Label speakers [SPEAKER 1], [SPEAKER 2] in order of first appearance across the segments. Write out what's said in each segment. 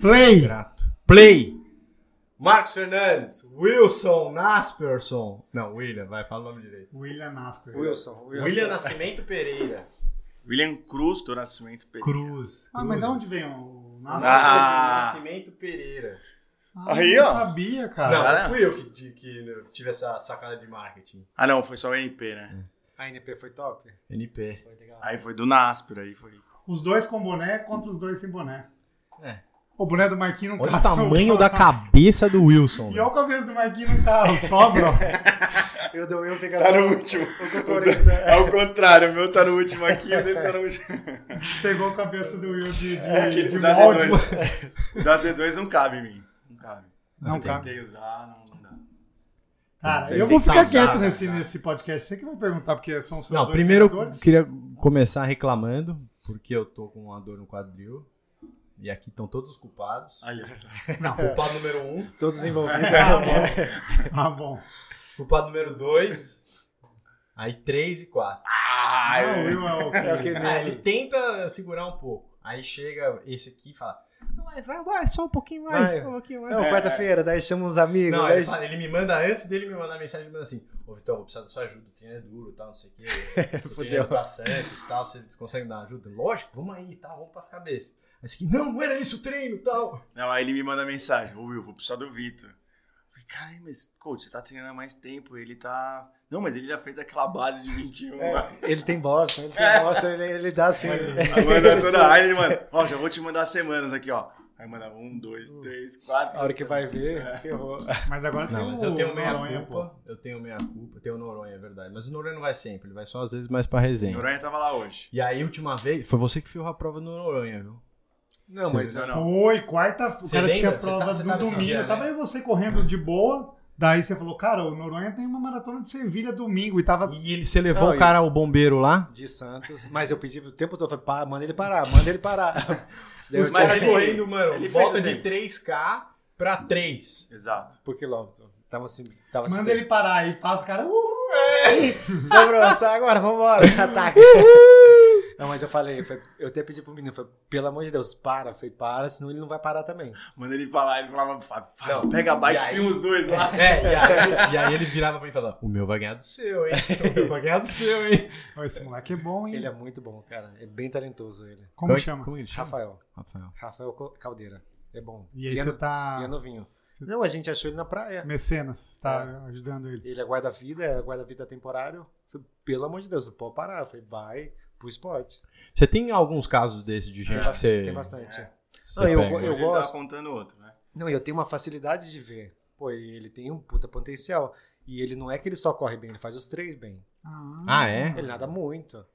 [SPEAKER 1] Play!
[SPEAKER 2] Grato.
[SPEAKER 3] Play.
[SPEAKER 2] Marcos Fernandes, Wilson Nasperson. Não, William, vai, fala o nome direito.
[SPEAKER 1] William Nasper.
[SPEAKER 4] Wilson.
[SPEAKER 2] William Nascimento Pereira.
[SPEAKER 5] William Cruz do Nascimento Pereira.
[SPEAKER 2] Cruz.
[SPEAKER 1] Ah, mas de onde vem o Nasper?
[SPEAKER 5] Ah.
[SPEAKER 2] Nascimento Pereira.
[SPEAKER 1] Ah,
[SPEAKER 5] Aí,
[SPEAKER 1] eu
[SPEAKER 5] ó.
[SPEAKER 1] não sabia,
[SPEAKER 2] não,
[SPEAKER 1] cara.
[SPEAKER 5] Cara.
[SPEAKER 2] não fui eu que, de- que tive essa sacada de marketing.
[SPEAKER 5] Ah, não, foi só o NP, né?
[SPEAKER 4] A NP foi top?
[SPEAKER 2] NP.
[SPEAKER 4] Foi legal.
[SPEAKER 5] Aí foi do Nasper, aí foi.
[SPEAKER 1] Os dois com boné contra os dois sem boné.
[SPEAKER 2] É.
[SPEAKER 1] O boné do Marquinhos não
[SPEAKER 3] Olha o
[SPEAKER 1] cabe.
[SPEAKER 3] tamanho da cabeça do Wilson.
[SPEAKER 1] E
[SPEAKER 3] velho.
[SPEAKER 1] olha o cabeça do Marquinhos no carro, sobra.
[SPEAKER 4] E o do Will fica
[SPEAKER 5] Tá
[SPEAKER 4] só
[SPEAKER 5] no último.
[SPEAKER 4] o contorno da-
[SPEAKER 5] É o contrário, o meu tá no último aqui, o dele tá no último.
[SPEAKER 1] Pegou a cabeça do Will de, de,
[SPEAKER 5] É Aquele
[SPEAKER 1] de
[SPEAKER 5] da
[SPEAKER 1] molde.
[SPEAKER 5] Z2. Da Z2 não cabe em mim. Não cabe.
[SPEAKER 1] Não, cara.
[SPEAKER 5] Tentei usar, não, não dá.
[SPEAKER 1] Cara,
[SPEAKER 3] Você
[SPEAKER 1] eu
[SPEAKER 3] tem
[SPEAKER 1] vou
[SPEAKER 3] que
[SPEAKER 1] ficar
[SPEAKER 3] causar,
[SPEAKER 1] quieto nesse,
[SPEAKER 5] cara.
[SPEAKER 1] nesse podcast. Você que vai perguntar, porque são os seus
[SPEAKER 3] Não,
[SPEAKER 1] dois
[SPEAKER 3] primeiro eu
[SPEAKER 1] jogadores.
[SPEAKER 3] queria começar reclamando, porque eu tô com uma dor no quadril. E aqui estão todos os culpados.
[SPEAKER 5] Olha só.
[SPEAKER 2] Culpado número um.
[SPEAKER 4] Todos envolvidos.
[SPEAKER 1] Ah, bom. Ah, bom.
[SPEAKER 2] Culpado número dois. Aí três e quatro.
[SPEAKER 5] Ah,
[SPEAKER 1] Ah, o
[SPEAKER 5] eu...
[SPEAKER 1] Will é o
[SPEAKER 4] É o que
[SPEAKER 2] Ah, ele
[SPEAKER 4] mesmo.
[SPEAKER 2] tenta segurar um pouco. Aí chega esse aqui e fala.
[SPEAKER 3] Não, Vai, vai, vai, só um pouquinho
[SPEAKER 4] Vai.
[SPEAKER 3] só um pouquinho mais.
[SPEAKER 4] Não, quarta-feira, daí chama uns amigos.
[SPEAKER 2] Não,
[SPEAKER 4] daí
[SPEAKER 2] ele, fala- ele me manda antes dele me mandar mensagem, ele manda assim: Ô Vitão, vou precisar da sua ajuda, o treino é duro, tal, não sei o quê. Eu tô
[SPEAKER 4] Fudeu.
[SPEAKER 2] treinando pra Santos, tal, vocês conseguem dar ajuda? Lógico, vamos aí, tal, vamos pra cabeça. Aí esse aqui, não, não era isso o treino, tal.
[SPEAKER 5] Não, aí ele me manda mensagem. Ô, Will, vou precisar do Vitor. Eu Falei, caralho, mas, coach, você tá treinando há mais tempo, ele tá... Não, mas ele já fez aquela base de 21.
[SPEAKER 4] É,
[SPEAKER 5] lá.
[SPEAKER 4] ele tem bosta, ele tem
[SPEAKER 2] É.
[SPEAKER 4] bosta, ele, ele dá assim.
[SPEAKER 5] Manda toda a ele manda. Ó, já vou te mandar semanas aqui, ó. Aí manda um, dois,
[SPEAKER 4] Uh.
[SPEAKER 5] três, quatro.
[SPEAKER 4] A hora que vai
[SPEAKER 2] É.
[SPEAKER 4] ver, ferrou.
[SPEAKER 1] Mas agora
[SPEAKER 2] Não,
[SPEAKER 1] tem
[SPEAKER 2] mas
[SPEAKER 1] o
[SPEAKER 2] eu tenho meia
[SPEAKER 1] Noronha, pô.
[SPEAKER 2] culpa, eu tenho meia culpa, eu tenho o Noronha, é verdade. Mas o Noronha não vai sempre, ele vai só às vezes mais pra resenha.
[SPEAKER 5] Noronha tava lá hoje.
[SPEAKER 2] E aí, última vez, foi você que ferrou a prova no Noronha, viu?
[SPEAKER 4] Não,
[SPEAKER 5] Mas
[SPEAKER 4] mas
[SPEAKER 5] eu não.
[SPEAKER 1] Foi, quarta. O
[SPEAKER 2] Você
[SPEAKER 1] cara
[SPEAKER 2] lembra?
[SPEAKER 1] tinha
[SPEAKER 2] Você
[SPEAKER 1] prova
[SPEAKER 2] tá- você
[SPEAKER 1] do
[SPEAKER 2] tava em São
[SPEAKER 1] domingo.
[SPEAKER 2] Jean, né?
[SPEAKER 1] tava aí você correndo de boa. Daí você falou, cara, o Noronha tem uma maratona de Sevilha domingo. E tava.
[SPEAKER 3] E ele, você levou
[SPEAKER 4] Não,
[SPEAKER 3] o
[SPEAKER 4] e-
[SPEAKER 3] cara, o bombeiro lá?
[SPEAKER 4] de Santos. Mas eu pedi o tempo todo, falei, pá, manda ele parar, manda ele parar. Daí eu
[SPEAKER 5] Os
[SPEAKER 4] tinha
[SPEAKER 5] mais
[SPEAKER 2] Mas
[SPEAKER 5] ele-
[SPEAKER 2] correndo, mano,
[SPEAKER 5] ele fez
[SPEAKER 2] volta
[SPEAKER 5] o
[SPEAKER 2] de
[SPEAKER 5] tempo.
[SPEAKER 2] 3K pra 3.
[SPEAKER 5] Exato.
[SPEAKER 4] por quilômetro. Tava assim, tava assim.
[SPEAKER 1] Manda ele parar aí, passa o cara. "Uh!" Uhul!
[SPEAKER 4] Sobrou, sai agora, vambora. Ataque. Não, mas eu falei, foi- eu até pedi pro menino, falei, pelo amor de Deus, para, falei, para, senão ele não vai parar também.
[SPEAKER 5] Manda ele pra lá, ele falava, Fábio, Fábio,
[SPEAKER 2] Não,
[SPEAKER 5] pega a
[SPEAKER 2] e
[SPEAKER 5] bike e
[SPEAKER 2] aí?
[SPEAKER 5] filma os dois lá.
[SPEAKER 2] É, e aí, e aí ele virava pra mim e falava: O meu vai ganhar do seu, hein? O meu vai ganhar do seu, hein?
[SPEAKER 1] Ó, Esse moleque é bom, hein?
[SPEAKER 4] Ele é muito bom, cara. É bem talentoso ele.
[SPEAKER 1] Como
[SPEAKER 3] é-
[SPEAKER 1] chama?
[SPEAKER 3] Como ele chama?
[SPEAKER 4] Rafael.
[SPEAKER 3] Rafael.
[SPEAKER 4] Rafael Co- Caldeira. É bom.
[SPEAKER 1] E aí
[SPEAKER 4] é,
[SPEAKER 1] você
[SPEAKER 4] no- e é
[SPEAKER 1] tá.
[SPEAKER 4] novinho.
[SPEAKER 1] Você-
[SPEAKER 4] Não, a gente achou ele na praia.
[SPEAKER 1] Mecenas, tá ajudando ele.
[SPEAKER 4] Ele é guarda-vida, é guarda-vida temporário. Falei, pelo amor de Deus, não pode parar. Eu falei, vai pro esporte.
[SPEAKER 3] Você tem alguns casos desse de gente
[SPEAKER 4] Tem,
[SPEAKER 3] que
[SPEAKER 4] bastante,
[SPEAKER 3] você.
[SPEAKER 4] tem bastante.
[SPEAKER 3] você
[SPEAKER 4] Não, eu-
[SPEAKER 3] pega?
[SPEAKER 4] eu-
[SPEAKER 5] Ele tava
[SPEAKER 4] gosto.
[SPEAKER 5] contando outro, né?
[SPEAKER 4] Não, e eu tenho uma facilidade de ver. Pô, e ele tem um puta potencial. E ele não é que ele só corre bem, ele faz os três bem.
[SPEAKER 3] Ah, é?
[SPEAKER 4] Ele nada muito.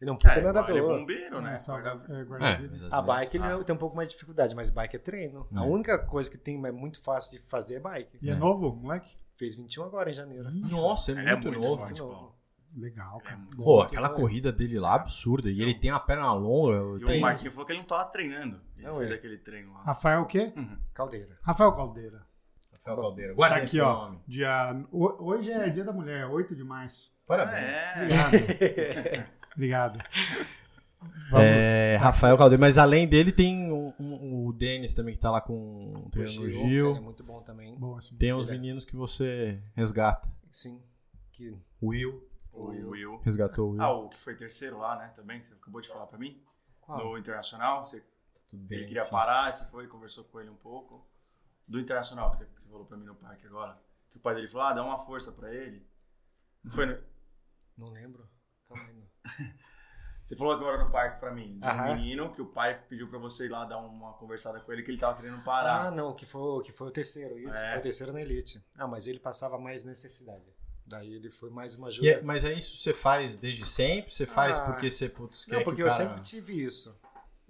[SPEAKER 4] Ele é um
[SPEAKER 5] É,
[SPEAKER 4] puta nadador.
[SPEAKER 5] ele é bombeiro, né?
[SPEAKER 1] É, só é,
[SPEAKER 3] É,
[SPEAKER 1] guarda-vida.
[SPEAKER 3] mas às
[SPEAKER 4] A
[SPEAKER 3] vezes- tá.
[SPEAKER 4] bike ele
[SPEAKER 5] Ah.
[SPEAKER 4] tem um pouco mais de dificuldade, mas bike é treino. A
[SPEAKER 3] É.
[SPEAKER 4] única coisa que tem, mas é muito fácil de fazer é bike.
[SPEAKER 1] E é,
[SPEAKER 3] É.
[SPEAKER 1] novo, moleque?
[SPEAKER 4] Fez 21 agora em janeiro.
[SPEAKER 3] Nossa, é muito,
[SPEAKER 5] Ele é muito
[SPEAKER 3] novo.
[SPEAKER 5] forte,
[SPEAKER 4] Muito novo.
[SPEAKER 5] Paulo.
[SPEAKER 1] Legal, cara.
[SPEAKER 2] É.
[SPEAKER 3] Pô, aquela
[SPEAKER 4] Não,
[SPEAKER 3] corrida dele lá absurda. E ele tem a perna longa. eu
[SPEAKER 5] E
[SPEAKER 3] tenho-
[SPEAKER 5] o Marquinhos falou que ele não tava treinando. Ele
[SPEAKER 4] Não,
[SPEAKER 5] fez
[SPEAKER 4] ele-
[SPEAKER 5] aquele treino lá.
[SPEAKER 1] Rafael o quê?
[SPEAKER 4] Caldeira.
[SPEAKER 1] Rafael Caldeira.
[SPEAKER 2] Rafael Caldeira,
[SPEAKER 1] Tá
[SPEAKER 2] guarda
[SPEAKER 1] aqui,
[SPEAKER 2] esse
[SPEAKER 1] ó.
[SPEAKER 2] nome.
[SPEAKER 1] Dia... ho- Hoje é dia da mulher, 8 de março.
[SPEAKER 5] Ah,
[SPEAKER 2] Parabéns.
[SPEAKER 5] é.
[SPEAKER 1] Obrigado. Obrigado. Vamos.
[SPEAKER 3] É, Rafael Caldeira, mas além dele tem o, um- o Denis também que tá lá com treinando o
[SPEAKER 4] Ele é
[SPEAKER 3] Gil.
[SPEAKER 4] muito bom também.
[SPEAKER 1] Bom, assim,
[SPEAKER 3] Tem uns
[SPEAKER 4] Ele é-
[SPEAKER 3] meninos que você resgata.
[SPEAKER 4] Sim. Que...
[SPEAKER 3] Will,
[SPEAKER 5] O Will.
[SPEAKER 3] resgatou o Will.
[SPEAKER 5] Ah, o que foi terceiro lá, né? Também, que você acabou de falar pra mim. No Internacional, você
[SPEAKER 3] Tudo bem,
[SPEAKER 5] ele queria
[SPEAKER 3] enfim.
[SPEAKER 5] parar, você foi, conversou com ele um pouco. Do Internacional, que você, que você falou pra mim no parque agora. Que o pai dele falou, ah, dá uma força pra ele. Não foi no-
[SPEAKER 4] Não lembro. Calma aí.
[SPEAKER 5] Você falou agora no parque pra mim. Do
[SPEAKER 4] Aham.
[SPEAKER 5] menino que o pai pediu pra você ir lá dar uma conversada com ele, que ele tava querendo
[SPEAKER 4] Ah,
[SPEAKER 5] parar.
[SPEAKER 4] não, que foi, que foi o terceiro, isso.
[SPEAKER 5] É.
[SPEAKER 4] Foi o terceiro na Elite. Ah, mas ele passava mais necessidade. Daí ele foi mais uma ajuda.
[SPEAKER 3] E é- mas é isso que você faz desde sempre? Você faz
[SPEAKER 4] Ah.
[SPEAKER 3] porque você putz, quer
[SPEAKER 4] Não, porque
[SPEAKER 3] é que o
[SPEAKER 4] eu
[SPEAKER 3] cara...
[SPEAKER 4] sempre tive isso.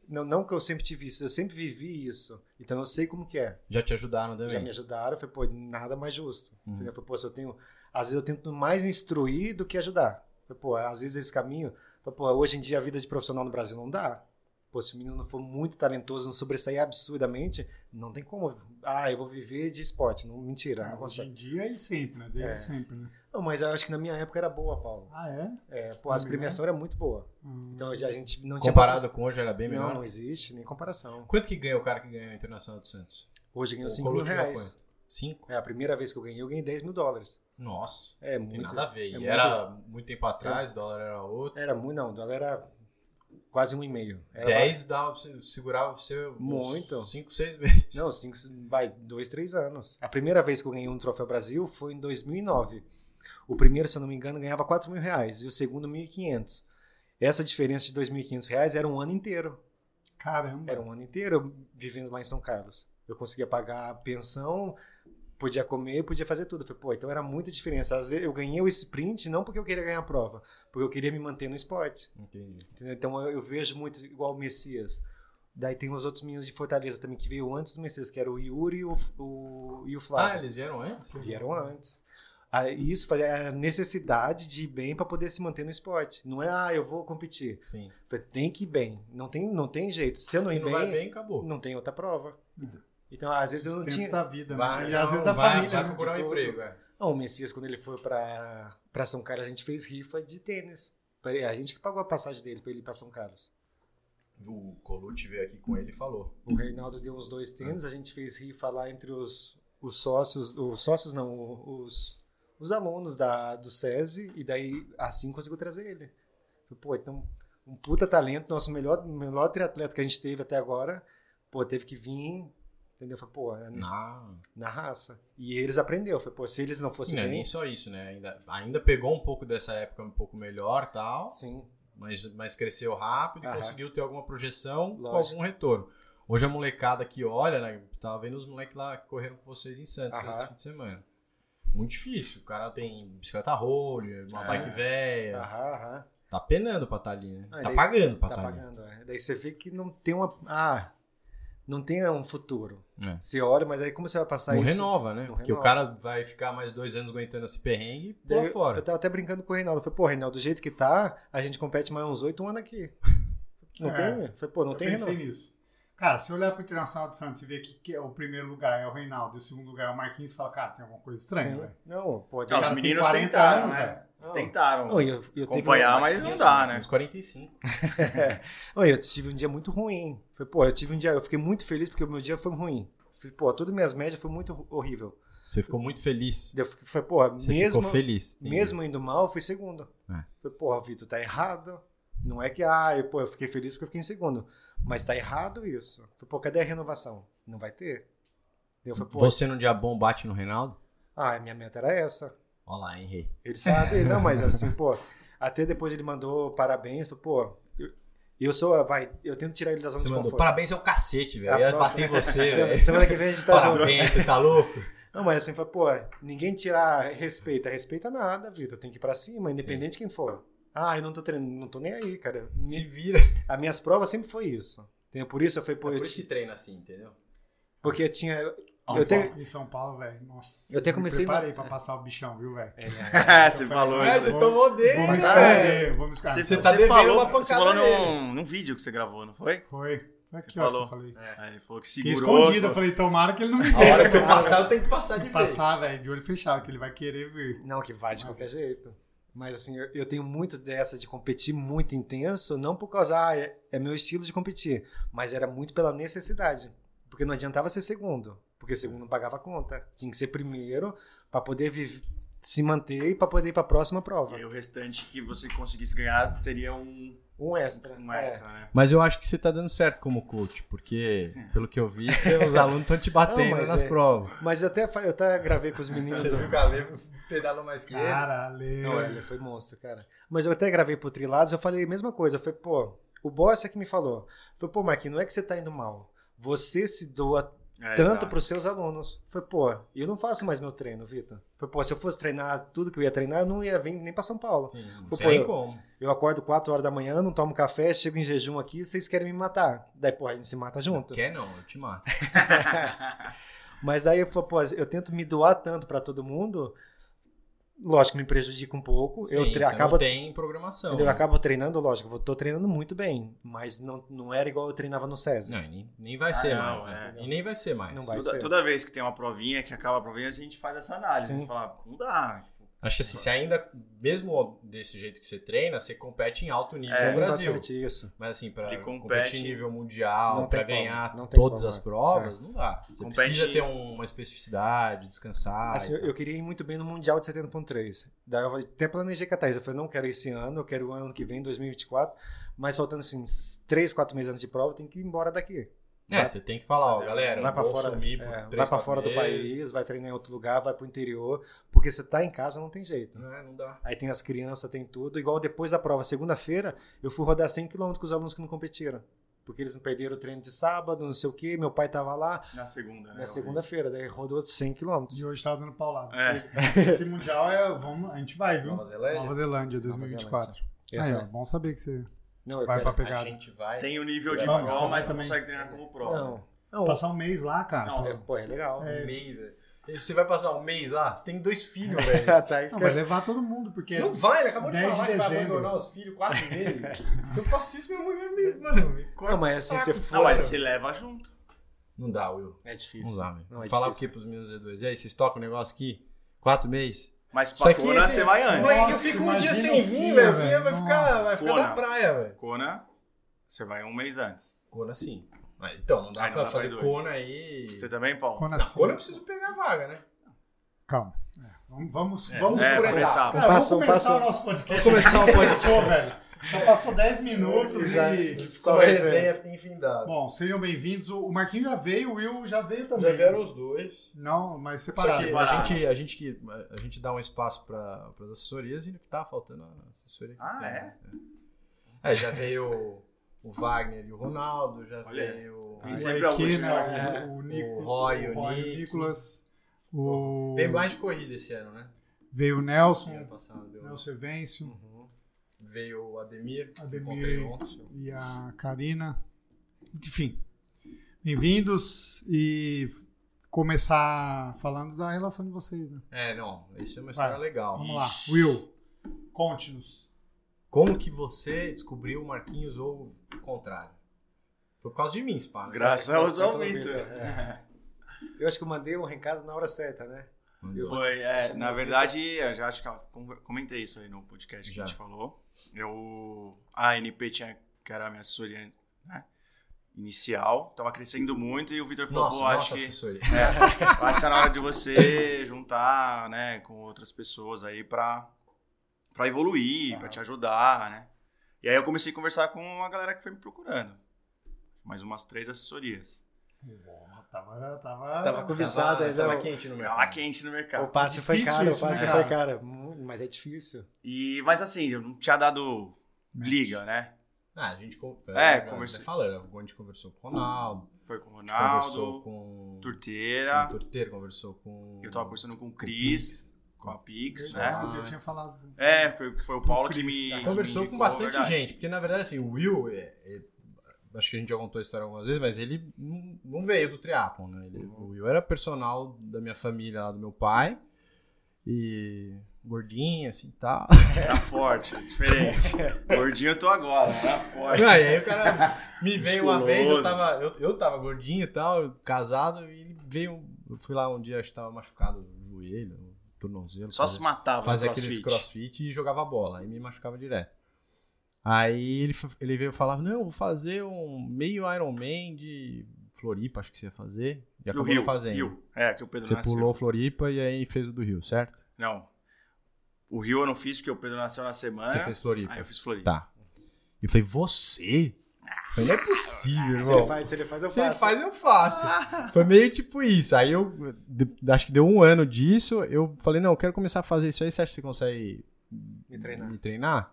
[SPEAKER 4] Não, não que eu sempre tive isso, eu sempre vivi isso. Então eu sei como que é.
[SPEAKER 3] Já te ajudaram também?
[SPEAKER 4] Já me ajudaram, foi, pô, nada mais justo.
[SPEAKER 3] Uhum.
[SPEAKER 4] Entendeu? Foi, pô, se eu tenho. Às vezes eu tento mais instruir do que ajudar. Foi, pô, às vezes esse caminho. Foi, pô, hoje em dia a vida de profissional no Brasil não dá. Pô, se o menino não for muito talentoso, não sobressair absurdamente, não tem como. Ah, eu vou viver de esporte. Não, mentira,
[SPEAKER 2] Ah,
[SPEAKER 4] não
[SPEAKER 1] Hoje
[SPEAKER 4] consegue.
[SPEAKER 1] em dia e sempre, né? Desde
[SPEAKER 4] Tá, É.
[SPEAKER 1] sempre, né?
[SPEAKER 4] Não, mas eu acho que na minha época era boa, Paulo.
[SPEAKER 1] Ah, é?
[SPEAKER 4] É, pô, as
[SPEAKER 1] Também, né?
[SPEAKER 4] premiações eram muito boa.
[SPEAKER 1] Hum.
[SPEAKER 4] Então já a gente não tinha.
[SPEAKER 2] Uhum. Comparado com né? hoje, era bem
[SPEAKER 4] Não,
[SPEAKER 2] melhor.
[SPEAKER 4] não existe nem comparação.
[SPEAKER 2] Quanto que ganha o cara que ganhou o Internacional do Santos?
[SPEAKER 4] Hoje eu ganho
[SPEAKER 2] O
[SPEAKER 4] 5 mil
[SPEAKER 2] Colucci ganhou
[SPEAKER 4] reais.
[SPEAKER 2] quanto? Cinco?
[SPEAKER 4] É, a primeira vez que eu ganhei, eu ganhei 10 mil dólares.
[SPEAKER 2] Nossa,
[SPEAKER 4] É
[SPEAKER 2] tem
[SPEAKER 4] muito.
[SPEAKER 2] nada a ver.
[SPEAKER 4] é
[SPEAKER 2] E
[SPEAKER 4] muito- É.
[SPEAKER 2] era muito tempo atrás, o dólar era outro.
[SPEAKER 4] Era muito, não, o dólar era quase um e meio. Era
[SPEAKER 2] 10 dava pra você segurar o seu.
[SPEAKER 4] Muito.
[SPEAKER 2] 5, 6 meses.
[SPEAKER 4] Não, cinco, vai, dois, três anos. A primeira vez que eu ganhei um Troféu Brasil foi em 2009. O primeiro, se eu não me engano, ganhava 4 mil reais e o segundo 1.500. Essa diferença de 2.500 reais era um ano inteiro.
[SPEAKER 1] Caramba.
[SPEAKER 4] Era um ano inteiro eu vivendo lá em São Carlos. Eu conseguia pagar a pensão, podia comer, podia fazer tudo. Eu Falei, pô, então era muita diferença. Às vezes eu ganhei o sprint não porque eu queria ganhar a prova, porque eu queria me manter no esporte.
[SPEAKER 2] Entendi.
[SPEAKER 4] Entendeu? Então eu, eu vejo muito igual o Messias. Daí tem os outros meninos de Fortaleza também que veio antes do Messias, que era o Yuri e o, o- e o
[SPEAKER 2] Ah,
[SPEAKER 4] Flávio.
[SPEAKER 2] eles vieram antes?
[SPEAKER 4] Vieram antes. Ah, e isso foi a necessidade de ir bem para poder se manter no esporte. Não é, ah, eu vou competir.
[SPEAKER 2] Sim.
[SPEAKER 4] Foi, Tem que ir bem. Não tem, não tem jeito. Se eu não
[SPEAKER 2] Se
[SPEAKER 4] ir
[SPEAKER 2] não
[SPEAKER 4] bem,
[SPEAKER 2] vai bem, Uhum. acabou.
[SPEAKER 4] não tem outra prova. Então, às vezes eu não
[SPEAKER 1] Tempo
[SPEAKER 4] tinha.
[SPEAKER 1] da vida, né?
[SPEAKER 2] Vai,
[SPEAKER 1] e às vezes da
[SPEAKER 2] vai,
[SPEAKER 1] família,
[SPEAKER 2] vai
[SPEAKER 1] né?
[SPEAKER 2] procurar
[SPEAKER 1] De
[SPEAKER 2] um
[SPEAKER 1] todo.
[SPEAKER 2] emprego. é.
[SPEAKER 4] Ah, o Messias, quando ele foi pra, pra São Carlos, a gente fez rifa de tênis. A gente que pagou a passagem dele pra ele ir pra São Carlos.
[SPEAKER 2] O Colucci veio aqui com ele e falou.
[SPEAKER 4] O Reinaldo deu uns dois tênis, a gente fez rifa lá entre os, os sócios, os sócios não, o- os, os alunos da, do SESI, e daí assim conseguiu trazer ele. Falei, Pô, então, um puta talento, nosso melhor, melhor triatleta que a gente teve até agora, pô, teve que vir, entendeu? Falei, pô, é na,
[SPEAKER 2] Não.
[SPEAKER 4] na raça. E eles aprenderam, falei, pô, se eles não fossem
[SPEAKER 2] Não é
[SPEAKER 4] bem,
[SPEAKER 2] nem só isso, né? Ainda, ainda pegou um pouco dessa época um pouco melhor tal,
[SPEAKER 4] sim,
[SPEAKER 2] mas, mas cresceu rápido e
[SPEAKER 4] Aham.
[SPEAKER 2] conseguiu ter alguma projeção com
[SPEAKER 4] Lógico.
[SPEAKER 2] algum retorno. Hoje a molecada que olha, né? Tava vendo os moleques lá que correram com vocês em Santos né,
[SPEAKER 4] Aham.
[SPEAKER 2] esse fim de semana. Muito difícil. O cara tem bicicleta roller, uma
[SPEAKER 4] Sim.
[SPEAKER 2] bike velha.
[SPEAKER 4] aham, aham.
[SPEAKER 2] Tá penando pra estar ali, né?
[SPEAKER 4] Ah,
[SPEAKER 2] tá
[SPEAKER 4] daí-
[SPEAKER 2] pagando pra
[SPEAKER 4] tá
[SPEAKER 2] estar ali.
[SPEAKER 4] pagando. é. Daí você vê que não tem uma. Ah, não tem um futuro.
[SPEAKER 2] É.
[SPEAKER 4] Você olha, mas aí como você vai passar
[SPEAKER 2] Não
[SPEAKER 4] isso?
[SPEAKER 2] renova, né?
[SPEAKER 4] Não
[SPEAKER 2] Porque o
[SPEAKER 4] renova.
[SPEAKER 2] cara vai ficar mais dois anos aguentando esse perrengue e
[SPEAKER 4] Daí
[SPEAKER 2] pula
[SPEAKER 4] eu-
[SPEAKER 2] fora.
[SPEAKER 4] Eu tava até brincando com o Reinaldo. Eu falei, pô, Reinaldo, do jeito que tá, a gente compete mais uns oito anos aqui. Não
[SPEAKER 1] É.
[SPEAKER 4] tem? Eu Falei, pô, não
[SPEAKER 1] Eu
[SPEAKER 4] tem
[SPEAKER 1] pensei
[SPEAKER 4] Reinaldo.
[SPEAKER 1] nisso. Cara, se olhar pro Internacional de Santos e ver que, que é o primeiro lugar é o Reinaldo e o segundo lugar é o Marquinhos, fala, cara, tem alguma coisa estranha,
[SPEAKER 2] né?
[SPEAKER 4] Sim. né?
[SPEAKER 1] velho.
[SPEAKER 4] Não, pô,
[SPEAKER 5] Não,
[SPEAKER 1] cara
[SPEAKER 5] os
[SPEAKER 1] tem
[SPEAKER 5] meninos
[SPEAKER 1] 40
[SPEAKER 5] tentaram,
[SPEAKER 1] anos,
[SPEAKER 5] né?
[SPEAKER 1] velho.
[SPEAKER 5] Eles tentaram.
[SPEAKER 4] Não, e eu, eu teve um-
[SPEAKER 5] acompanhar, mas não dá, né?
[SPEAKER 2] Uns 45.
[SPEAKER 4] Não, eu tive um dia muito ruim. Foi, pô, eu tive um dia, eu fiquei muito feliz porque o meu dia foi ruim. Fui, pô, todas minhas médias foi muito ru- horrível.
[SPEAKER 2] Você ficou muito feliz.
[SPEAKER 4] Daí Eu fiquei, foi, porra,
[SPEAKER 2] Você
[SPEAKER 4] mesmo,
[SPEAKER 2] ficou feliz. entendi.
[SPEAKER 4] mesmo indo mal, eu fui segundo.
[SPEAKER 2] É.
[SPEAKER 4] Foi, porra, Vitor, tá errado. Não é que, ah, eu, pô, eu fiquei feliz porque eu fiquei em segundo. Mas tá errado isso. Foi, pô, cadê a renovação? Não vai ter. Daí Eu falei, pô,
[SPEAKER 2] Você num dia bom bate no Reinaldo?
[SPEAKER 4] Ah, minha meta era essa.
[SPEAKER 2] Olha lá, hein, Rei.
[SPEAKER 4] Ele sabe, não, mas assim, pô, até depois ele mandou parabéns, falou, pô, eu, eu sou, vai, eu tento tirar ele da zona
[SPEAKER 2] Você
[SPEAKER 4] de
[SPEAKER 2] mandou.
[SPEAKER 4] conforto.
[SPEAKER 2] Parabéns é o cacete, velho.
[SPEAKER 4] A
[SPEAKER 2] Ia
[SPEAKER 4] próxima-
[SPEAKER 2] bater em você,
[SPEAKER 4] Semana,
[SPEAKER 2] velho.
[SPEAKER 4] semana que vem a gente tá junto.
[SPEAKER 2] Parabéns, você tá louco?
[SPEAKER 4] Não, mas assim, foi, pô, ninguém tirar respeita, respeita nada, Vitor, tem que ir pra cima, independente de quem for. Ah, eu não tô treinando, não tô nem aí, cara. Mi-
[SPEAKER 2] Se vira.
[SPEAKER 4] As minhas provas sempre foi isso. Entendeu? Por isso eu fui, pô, eu
[SPEAKER 2] Por
[SPEAKER 4] ti-
[SPEAKER 2] isso que treina assim, entendeu?
[SPEAKER 4] porque eu tinha...
[SPEAKER 5] Ah,
[SPEAKER 4] Eu tenho-
[SPEAKER 1] Em São Paulo, velho. Nossa.
[SPEAKER 4] Eu até comecei
[SPEAKER 1] Me preparei pra passar o bichão, viu, velho?
[SPEAKER 4] É,
[SPEAKER 5] É, você falou
[SPEAKER 1] É,
[SPEAKER 5] isso.
[SPEAKER 1] você
[SPEAKER 5] né?
[SPEAKER 2] tomou
[SPEAKER 1] Vou
[SPEAKER 2] cara.
[SPEAKER 1] me esconder, vou me esconder.
[SPEAKER 5] Você,
[SPEAKER 2] Você
[SPEAKER 5] você,
[SPEAKER 2] tá devendo uma
[SPEAKER 5] falou,
[SPEAKER 2] pancada
[SPEAKER 5] você falou
[SPEAKER 2] nele.
[SPEAKER 5] num, num vídeo que você gravou, não foi?
[SPEAKER 1] Foi. Foi aqui,
[SPEAKER 5] Você
[SPEAKER 1] ó,
[SPEAKER 5] falou.
[SPEAKER 1] que eu falei.
[SPEAKER 2] É.
[SPEAKER 5] Aí ele falou que
[SPEAKER 1] Fiquei
[SPEAKER 5] segurou.
[SPEAKER 1] escondido, eu
[SPEAKER 5] falou,
[SPEAKER 1] falei, tomara que ele não me
[SPEAKER 2] A hora que eu
[SPEAKER 1] veja.
[SPEAKER 2] passar, eu tenho que
[SPEAKER 4] tá
[SPEAKER 2] passar de
[SPEAKER 1] Se
[SPEAKER 2] vez.
[SPEAKER 1] passar, velho, de olho fechado, que ele vai querer vir.
[SPEAKER 4] Não, que vai de
[SPEAKER 1] Mas-
[SPEAKER 4] qualquer jeito. Mas assim, eu, eu tenho muito dessa de competir muito intenso, não por causa, ah, é, é meu estilo de competir, mas era muito pela necessidade. Porque não adiantava ser segundo, porque segundo não pagava a conta. Tinha que ser primeiro pra poder viv- se manter e pra poder ir pra próxima
[SPEAKER 5] E
[SPEAKER 4] prova.
[SPEAKER 5] aí o restante que você conseguisse ganhar seria um,
[SPEAKER 4] Um extra.
[SPEAKER 5] um extra, né?
[SPEAKER 2] Mas eu acho que você tá dando certo como coach, porque, pelo que eu vi, seus alunos estão te
[SPEAKER 4] Não,
[SPEAKER 2] batendo
[SPEAKER 4] mas
[SPEAKER 2] nas
[SPEAKER 4] é.
[SPEAKER 2] provas.
[SPEAKER 4] É. Mas eu até, fa- eu até gravei com os meninos.
[SPEAKER 2] Você
[SPEAKER 4] do-
[SPEAKER 2] viu o Galego pedalou mais que ele?
[SPEAKER 1] Caralho.
[SPEAKER 4] Não, ele foi monstro, cara. Mas eu até gravei pro Trilados, eu falei a mesma coisa. Eu falei, pô, o boss é que me falou. Foi, pô, Marquinhos, não é que você tá indo mal. Você se doa
[SPEAKER 5] É,
[SPEAKER 4] tanto
[SPEAKER 5] exato.
[SPEAKER 4] para os seus alunos. Foi, pô, eu não faço mais meu treino, Vitor. Foi, pô, se eu fosse treinar tudo que eu ia treinar, eu não ia vir nem para São Paulo.
[SPEAKER 2] Sim, não
[SPEAKER 4] Pô,
[SPEAKER 2] sei
[SPEAKER 4] eu-
[SPEAKER 2] como.
[SPEAKER 4] Eu acordo 4 horas da manhã, não tomo café, chego em jejum aqui, vocês querem me matar. Daí, pô, a gente se mata junto.
[SPEAKER 2] Quer não, eu te mato.
[SPEAKER 4] Mas daí eu falo, pô, eu tento me doar tanto para todo mundo lógico, me prejudica um pouco. eu
[SPEAKER 2] é
[SPEAKER 4] tre- acabo,
[SPEAKER 2] tem programação.
[SPEAKER 4] entendeu? eu acabo treinando, lógico, eu tô treinando muito bem, mas não, não era igual eu treinava no SESI.
[SPEAKER 2] Não, e nem, nem vai
[SPEAKER 5] Ah,
[SPEAKER 2] ser
[SPEAKER 5] não,
[SPEAKER 2] mais, né? E nem vai ser mais.
[SPEAKER 4] Não vai.
[SPEAKER 5] Toda,
[SPEAKER 4] ser.
[SPEAKER 5] toda vez que tem uma provinha, que acaba a provinha, a gente faz essa análise.
[SPEAKER 4] Sim.
[SPEAKER 5] A gente fala, não dá. Tipo,
[SPEAKER 2] Acho que assim, você ainda, mesmo desse jeito que você treina, você compete em alto nível
[SPEAKER 5] É,
[SPEAKER 2] no Brasil.
[SPEAKER 4] um bastante isso.
[SPEAKER 2] Mas assim, pra
[SPEAKER 5] Ele compete-
[SPEAKER 2] competir em nível mundial,
[SPEAKER 4] Não
[SPEAKER 2] pra
[SPEAKER 4] tem como,
[SPEAKER 2] ganhar
[SPEAKER 4] não tem
[SPEAKER 2] todas
[SPEAKER 4] como,
[SPEAKER 2] as
[SPEAKER 4] é.
[SPEAKER 2] provas, não dá. Você
[SPEAKER 5] Compete-
[SPEAKER 2] precisa ter um- uma especificidade, descansar.
[SPEAKER 4] Assim,
[SPEAKER 2] e
[SPEAKER 4] eu,
[SPEAKER 2] tal.
[SPEAKER 4] eu queria ir muito bem no Mundial de 70.3. Daí eu falei- até planejei com a Thaís. Eu falei, não quero esse ano, eu quero o ano que vem, 2024. Mas faltando assim, 3, 4 meses antes de prova, tem que ir embora daqui.
[SPEAKER 2] É, você tem que falar, ó,
[SPEAKER 5] Fazer- um
[SPEAKER 2] galera,
[SPEAKER 4] vai
[SPEAKER 2] eu
[SPEAKER 4] pra
[SPEAKER 2] vou
[SPEAKER 4] fora,
[SPEAKER 2] sumir por
[SPEAKER 4] é,
[SPEAKER 2] três,
[SPEAKER 4] vai pra
[SPEAKER 2] quatro
[SPEAKER 4] fora do
[SPEAKER 2] meses.
[SPEAKER 4] país, vai treinar em outro lugar, vai pro interior, porque você tá em casa não tem jeito.
[SPEAKER 2] Não, é, não dá.
[SPEAKER 4] Aí tem as crianças, tem tudo. Igual depois da prova, segunda-feira, eu fui rodar 100 km com os alunos que não competiram. Porque eles não perderam o treino de sábado, não sei o quê. Meu pai tava
[SPEAKER 2] É,
[SPEAKER 4] lá
[SPEAKER 5] na segunda, né?
[SPEAKER 4] na segunda-feira, daí rodou 100 km.
[SPEAKER 2] Ah,
[SPEAKER 1] E hoje tá dando paulada.
[SPEAKER 5] É.
[SPEAKER 1] Esse mundial é. Vamos, a gente vai, viu?
[SPEAKER 2] Nova Zelândia?
[SPEAKER 1] Nova Zelândia, 2024. Aí,
[SPEAKER 4] é
[SPEAKER 2] é.
[SPEAKER 1] ó, bom saber que você
[SPEAKER 4] Não, eu
[SPEAKER 1] vai pra
[SPEAKER 4] quero.
[SPEAKER 2] A
[SPEAKER 1] pegada.
[SPEAKER 2] gente vai.
[SPEAKER 5] Tem o nível de
[SPEAKER 1] Não,
[SPEAKER 5] pró,
[SPEAKER 1] você
[SPEAKER 5] mas não
[SPEAKER 1] também.
[SPEAKER 5] consegue treinar como pró.
[SPEAKER 4] Não, não.
[SPEAKER 1] Passar um mês lá, cara.
[SPEAKER 5] Nossa.
[SPEAKER 4] É, pô, é legal.
[SPEAKER 2] um mês. velho. E Você vai passar um mês lá? Você tem dois filhos, velho.
[SPEAKER 4] A Thaís
[SPEAKER 1] Não,
[SPEAKER 4] quer-
[SPEAKER 1] vai levar todo mundo, porque
[SPEAKER 2] Não vai, ele acabou de
[SPEAKER 1] 10 de
[SPEAKER 2] falar que vai
[SPEAKER 1] dezembro.
[SPEAKER 2] abandonar os filhos quatro meses. Se eu faço isso, minha mulher me. Mano, me corta
[SPEAKER 4] Não, mas
[SPEAKER 2] o
[SPEAKER 4] assim,
[SPEAKER 2] saco. tá
[SPEAKER 4] você
[SPEAKER 5] Não, mas
[SPEAKER 4] Nossa.
[SPEAKER 5] se leva junto.
[SPEAKER 2] Não dá, Will.
[SPEAKER 4] É
[SPEAKER 2] Não
[SPEAKER 4] difícil.
[SPEAKER 2] dá, velho.
[SPEAKER 4] Não, é
[SPEAKER 2] Falar o quê
[SPEAKER 4] difícil.
[SPEAKER 2] pros meninos E aí, vocês tocam o negócio aqui? Quatro meses?
[SPEAKER 5] Mas
[SPEAKER 2] Só
[SPEAKER 5] pra
[SPEAKER 2] que
[SPEAKER 5] Kona
[SPEAKER 2] esse-
[SPEAKER 5] você vai
[SPEAKER 2] Os
[SPEAKER 5] antes.
[SPEAKER 2] moleque, eu
[SPEAKER 1] Nossa,
[SPEAKER 2] fico um dia
[SPEAKER 1] imagina
[SPEAKER 2] sem
[SPEAKER 1] o
[SPEAKER 2] vir,
[SPEAKER 1] filho,
[SPEAKER 2] velho. O filho vai
[SPEAKER 1] velho.
[SPEAKER 2] ficar, vai ficar
[SPEAKER 5] Nossa.
[SPEAKER 2] na praia, velho.
[SPEAKER 5] Kona, você vai um mês antes.
[SPEAKER 2] Cona sim. Mas, então, não dá
[SPEAKER 5] Aí não
[SPEAKER 2] pra
[SPEAKER 5] dá pra
[SPEAKER 2] fazer
[SPEAKER 5] dois.
[SPEAKER 2] cona aí.
[SPEAKER 5] Você também, Paulo?
[SPEAKER 1] Quando
[SPEAKER 2] Não,
[SPEAKER 1] assim-
[SPEAKER 2] cona eu preciso pegar a vaga, né?
[SPEAKER 1] Calma. É, vamos, vamos,
[SPEAKER 2] É,
[SPEAKER 1] vamos
[SPEAKER 5] é,
[SPEAKER 1] por etapa.
[SPEAKER 5] por etapa.
[SPEAKER 1] Cara, vamos
[SPEAKER 4] Passou,
[SPEAKER 1] começar
[SPEAKER 4] passou.
[SPEAKER 1] o nosso podcast.
[SPEAKER 2] Vamos começar o podcast.
[SPEAKER 1] Passou, velho. Já passou 10 minutos
[SPEAKER 4] Já-
[SPEAKER 1] e...
[SPEAKER 4] Só
[SPEAKER 2] é
[SPEAKER 4] resenha
[SPEAKER 2] infindada.
[SPEAKER 1] Bom, sejam bem-vindos. O o Marquinhos já veio, o Will já veio também.
[SPEAKER 2] Já vieram os dois.
[SPEAKER 1] Não, mas
[SPEAKER 2] Só
[SPEAKER 1] separado.
[SPEAKER 2] que a
[SPEAKER 5] Separados.
[SPEAKER 2] gente, a gente, que- a gente dá um espaço para as assessorias e ainda que tá faltando a assessoria. que
[SPEAKER 5] Ah,
[SPEAKER 2] tá,
[SPEAKER 5] é?
[SPEAKER 2] né? É, já veio o Wagner e o Ronaldo, já
[SPEAKER 5] Olha aí.
[SPEAKER 2] veio.
[SPEAKER 5] Tem
[SPEAKER 1] O
[SPEAKER 5] sempre a
[SPEAKER 1] Aike,
[SPEAKER 5] última,
[SPEAKER 1] né,
[SPEAKER 2] né?
[SPEAKER 1] o, o, Nico,
[SPEAKER 2] O Roy, o Nick.
[SPEAKER 1] Nicolas. O...
[SPEAKER 2] Veio mais de corrida esse ano, né?
[SPEAKER 1] Veio o Nelson,
[SPEAKER 2] Ano passado veio, um-
[SPEAKER 1] Nelson Evencio
[SPEAKER 4] Uhum.
[SPEAKER 2] veio o Ademir, que
[SPEAKER 1] Ademir.
[SPEAKER 2] encontrei ontem.
[SPEAKER 1] e a Karina. Enfim, bem-vindos e f- começar falando da relação de vocês, né?
[SPEAKER 2] É, não, isso é uma história
[SPEAKER 1] Vai.
[SPEAKER 2] legal.
[SPEAKER 1] Vamos lá, Will, conte-nos.
[SPEAKER 2] Como que você descobriu o Marquinhos ou o contrário? Por causa de mim, Spa. né?
[SPEAKER 5] É. Graças ao
[SPEAKER 4] Pelo
[SPEAKER 5] Vitor.
[SPEAKER 4] Vitor, Eu acho que eu mandei um recado na hora certa, né?
[SPEAKER 2] Mandou.
[SPEAKER 5] Foi, é, na verdade, eu já acho que eu com- comentei isso aí no podcast que
[SPEAKER 2] Já.
[SPEAKER 5] a gente falou. Eu, a NP tinha, que era a minha assessoria né, inicial, tava crescendo muito e o Vitor falou,
[SPEAKER 2] Nossa,
[SPEAKER 5] pô, acho
[SPEAKER 2] nossa
[SPEAKER 5] que,
[SPEAKER 2] assessoria.
[SPEAKER 5] é, acho que- acho que tá na hora de você juntar, né, com outras pessoas aí pra, pra evoluir, pra te ajudar, né. E aí eu comecei a conversar com a galera que foi me procurando. Mais umas três assessorias.
[SPEAKER 1] Tava, tava,
[SPEAKER 4] Tava convisada.
[SPEAKER 2] Ah, Tava- tava
[SPEAKER 4] né?
[SPEAKER 2] quente no mercado.
[SPEAKER 5] Ela Tá quente no
[SPEAKER 4] O
[SPEAKER 5] mercado.
[SPEAKER 4] passe foi
[SPEAKER 1] Difícil
[SPEAKER 4] caro, o
[SPEAKER 1] isso,
[SPEAKER 4] passe
[SPEAKER 5] né,
[SPEAKER 4] foi
[SPEAKER 1] cara?
[SPEAKER 4] caro. Hum, Mas é difícil.
[SPEAKER 5] E, mas assim, eu não tinha dado liga, né.
[SPEAKER 2] Ah, a gente con-
[SPEAKER 5] É,
[SPEAKER 2] a-
[SPEAKER 5] conversei-
[SPEAKER 2] até Falando, a gente conversou com o Ronaldo,
[SPEAKER 5] Foi com o
[SPEAKER 2] a gente conversou
[SPEAKER 5] Ronaldo,
[SPEAKER 2] com
[SPEAKER 5] Turteira.
[SPEAKER 2] com o Torteiro, conversou com.
[SPEAKER 5] Eu tava conversando com o
[SPEAKER 2] com o
[SPEAKER 5] Cris,
[SPEAKER 2] Pix.
[SPEAKER 5] com a Pix, né?
[SPEAKER 2] Ah.
[SPEAKER 1] Verdade, Eu tinha falado.
[SPEAKER 5] É, foi, foi o Paulo que me. que
[SPEAKER 2] Conversou
[SPEAKER 5] me
[SPEAKER 2] com
[SPEAKER 5] indicou,
[SPEAKER 2] bastante
[SPEAKER 5] verdade.
[SPEAKER 2] gente, porque na verdade, assim, o Will, é- é- acho que a gente já contou a história algumas vezes, mas ele não, não veio do triatlon, né? Ele-
[SPEAKER 5] Uhum.
[SPEAKER 2] O Will era personal da minha família, lá do meu pai, e gordinho, assim, tal.
[SPEAKER 5] Era Tá forte, diferente. Gordinho eu tô agora, era forte.
[SPEAKER 2] Não, e aí o cara me veio uma
[SPEAKER 5] Musculoso.
[SPEAKER 2] vez, eu tava, eu, eu tava gordinho e tal, casado, e ele veio. Eu fui lá um dia, acho que tava machucado o joelho, o tornozelo.
[SPEAKER 5] Só se matava
[SPEAKER 2] fazia
[SPEAKER 5] no
[SPEAKER 2] aqueles
[SPEAKER 5] crossfit.
[SPEAKER 2] crossfit e jogava bola, e me machucava direto. Aí ele, fa- ele veio falar: Não, eu vou fazer um meio Ironman de Floripa, acho que você ia fazer. E
[SPEAKER 5] Do
[SPEAKER 2] acabou não
[SPEAKER 5] Rio,
[SPEAKER 2] fazendo.
[SPEAKER 5] Rio. É, que o Pedro
[SPEAKER 2] Você
[SPEAKER 5] nasceu.
[SPEAKER 2] pulou Floripa e aí fez o do Rio, certo?
[SPEAKER 5] Não. O Rio eu não fiz porque o Pedro nasceu na semana.
[SPEAKER 2] Você fez Floripa.
[SPEAKER 5] Aí Ah, é? eu fiz Ah, Floripa.
[SPEAKER 2] Tá. E eu falei: Você? Eu falei, não é possível,
[SPEAKER 4] Se
[SPEAKER 2] irmão.
[SPEAKER 4] ele faz, se ele faz, eu
[SPEAKER 2] Se ele
[SPEAKER 4] faço.
[SPEAKER 2] faz, eu faço. Foi meio tipo isso. Aí eu, de- acho que deu um ano disso, eu falei, não, eu quero começar a fazer isso aí, você acha que você consegue
[SPEAKER 4] Me treinar.
[SPEAKER 2] me treinar?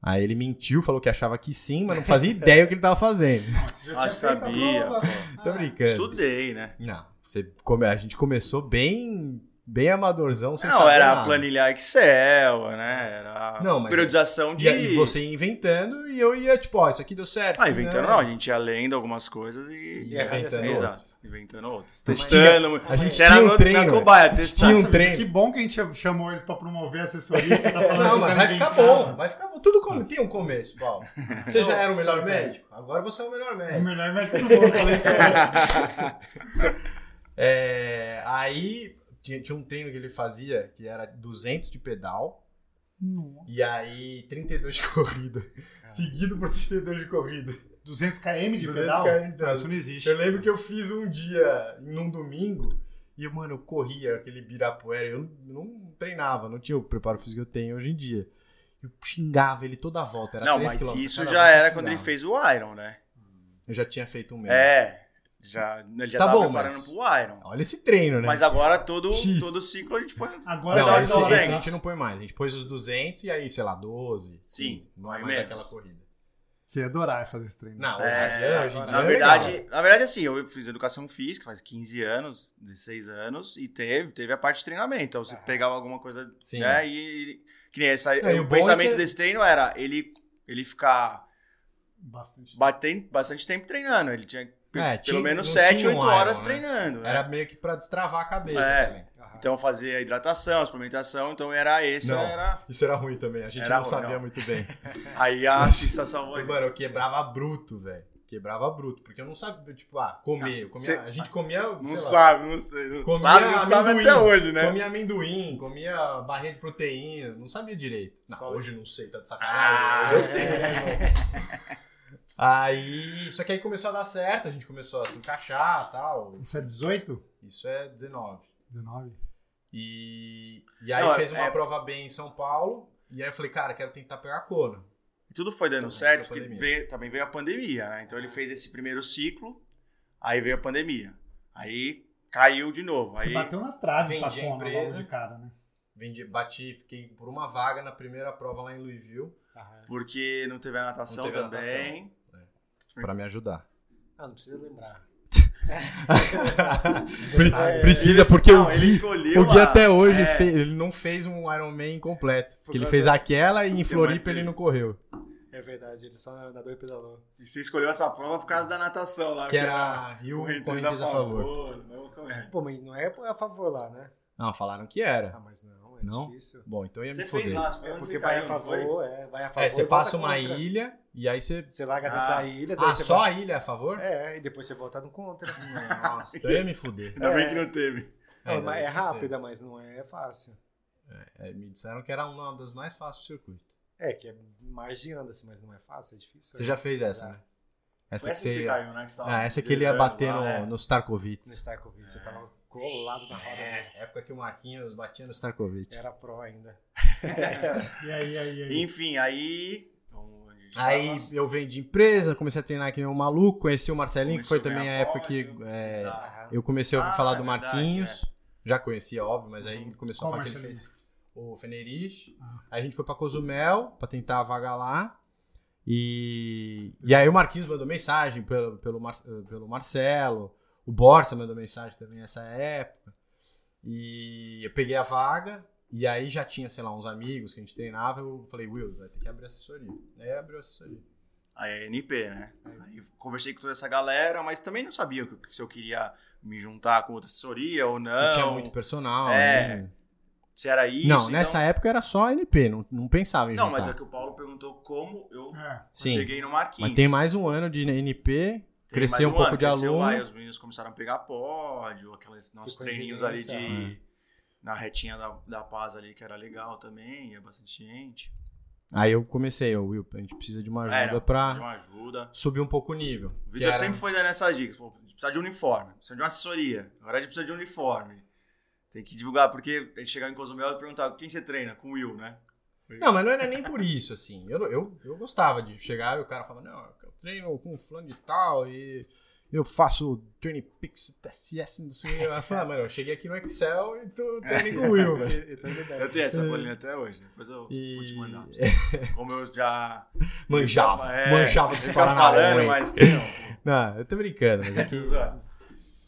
[SPEAKER 2] Aí ele mentiu, falou que achava que sim, mas não fazia ideia o que ele tava fazendo.
[SPEAKER 1] Nossa, já
[SPEAKER 5] Ah,
[SPEAKER 1] tinha feito a
[SPEAKER 5] sabia,
[SPEAKER 1] prova.
[SPEAKER 5] pô.
[SPEAKER 2] Tô
[SPEAKER 1] Ah,
[SPEAKER 2] brincando.
[SPEAKER 5] Estudei, né?
[SPEAKER 2] Não, você come- a gente começou bem bem amadorzão, sem
[SPEAKER 5] Não,
[SPEAKER 2] saber
[SPEAKER 5] era
[SPEAKER 2] nada.
[SPEAKER 5] planilhar Excel, né? Era
[SPEAKER 2] Não, mas-
[SPEAKER 5] periodização de.
[SPEAKER 2] E aí você É. ia inventando e eu ia, tipo, ó, isso aqui deu certo.
[SPEAKER 5] Ah,
[SPEAKER 2] isso aqui
[SPEAKER 5] inventando não, a gente ia lendo algumas coisas e.
[SPEAKER 4] E errando
[SPEAKER 2] Inventando
[SPEAKER 4] essa-
[SPEAKER 5] Exato,
[SPEAKER 2] outras.
[SPEAKER 5] inventando
[SPEAKER 2] Mas
[SPEAKER 5] outras. Testando.
[SPEAKER 2] A gente
[SPEAKER 5] Você era
[SPEAKER 2] tinha um
[SPEAKER 5] na-
[SPEAKER 2] treino.
[SPEAKER 5] na cobaia,
[SPEAKER 2] A gente tinha
[SPEAKER 5] testando.
[SPEAKER 2] um treino.
[SPEAKER 1] Que bom que a gente chamou eles pra promover a assessoria. Você tá falando
[SPEAKER 2] Não,
[SPEAKER 1] que
[SPEAKER 2] mas
[SPEAKER 1] tá
[SPEAKER 2] vai ficar
[SPEAKER 1] inventando.
[SPEAKER 2] bom, vai ficar bom. Tudo come- tem um começo, Paulo. Você já era o melhor médico, agora você é o melhor
[SPEAKER 1] É
[SPEAKER 2] médico.
[SPEAKER 1] melhor, mas tudo bom. falei isso aí.
[SPEAKER 2] É, aí tinha, tinha um treino que ele fazia que era 200 de pedal e aí 32 de corrida, seguido por 32 de corrida.
[SPEAKER 1] 200 km de
[SPEAKER 2] 200
[SPEAKER 1] pedal?
[SPEAKER 2] km de pedal.
[SPEAKER 1] Ah, Isso não existe.
[SPEAKER 2] Eu lembro que eu fiz um dia, num domingo, e, mano, eu corria aquele Birapuera. Eu não, não treinava, não tinha o preparo físico que eu tenho hoje em dia. Eu xingava ele toda a volta. Era
[SPEAKER 5] Não,
[SPEAKER 2] 3
[SPEAKER 5] mas
[SPEAKER 2] quilômetros
[SPEAKER 5] isso
[SPEAKER 2] cada
[SPEAKER 5] já
[SPEAKER 2] volta, eu
[SPEAKER 5] era quando ele
[SPEAKER 2] xingava.
[SPEAKER 5] fez o Iron, né?
[SPEAKER 2] Eu já tinha feito um mesmo.
[SPEAKER 5] É. Já, ele já
[SPEAKER 2] Tá
[SPEAKER 5] tava
[SPEAKER 2] bom,
[SPEAKER 5] preparando
[SPEAKER 2] mas-
[SPEAKER 5] pro Iron.
[SPEAKER 2] Olha esse treino, né?
[SPEAKER 5] Mas agora todo,
[SPEAKER 2] X.
[SPEAKER 5] todo ciclo a gente põe.
[SPEAKER 1] Agora
[SPEAKER 2] não,
[SPEAKER 1] dá
[SPEAKER 2] esse,
[SPEAKER 1] dó,
[SPEAKER 2] esse
[SPEAKER 1] né?
[SPEAKER 2] a gente não põe mais. A gente pôs os 200 e aí, sei lá, 12.
[SPEAKER 5] Sim,
[SPEAKER 2] 15. Não é
[SPEAKER 5] põe
[SPEAKER 2] mais
[SPEAKER 5] menos.
[SPEAKER 2] aquela corrida.
[SPEAKER 1] Você ia adorar fazer esse treino.
[SPEAKER 2] Não,
[SPEAKER 5] É,
[SPEAKER 2] é, hoje em dia
[SPEAKER 5] Na
[SPEAKER 2] é
[SPEAKER 5] verdade,
[SPEAKER 2] legal.
[SPEAKER 5] na verdade, assim, eu fiz educação física faz 15 anos, 16 anos, e teve, teve a parte de treinamento. Então você pegava alguma coisa,
[SPEAKER 2] Ah. Sim.
[SPEAKER 5] né? E, que nem essa,
[SPEAKER 2] Não, e o
[SPEAKER 5] o
[SPEAKER 2] bom é
[SPEAKER 5] pensamento
[SPEAKER 2] que-
[SPEAKER 5] desse treino era ele, ele ficar
[SPEAKER 1] Bastante.
[SPEAKER 5] batendo, bastante tempo treinando. Ele tinha pe-
[SPEAKER 2] É,
[SPEAKER 5] pelo
[SPEAKER 2] tinha-
[SPEAKER 5] menos
[SPEAKER 2] não
[SPEAKER 5] 7,
[SPEAKER 2] tinha um
[SPEAKER 5] 8
[SPEAKER 2] Iron,
[SPEAKER 5] horas
[SPEAKER 2] né?
[SPEAKER 5] treinando. né?
[SPEAKER 2] Era meio que pra destravar a cabeça
[SPEAKER 5] É.
[SPEAKER 2] também.
[SPEAKER 5] Então fazer a hidratação, a suplementação, então era esse,
[SPEAKER 2] Não.
[SPEAKER 5] era.
[SPEAKER 2] Isso era ruim também, a gente
[SPEAKER 5] Era
[SPEAKER 2] não
[SPEAKER 5] ruim,
[SPEAKER 2] sabia
[SPEAKER 5] não.
[SPEAKER 2] muito bem.
[SPEAKER 5] Aí ah, a sensação
[SPEAKER 2] Mas,
[SPEAKER 5] hoje.
[SPEAKER 2] Mano, eu quebrava bruto, velho. Quebrava bruto, porque eu não sabia, tipo, ah, comer. eu comia-
[SPEAKER 5] Cê-
[SPEAKER 2] a gente comia.
[SPEAKER 5] Não
[SPEAKER 2] sei lá,
[SPEAKER 5] sabe, não sei. Não
[SPEAKER 2] Comia
[SPEAKER 5] sabe, não sabe
[SPEAKER 2] amendoim.
[SPEAKER 5] até hoje, né?
[SPEAKER 2] Comia amendoim, comia barrinha de proteína, não sabia direito. Não,
[SPEAKER 4] Só-
[SPEAKER 2] hoje eu não sei, tá de sacanagem. hoje
[SPEAKER 5] Ah,
[SPEAKER 2] eu sei. Aí. Só que aí começou a dar certo, a gente começou a se encaixar e tal.
[SPEAKER 1] Isso é 18?
[SPEAKER 2] Isso é 19.
[SPEAKER 1] 19?
[SPEAKER 2] E, e aí
[SPEAKER 5] Não,
[SPEAKER 2] fez uma
[SPEAKER 5] é-
[SPEAKER 2] prova bem em São Paulo. E aí eu falei, cara, quero tentar pegar corno.
[SPEAKER 5] E tudo foi dando
[SPEAKER 2] Também
[SPEAKER 5] certo,
[SPEAKER 2] veio a
[SPEAKER 5] porque
[SPEAKER 2] pandemia.
[SPEAKER 5] veio- também veio a pandemia, né? Então ele fez esse primeiro ciclo, aí veio a pandemia. Aí caiu de novo.
[SPEAKER 1] Você
[SPEAKER 5] Aí,
[SPEAKER 1] bateu na trave
[SPEAKER 2] Vendi
[SPEAKER 1] pra
[SPEAKER 2] a
[SPEAKER 1] Kona
[SPEAKER 2] empresa.
[SPEAKER 1] logo de cara, né?
[SPEAKER 2] Vendi, bati, fiquei por uma vaga na primeira prova lá em Louisville.
[SPEAKER 4] Ah,
[SPEAKER 5] porque não teve a natação
[SPEAKER 2] Não teve a
[SPEAKER 5] também. Uhum.
[SPEAKER 2] Pra me ajudar.
[SPEAKER 4] Ah, não precisa lembrar.
[SPEAKER 2] Pre-
[SPEAKER 4] É,
[SPEAKER 2] precisa,
[SPEAKER 5] Ele-
[SPEAKER 2] porque
[SPEAKER 5] Ah, não,
[SPEAKER 2] o
[SPEAKER 5] ele
[SPEAKER 2] Gui,
[SPEAKER 5] escolheu.
[SPEAKER 2] o Gui
[SPEAKER 5] a-
[SPEAKER 2] até hoje
[SPEAKER 5] é.
[SPEAKER 2] fe- ele não fez um Iron Man completo.
[SPEAKER 4] Por
[SPEAKER 2] Porque ele
[SPEAKER 4] causa-
[SPEAKER 2] fez aquela e em
[SPEAKER 5] mais
[SPEAKER 2] Floripa
[SPEAKER 5] dele.
[SPEAKER 2] ele não correu.
[SPEAKER 4] É verdade, ele só nadou e pedalou.
[SPEAKER 5] E você escolheu essa prova por causa da natação lá.
[SPEAKER 2] Que era Rio
[SPEAKER 5] correnteza
[SPEAKER 2] Correntes a favor.
[SPEAKER 5] não, como é?
[SPEAKER 4] Pô, mas não é a favor lá, né?
[SPEAKER 2] Não, falaram que era.
[SPEAKER 4] Ah, mas não, é
[SPEAKER 2] Não?
[SPEAKER 4] difícil.
[SPEAKER 2] Bom, então ia me
[SPEAKER 5] Você fez
[SPEAKER 2] foder.
[SPEAKER 5] lá, foi
[SPEAKER 4] É
[SPEAKER 5] onde
[SPEAKER 4] porque
[SPEAKER 5] você
[SPEAKER 4] vai
[SPEAKER 5] caiu,
[SPEAKER 4] a
[SPEAKER 5] não foi?
[SPEAKER 4] favor, é, vai a favor.
[SPEAKER 2] É, você
[SPEAKER 4] e volta
[SPEAKER 2] passa uma
[SPEAKER 4] contra.
[SPEAKER 2] ilha e aí você.
[SPEAKER 4] Você larga dentro
[SPEAKER 5] Ah.
[SPEAKER 4] da ilha, daí
[SPEAKER 2] Ah,
[SPEAKER 4] você
[SPEAKER 2] só
[SPEAKER 4] vai-
[SPEAKER 2] a ilha a favor?
[SPEAKER 4] É, e depois você volta no contra.
[SPEAKER 2] Nossa, então ia me foder.
[SPEAKER 5] Ainda bem
[SPEAKER 4] É.
[SPEAKER 5] que não teve.
[SPEAKER 4] É, mas é
[SPEAKER 2] ia me foder.
[SPEAKER 4] rápida, mas não é fácil.
[SPEAKER 2] É, me disseram que era uma das mais fáceis do circuito.
[SPEAKER 4] É, que é mais de anda, assim, mas não é fácil, é difícil.
[SPEAKER 2] Você já fez essa,
[SPEAKER 4] Já.
[SPEAKER 2] né? Essa
[SPEAKER 5] Foi
[SPEAKER 2] que
[SPEAKER 5] essa que
[SPEAKER 2] você.
[SPEAKER 5] você caiu, né? que você tava
[SPEAKER 2] Ah, essa que ele ia
[SPEAKER 5] derrubando
[SPEAKER 2] bater
[SPEAKER 5] lá, é.
[SPEAKER 2] no, nos Tarkovitz.
[SPEAKER 4] No Starkovic, eu tava colado na roda dele.
[SPEAKER 2] É, época que o Marquinhos batia nos Tarkovitz.
[SPEAKER 4] Era pró ainda.
[SPEAKER 2] É.
[SPEAKER 1] E aí, aí, aí?
[SPEAKER 5] Enfim, aí. então, a gente
[SPEAKER 2] Aí
[SPEAKER 5] tava-
[SPEAKER 2] eu vendi empresa, comecei a treinar que nem um maluco, conheci o Marcelinho, que foi
[SPEAKER 5] Começou
[SPEAKER 2] também a
[SPEAKER 5] ganhar
[SPEAKER 2] época que é,
[SPEAKER 5] pódio, né? exato.
[SPEAKER 4] Ah,
[SPEAKER 2] eu comecei a ouvir
[SPEAKER 5] Ah,
[SPEAKER 2] falar do
[SPEAKER 5] é verdade, é. Uhum.
[SPEAKER 2] Marquinhos. Já conhecia, óbvio, mas aí começou
[SPEAKER 1] Qual
[SPEAKER 2] a falar que ele
[SPEAKER 1] Marcelinho?
[SPEAKER 2] fez o Fenerich.
[SPEAKER 5] Ah.
[SPEAKER 2] Aí a gente foi pra Cozumel pra tentar a vaga lá. E, e aí o Marquinhos mandou mensagem pelo, pelo, Mar- pelo Marcelo. O Borsa mandou mensagem também nessa época. E eu peguei a vaga. E aí já tinha, sei lá, uns amigos que a gente treinava. Eu falei, Will, vai ter que abrir assessoria. Aí abriu assessoria.
[SPEAKER 5] Aí é NP, né? Aí conversei com toda essa galera, mas também não sabia o que- se eu queria me juntar com outra assessoria ou
[SPEAKER 2] Que
[SPEAKER 5] não.
[SPEAKER 2] tinha muito personal.
[SPEAKER 5] É,
[SPEAKER 2] né?
[SPEAKER 5] Se era isso.
[SPEAKER 2] não,
[SPEAKER 5] então-
[SPEAKER 2] nessa época era só NP, não, não pensava em
[SPEAKER 5] Não,
[SPEAKER 2] juntar. Ah,
[SPEAKER 5] mas é que o Paulo perguntou como eu
[SPEAKER 1] É.
[SPEAKER 2] Sim,
[SPEAKER 5] cheguei no Marquinhos.
[SPEAKER 2] mas tem mais um ano de NP,
[SPEAKER 5] Tem mais
[SPEAKER 2] cresceu um, pouco
[SPEAKER 5] ano,
[SPEAKER 2] de
[SPEAKER 5] cresceu,
[SPEAKER 2] aluno.
[SPEAKER 5] Aí os meninos começaram a pegar pódio, aqueles nossos
[SPEAKER 4] Ficou em
[SPEAKER 5] treininhos ali
[SPEAKER 4] evidência, né?
[SPEAKER 5] de. Na retinha da, da paz ali, que era legal também, ia bastante gente.
[SPEAKER 2] Aí eu comecei, eu, Will, a gente precisa de uma ajuda
[SPEAKER 5] Era,
[SPEAKER 2] pra
[SPEAKER 5] Deu uma ajuda.
[SPEAKER 2] subir um pouco o nível. que
[SPEAKER 5] O Vitor
[SPEAKER 2] era- um
[SPEAKER 5] sempre foi dando essas dicas. Pô, a gente precisa de uniforme, precisa de uma assessoria. Agora a gente precisa de uniforme. Tem que divulgar, porque a gente chegava em Cozumel e perguntava, quem você treina? Com o Will, né?
[SPEAKER 2] Não, mas não era nem por isso, assim. Eu, eu, eu gostava de chegar e o cara falava, não, eu treino com fulano de tal e eu faço Training Pix, TSS, não sei o que. Eu falava, mano, eu cheguei aqui no Excel e tu treina com o Will,
[SPEAKER 5] É.
[SPEAKER 2] velho.
[SPEAKER 4] eu, eu tô ligado.
[SPEAKER 5] Eu tenho essa planilha até hoje, depois eu vou te
[SPEAKER 2] É. E-
[SPEAKER 5] mandar. Como eu já
[SPEAKER 2] Manjava,
[SPEAKER 5] É,
[SPEAKER 2] manjava de
[SPEAKER 5] fica
[SPEAKER 2] disparar na
[SPEAKER 5] falando,
[SPEAKER 2] mãe.
[SPEAKER 5] mas tem.
[SPEAKER 2] Não, eu tô brincando, mas é que
[SPEAKER 5] não.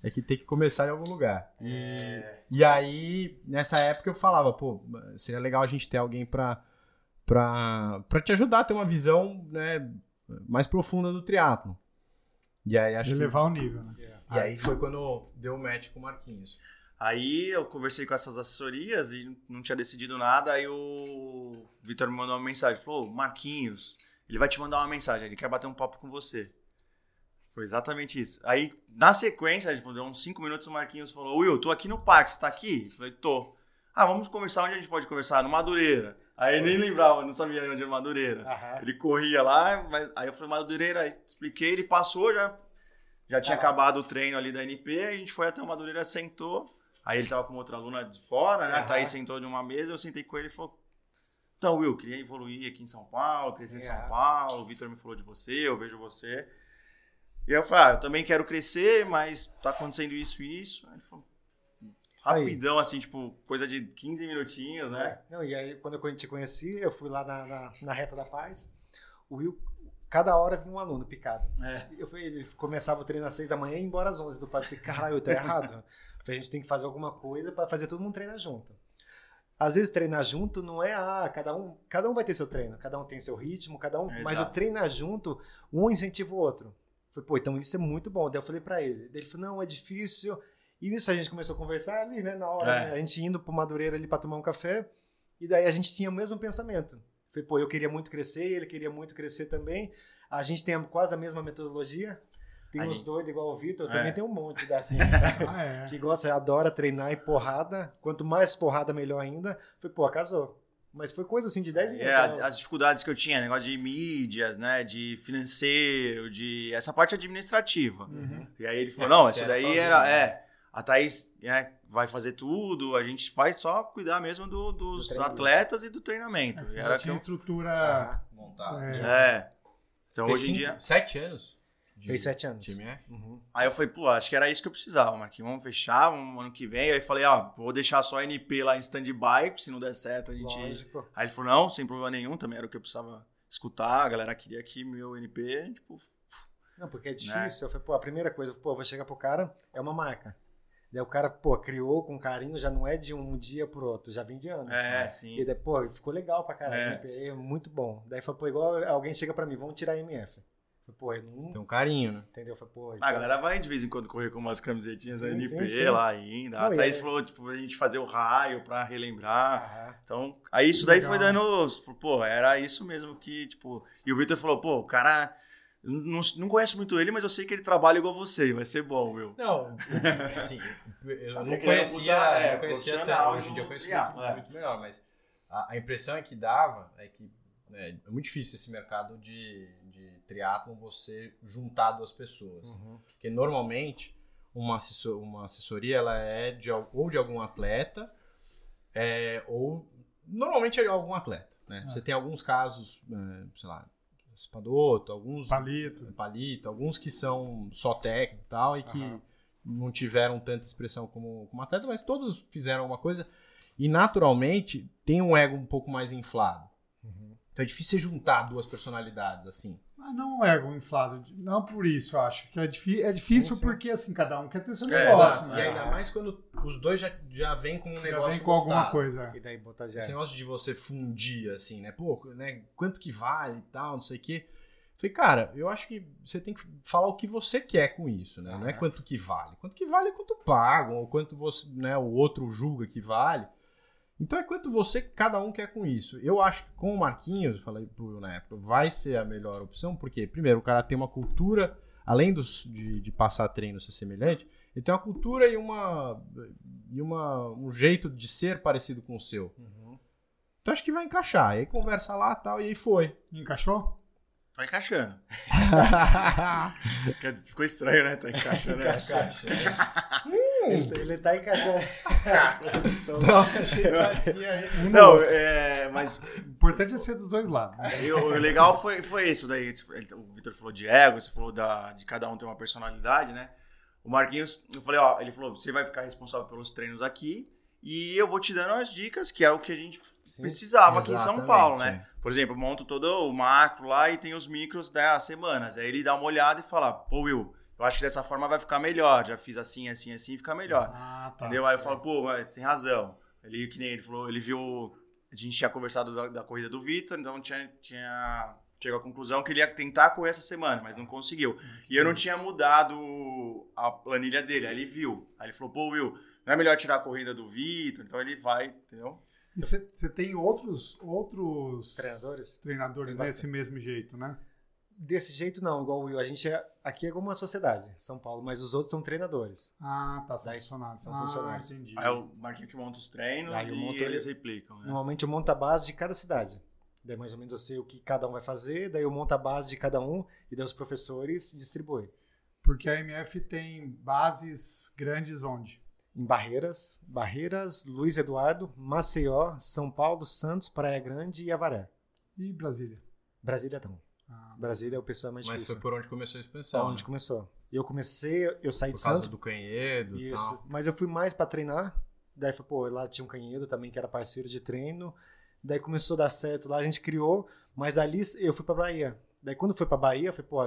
[SPEAKER 2] É que tem que começar em algum lugar. E,
[SPEAKER 5] É.
[SPEAKER 2] e aí, nessa época eu falava, pô, seria legal a gente ter alguém pra, pra, pra te ajudar a ter uma visão né, mais profunda do triatlo. E aí acho que...
[SPEAKER 1] Elevar o nível, né?
[SPEAKER 2] E aí foi quando deu o match com o Marquinhos.
[SPEAKER 5] Aí eu conversei com essas assessorias e não tinha decidido nada. Aí o Vitor me mandou uma mensagem. Falou, Marquinhos, ele vai te mandar uma mensagem, ele quer bater um papo com você. Foi exatamente isso. Aí, na sequência, tipo, deu uns 5 minutos, o Marquinhos falou, Will, tô aqui no parque, você tá aqui? Eu falei, tô. Ah, vamos conversar, onde a gente pode conversar? No Madureira. Aí eu nem lembrava, não sabia onde era Madureira.
[SPEAKER 4] Aham.
[SPEAKER 5] Ele corria lá, mas aí eu falei, Madureira, aí expliquei, ele passou, já, já tinha
[SPEAKER 4] Tá
[SPEAKER 5] acabado o treino ali da NP, a gente foi até o Madureira, sentou, aí ele tava com outra aluna de fora, né, a
[SPEAKER 4] Aham.
[SPEAKER 5] Thaís sentou de uma mesa, eu sentei com ele e falou, então, Will, queria evoluir aqui em São Paulo, crescer em
[SPEAKER 4] Sim,
[SPEAKER 5] São
[SPEAKER 4] é.
[SPEAKER 5] Paulo, o Vitor me falou de você, eu vejo você. E aí eu falei, ah, eu também quero crescer, mas tá acontecendo isso e isso. Aí ele falou,
[SPEAKER 4] Aí.
[SPEAKER 5] rapidão, assim, tipo, coisa de 15 minutinhos, né?
[SPEAKER 4] Não, e aí, quando eu te conheci, eu fui lá na, na, na Reta da Paz. O Will, cada hora vinha um aluno picado.
[SPEAKER 5] É.
[SPEAKER 4] Eu falei, ele começava o treino às seis da manhã e ia embora às onze do parque. Eu falei, caralho, eu tô errado. Eu falei, a gente tem que fazer alguma coisa pra fazer todo mundo treinar junto. Às vezes treinar junto não é, ah, cada um, cada um vai ter seu treino, cada um tem seu ritmo, cada um, mas o
[SPEAKER 5] Exato.
[SPEAKER 4] treinar junto, um incentiva o outro. Eu falei, pô, então isso é muito bom. Daí eu falei pra ele. Daí ele falou, não, é difícil. E nisso a gente começou a conversar ali, né, na hora,
[SPEAKER 5] É.
[SPEAKER 4] né? a gente indo pro Madureira ali pra tomar um café. E daí a gente tinha o mesmo pensamento. Falei, pô, eu queria muito crescer, ele queria muito crescer também. A gente tem quase a mesma metodologia. Tem
[SPEAKER 5] A
[SPEAKER 4] uns
[SPEAKER 5] gente-
[SPEAKER 4] doidos igual o Vitor,
[SPEAKER 5] É.
[SPEAKER 4] também tem um monte da assim,
[SPEAKER 1] Ah, é.
[SPEAKER 4] que gosta, adora treinar e porrada. Quanto mais porrada, melhor ainda. Falei, pô, casou. Mas foi coisa assim de 10 minutos.
[SPEAKER 5] É, as,
[SPEAKER 4] né?
[SPEAKER 5] as dificuldades que eu tinha, negócio de mídias, né? De financeiro, de. Essa parte administrativa.
[SPEAKER 1] Hum.
[SPEAKER 4] Uhum.
[SPEAKER 5] E aí ele falou:
[SPEAKER 2] É,
[SPEAKER 5] não,
[SPEAKER 2] você
[SPEAKER 5] isso
[SPEAKER 2] é
[SPEAKER 5] daí
[SPEAKER 2] sozinho,
[SPEAKER 5] era.
[SPEAKER 2] né?
[SPEAKER 5] É, a Thaís né, vai fazer tudo, a gente vai só cuidar mesmo do- dos
[SPEAKER 4] treinamento.
[SPEAKER 5] atletas e do treinamento.
[SPEAKER 1] É, Você
[SPEAKER 5] E
[SPEAKER 1] já
[SPEAKER 5] era que
[SPEAKER 1] tinha
[SPEAKER 5] eu,
[SPEAKER 2] Ah.
[SPEAKER 1] estrutura.
[SPEAKER 4] Ah,
[SPEAKER 2] Montado.
[SPEAKER 1] é,
[SPEAKER 5] é. Então
[SPEAKER 2] Fez
[SPEAKER 5] hoje em
[SPEAKER 2] cinco-
[SPEAKER 5] dia.
[SPEAKER 2] Sete anos? de
[SPEAKER 4] Fez 7 anos.
[SPEAKER 2] Time é? F.
[SPEAKER 4] Uhum.
[SPEAKER 5] Aí eu falei, pô, acho que era isso que eu precisava, Marquinhos. Vamos fechar, vamos ano que vem. Aí eu falei, ó, vou deixar só a NP lá em stand-by, se não der certo a gente.
[SPEAKER 4] Lógico.
[SPEAKER 5] Aí ele falou, não, sem problema nenhum, também era o que eu precisava escutar. A galera queria que meu NP, tipo,
[SPEAKER 4] Não, porque
[SPEAKER 5] Né?
[SPEAKER 4] é difícil. Eu falei, pô, a primeira coisa, pô, eu vou chegar pro cara, é uma marca. Daí o cara, pô, criou com carinho, já não é de um dia pro outro, já vem de anos.
[SPEAKER 5] é,
[SPEAKER 4] né? E
[SPEAKER 5] sim.
[SPEAKER 4] daí, pô, ficou legal pra caralho.
[SPEAKER 5] É.
[SPEAKER 4] É, muito bom. Daí foi, pô, igual alguém chega pra mim, vamos tirar a MF. Eu Falei, pô, eu não.
[SPEAKER 2] Tem um carinho, né?
[SPEAKER 4] Entendeu? Eu Falei, pô.
[SPEAKER 5] Então. Ah, A galera vai de vez em quando correr com umas camisetinhas da
[SPEAKER 4] Sim, sim,
[SPEAKER 5] NP
[SPEAKER 4] sim.
[SPEAKER 5] lá ainda. A
[SPEAKER 4] Não, e
[SPEAKER 5] Thaís
[SPEAKER 4] é- Ah.
[SPEAKER 5] falou, tipo, a gente fazer o raio pra relembrar.
[SPEAKER 4] Aham.
[SPEAKER 5] Então, aí isso daí
[SPEAKER 1] Legal.
[SPEAKER 5] foi dando. Pô, era isso mesmo que, tipo. E o Vitor falou, pô, o cara. eu Não, não conheço muito ele, mas eu sei que ele trabalha igual você, vai ser bom, Will.
[SPEAKER 2] Não, assim, eu
[SPEAKER 5] Sabe
[SPEAKER 2] não
[SPEAKER 5] que ele é um
[SPEAKER 2] conhecia,
[SPEAKER 5] puta, é,
[SPEAKER 2] não conhecia até
[SPEAKER 5] profissional
[SPEAKER 2] hoje em dia, eu
[SPEAKER 5] do
[SPEAKER 2] conheço
[SPEAKER 5] triatlo,
[SPEAKER 2] muito,
[SPEAKER 5] é.
[SPEAKER 2] muito melhor, mas a, a impressão é que dava é que né, é muito difícil esse mercado de, de triatlon você juntar duas pessoas.
[SPEAKER 4] Uhum.
[SPEAKER 2] Porque normalmente uma, assisso- uma assessoria ela é de, al- ou de algum atleta, é, ou normalmente é de algum atleta. Né?
[SPEAKER 1] Ah.
[SPEAKER 2] Você tem alguns casos, é, sei lá, Espadoto, alguns
[SPEAKER 1] Palito.
[SPEAKER 2] palito, alguns que são só técnico e tal, e que
[SPEAKER 1] Aham.
[SPEAKER 2] não tiveram tanta expressão como, como atleta, mas todos fizeram uma coisa. E naturalmente tem um ego um pouco mais inflado.
[SPEAKER 5] Uhum.
[SPEAKER 2] Então é difícil você juntar duas personalidades assim.
[SPEAKER 1] Mas não um ego inflado. Não por isso, eu acho. Que é, difí- é difícil
[SPEAKER 4] Sim, sim.
[SPEAKER 1] porque, assim, cada um quer ter seu
[SPEAKER 5] É,
[SPEAKER 1] negócio.
[SPEAKER 2] E
[SPEAKER 1] né?
[SPEAKER 2] ainda mais quando os dois já, já vêm com um
[SPEAKER 1] Já
[SPEAKER 2] negócio.
[SPEAKER 1] vem com alguma
[SPEAKER 2] montado.
[SPEAKER 1] coisa.
[SPEAKER 4] E daí botar já.
[SPEAKER 2] Esse
[SPEAKER 5] é um
[SPEAKER 2] negócio de você fundir, assim, né? Pô, né? Quanto que vale e tal, não sei o quê. Falei, cara, eu acho que você tem que falar o que você quer com isso, né? Não é
[SPEAKER 4] Aham.
[SPEAKER 2] quanto que vale. Quanto que vale é quanto pagam, ou quanto você, né, o outro julga que vale. Então é quanto você, cada um quer com isso. Eu acho que com o Marquinhos, eu falei pro Will na época, vai ser a melhor opção, porque, primeiro, o cara tem uma cultura, além dos, de, de passar treino ser semelhante, ele tem uma cultura e uma. e uma, um jeito de ser parecido com o seu.
[SPEAKER 4] Uhum.
[SPEAKER 2] Então acho que vai encaixar. Aí conversa lá tal, e aí foi.
[SPEAKER 1] Encaixou?
[SPEAKER 5] Tá encaixando. Quer dizer, Ficou estranho, né? Tá encaixando. né?
[SPEAKER 2] Uh.
[SPEAKER 4] Ele, ele tá encaixando. Então,
[SPEAKER 5] Não, é, mas
[SPEAKER 1] O importante é ser dos dois lados. né?
[SPEAKER 5] E o o legal foi, foi isso daí. tipo, ele- O Vitor falou de ego, você falou da, de cada um ter uma personalidade, né? O Marquinhos, eu falei, ó, ele falou, você vai ficar responsável pelos treinos aqui e eu vou te dando as dicas, que é o que a gente
[SPEAKER 4] sim.
[SPEAKER 5] precisava aqui em São Paulo, né?
[SPEAKER 3] é.
[SPEAKER 5] Por exemplo, eu monto todo o macro lá e tem os micros das semanas. Aí ele dá uma olhada e fala, pô, Will, eu Eu acho que dessa forma vai ficar melhor. Já fiz assim, assim, assim, fica melhor.
[SPEAKER 1] Ah, tá.
[SPEAKER 5] Entendeu? Aí eu falo, pô, mas tem razão. Ele, que nem ele falou, ele viu. A gente tinha conversado da, da corrida do Vitor, então tinha, tinha. Chegou à conclusão que ele ia tentar correr essa semana, mas não conseguiu. E
[SPEAKER 4] Hum.
[SPEAKER 5] eu não tinha mudado a planilha dele. Aí ele viu. Aí ele falou, pô, Will, não é melhor tirar a corrida do Vitor? Então ele vai, entendeu?
[SPEAKER 1] E você tem outros, outros
[SPEAKER 4] Treinadores?
[SPEAKER 1] treinadores
[SPEAKER 4] Tem
[SPEAKER 1] desse mesmo jeito, né?
[SPEAKER 4] Desse jeito não, igual o Will. A gente é, aqui é como uma sociedade, São Paulo, mas os outros são treinadores.
[SPEAKER 1] Ah, tá, são
[SPEAKER 4] Daí
[SPEAKER 1] funcionários.
[SPEAKER 4] são
[SPEAKER 1] ah,
[SPEAKER 4] funcionários.
[SPEAKER 1] entendi.
[SPEAKER 5] Aí o Marquinhos que monta os treinos
[SPEAKER 4] Aí eu monto
[SPEAKER 5] e
[SPEAKER 4] ele.
[SPEAKER 5] eles replicam,
[SPEAKER 3] É.
[SPEAKER 5] né?
[SPEAKER 4] Normalmente eu monto a base de cada cidade. Daí mais ou menos eu sei o que cada um vai fazer, daí eu monto a base de cada um e daí os professores distribuem.
[SPEAKER 1] Porque a MF tem bases grandes onde?
[SPEAKER 4] Em Barreiras, Barreiras, Luiz Eduardo, Maceió, São Paulo, Santos, Praia Grande e Avaré.
[SPEAKER 1] E Brasília.
[SPEAKER 4] Brasília não.
[SPEAKER 1] Ah,
[SPEAKER 4] Brasília é o pessoal mais
[SPEAKER 3] Mas
[SPEAKER 4] difícil.
[SPEAKER 3] foi por onde começou a
[SPEAKER 4] Pra
[SPEAKER 3] expansão.
[SPEAKER 4] onde
[SPEAKER 3] né?
[SPEAKER 4] começou. Eu comecei, eu saí
[SPEAKER 3] Por
[SPEAKER 4] de
[SPEAKER 3] causa
[SPEAKER 4] Santos.
[SPEAKER 3] do Canhedo e
[SPEAKER 4] Isso.
[SPEAKER 3] tal.
[SPEAKER 4] Mas eu fui mais pra treinar. Daí foi, pô, lá tinha um canhedo também que era parceiro de treino. Daí começou a dar certo lá, a gente criou, mas ali eu fui pra Bahia. Daí quando foi pra Bahia, eu falei, pô,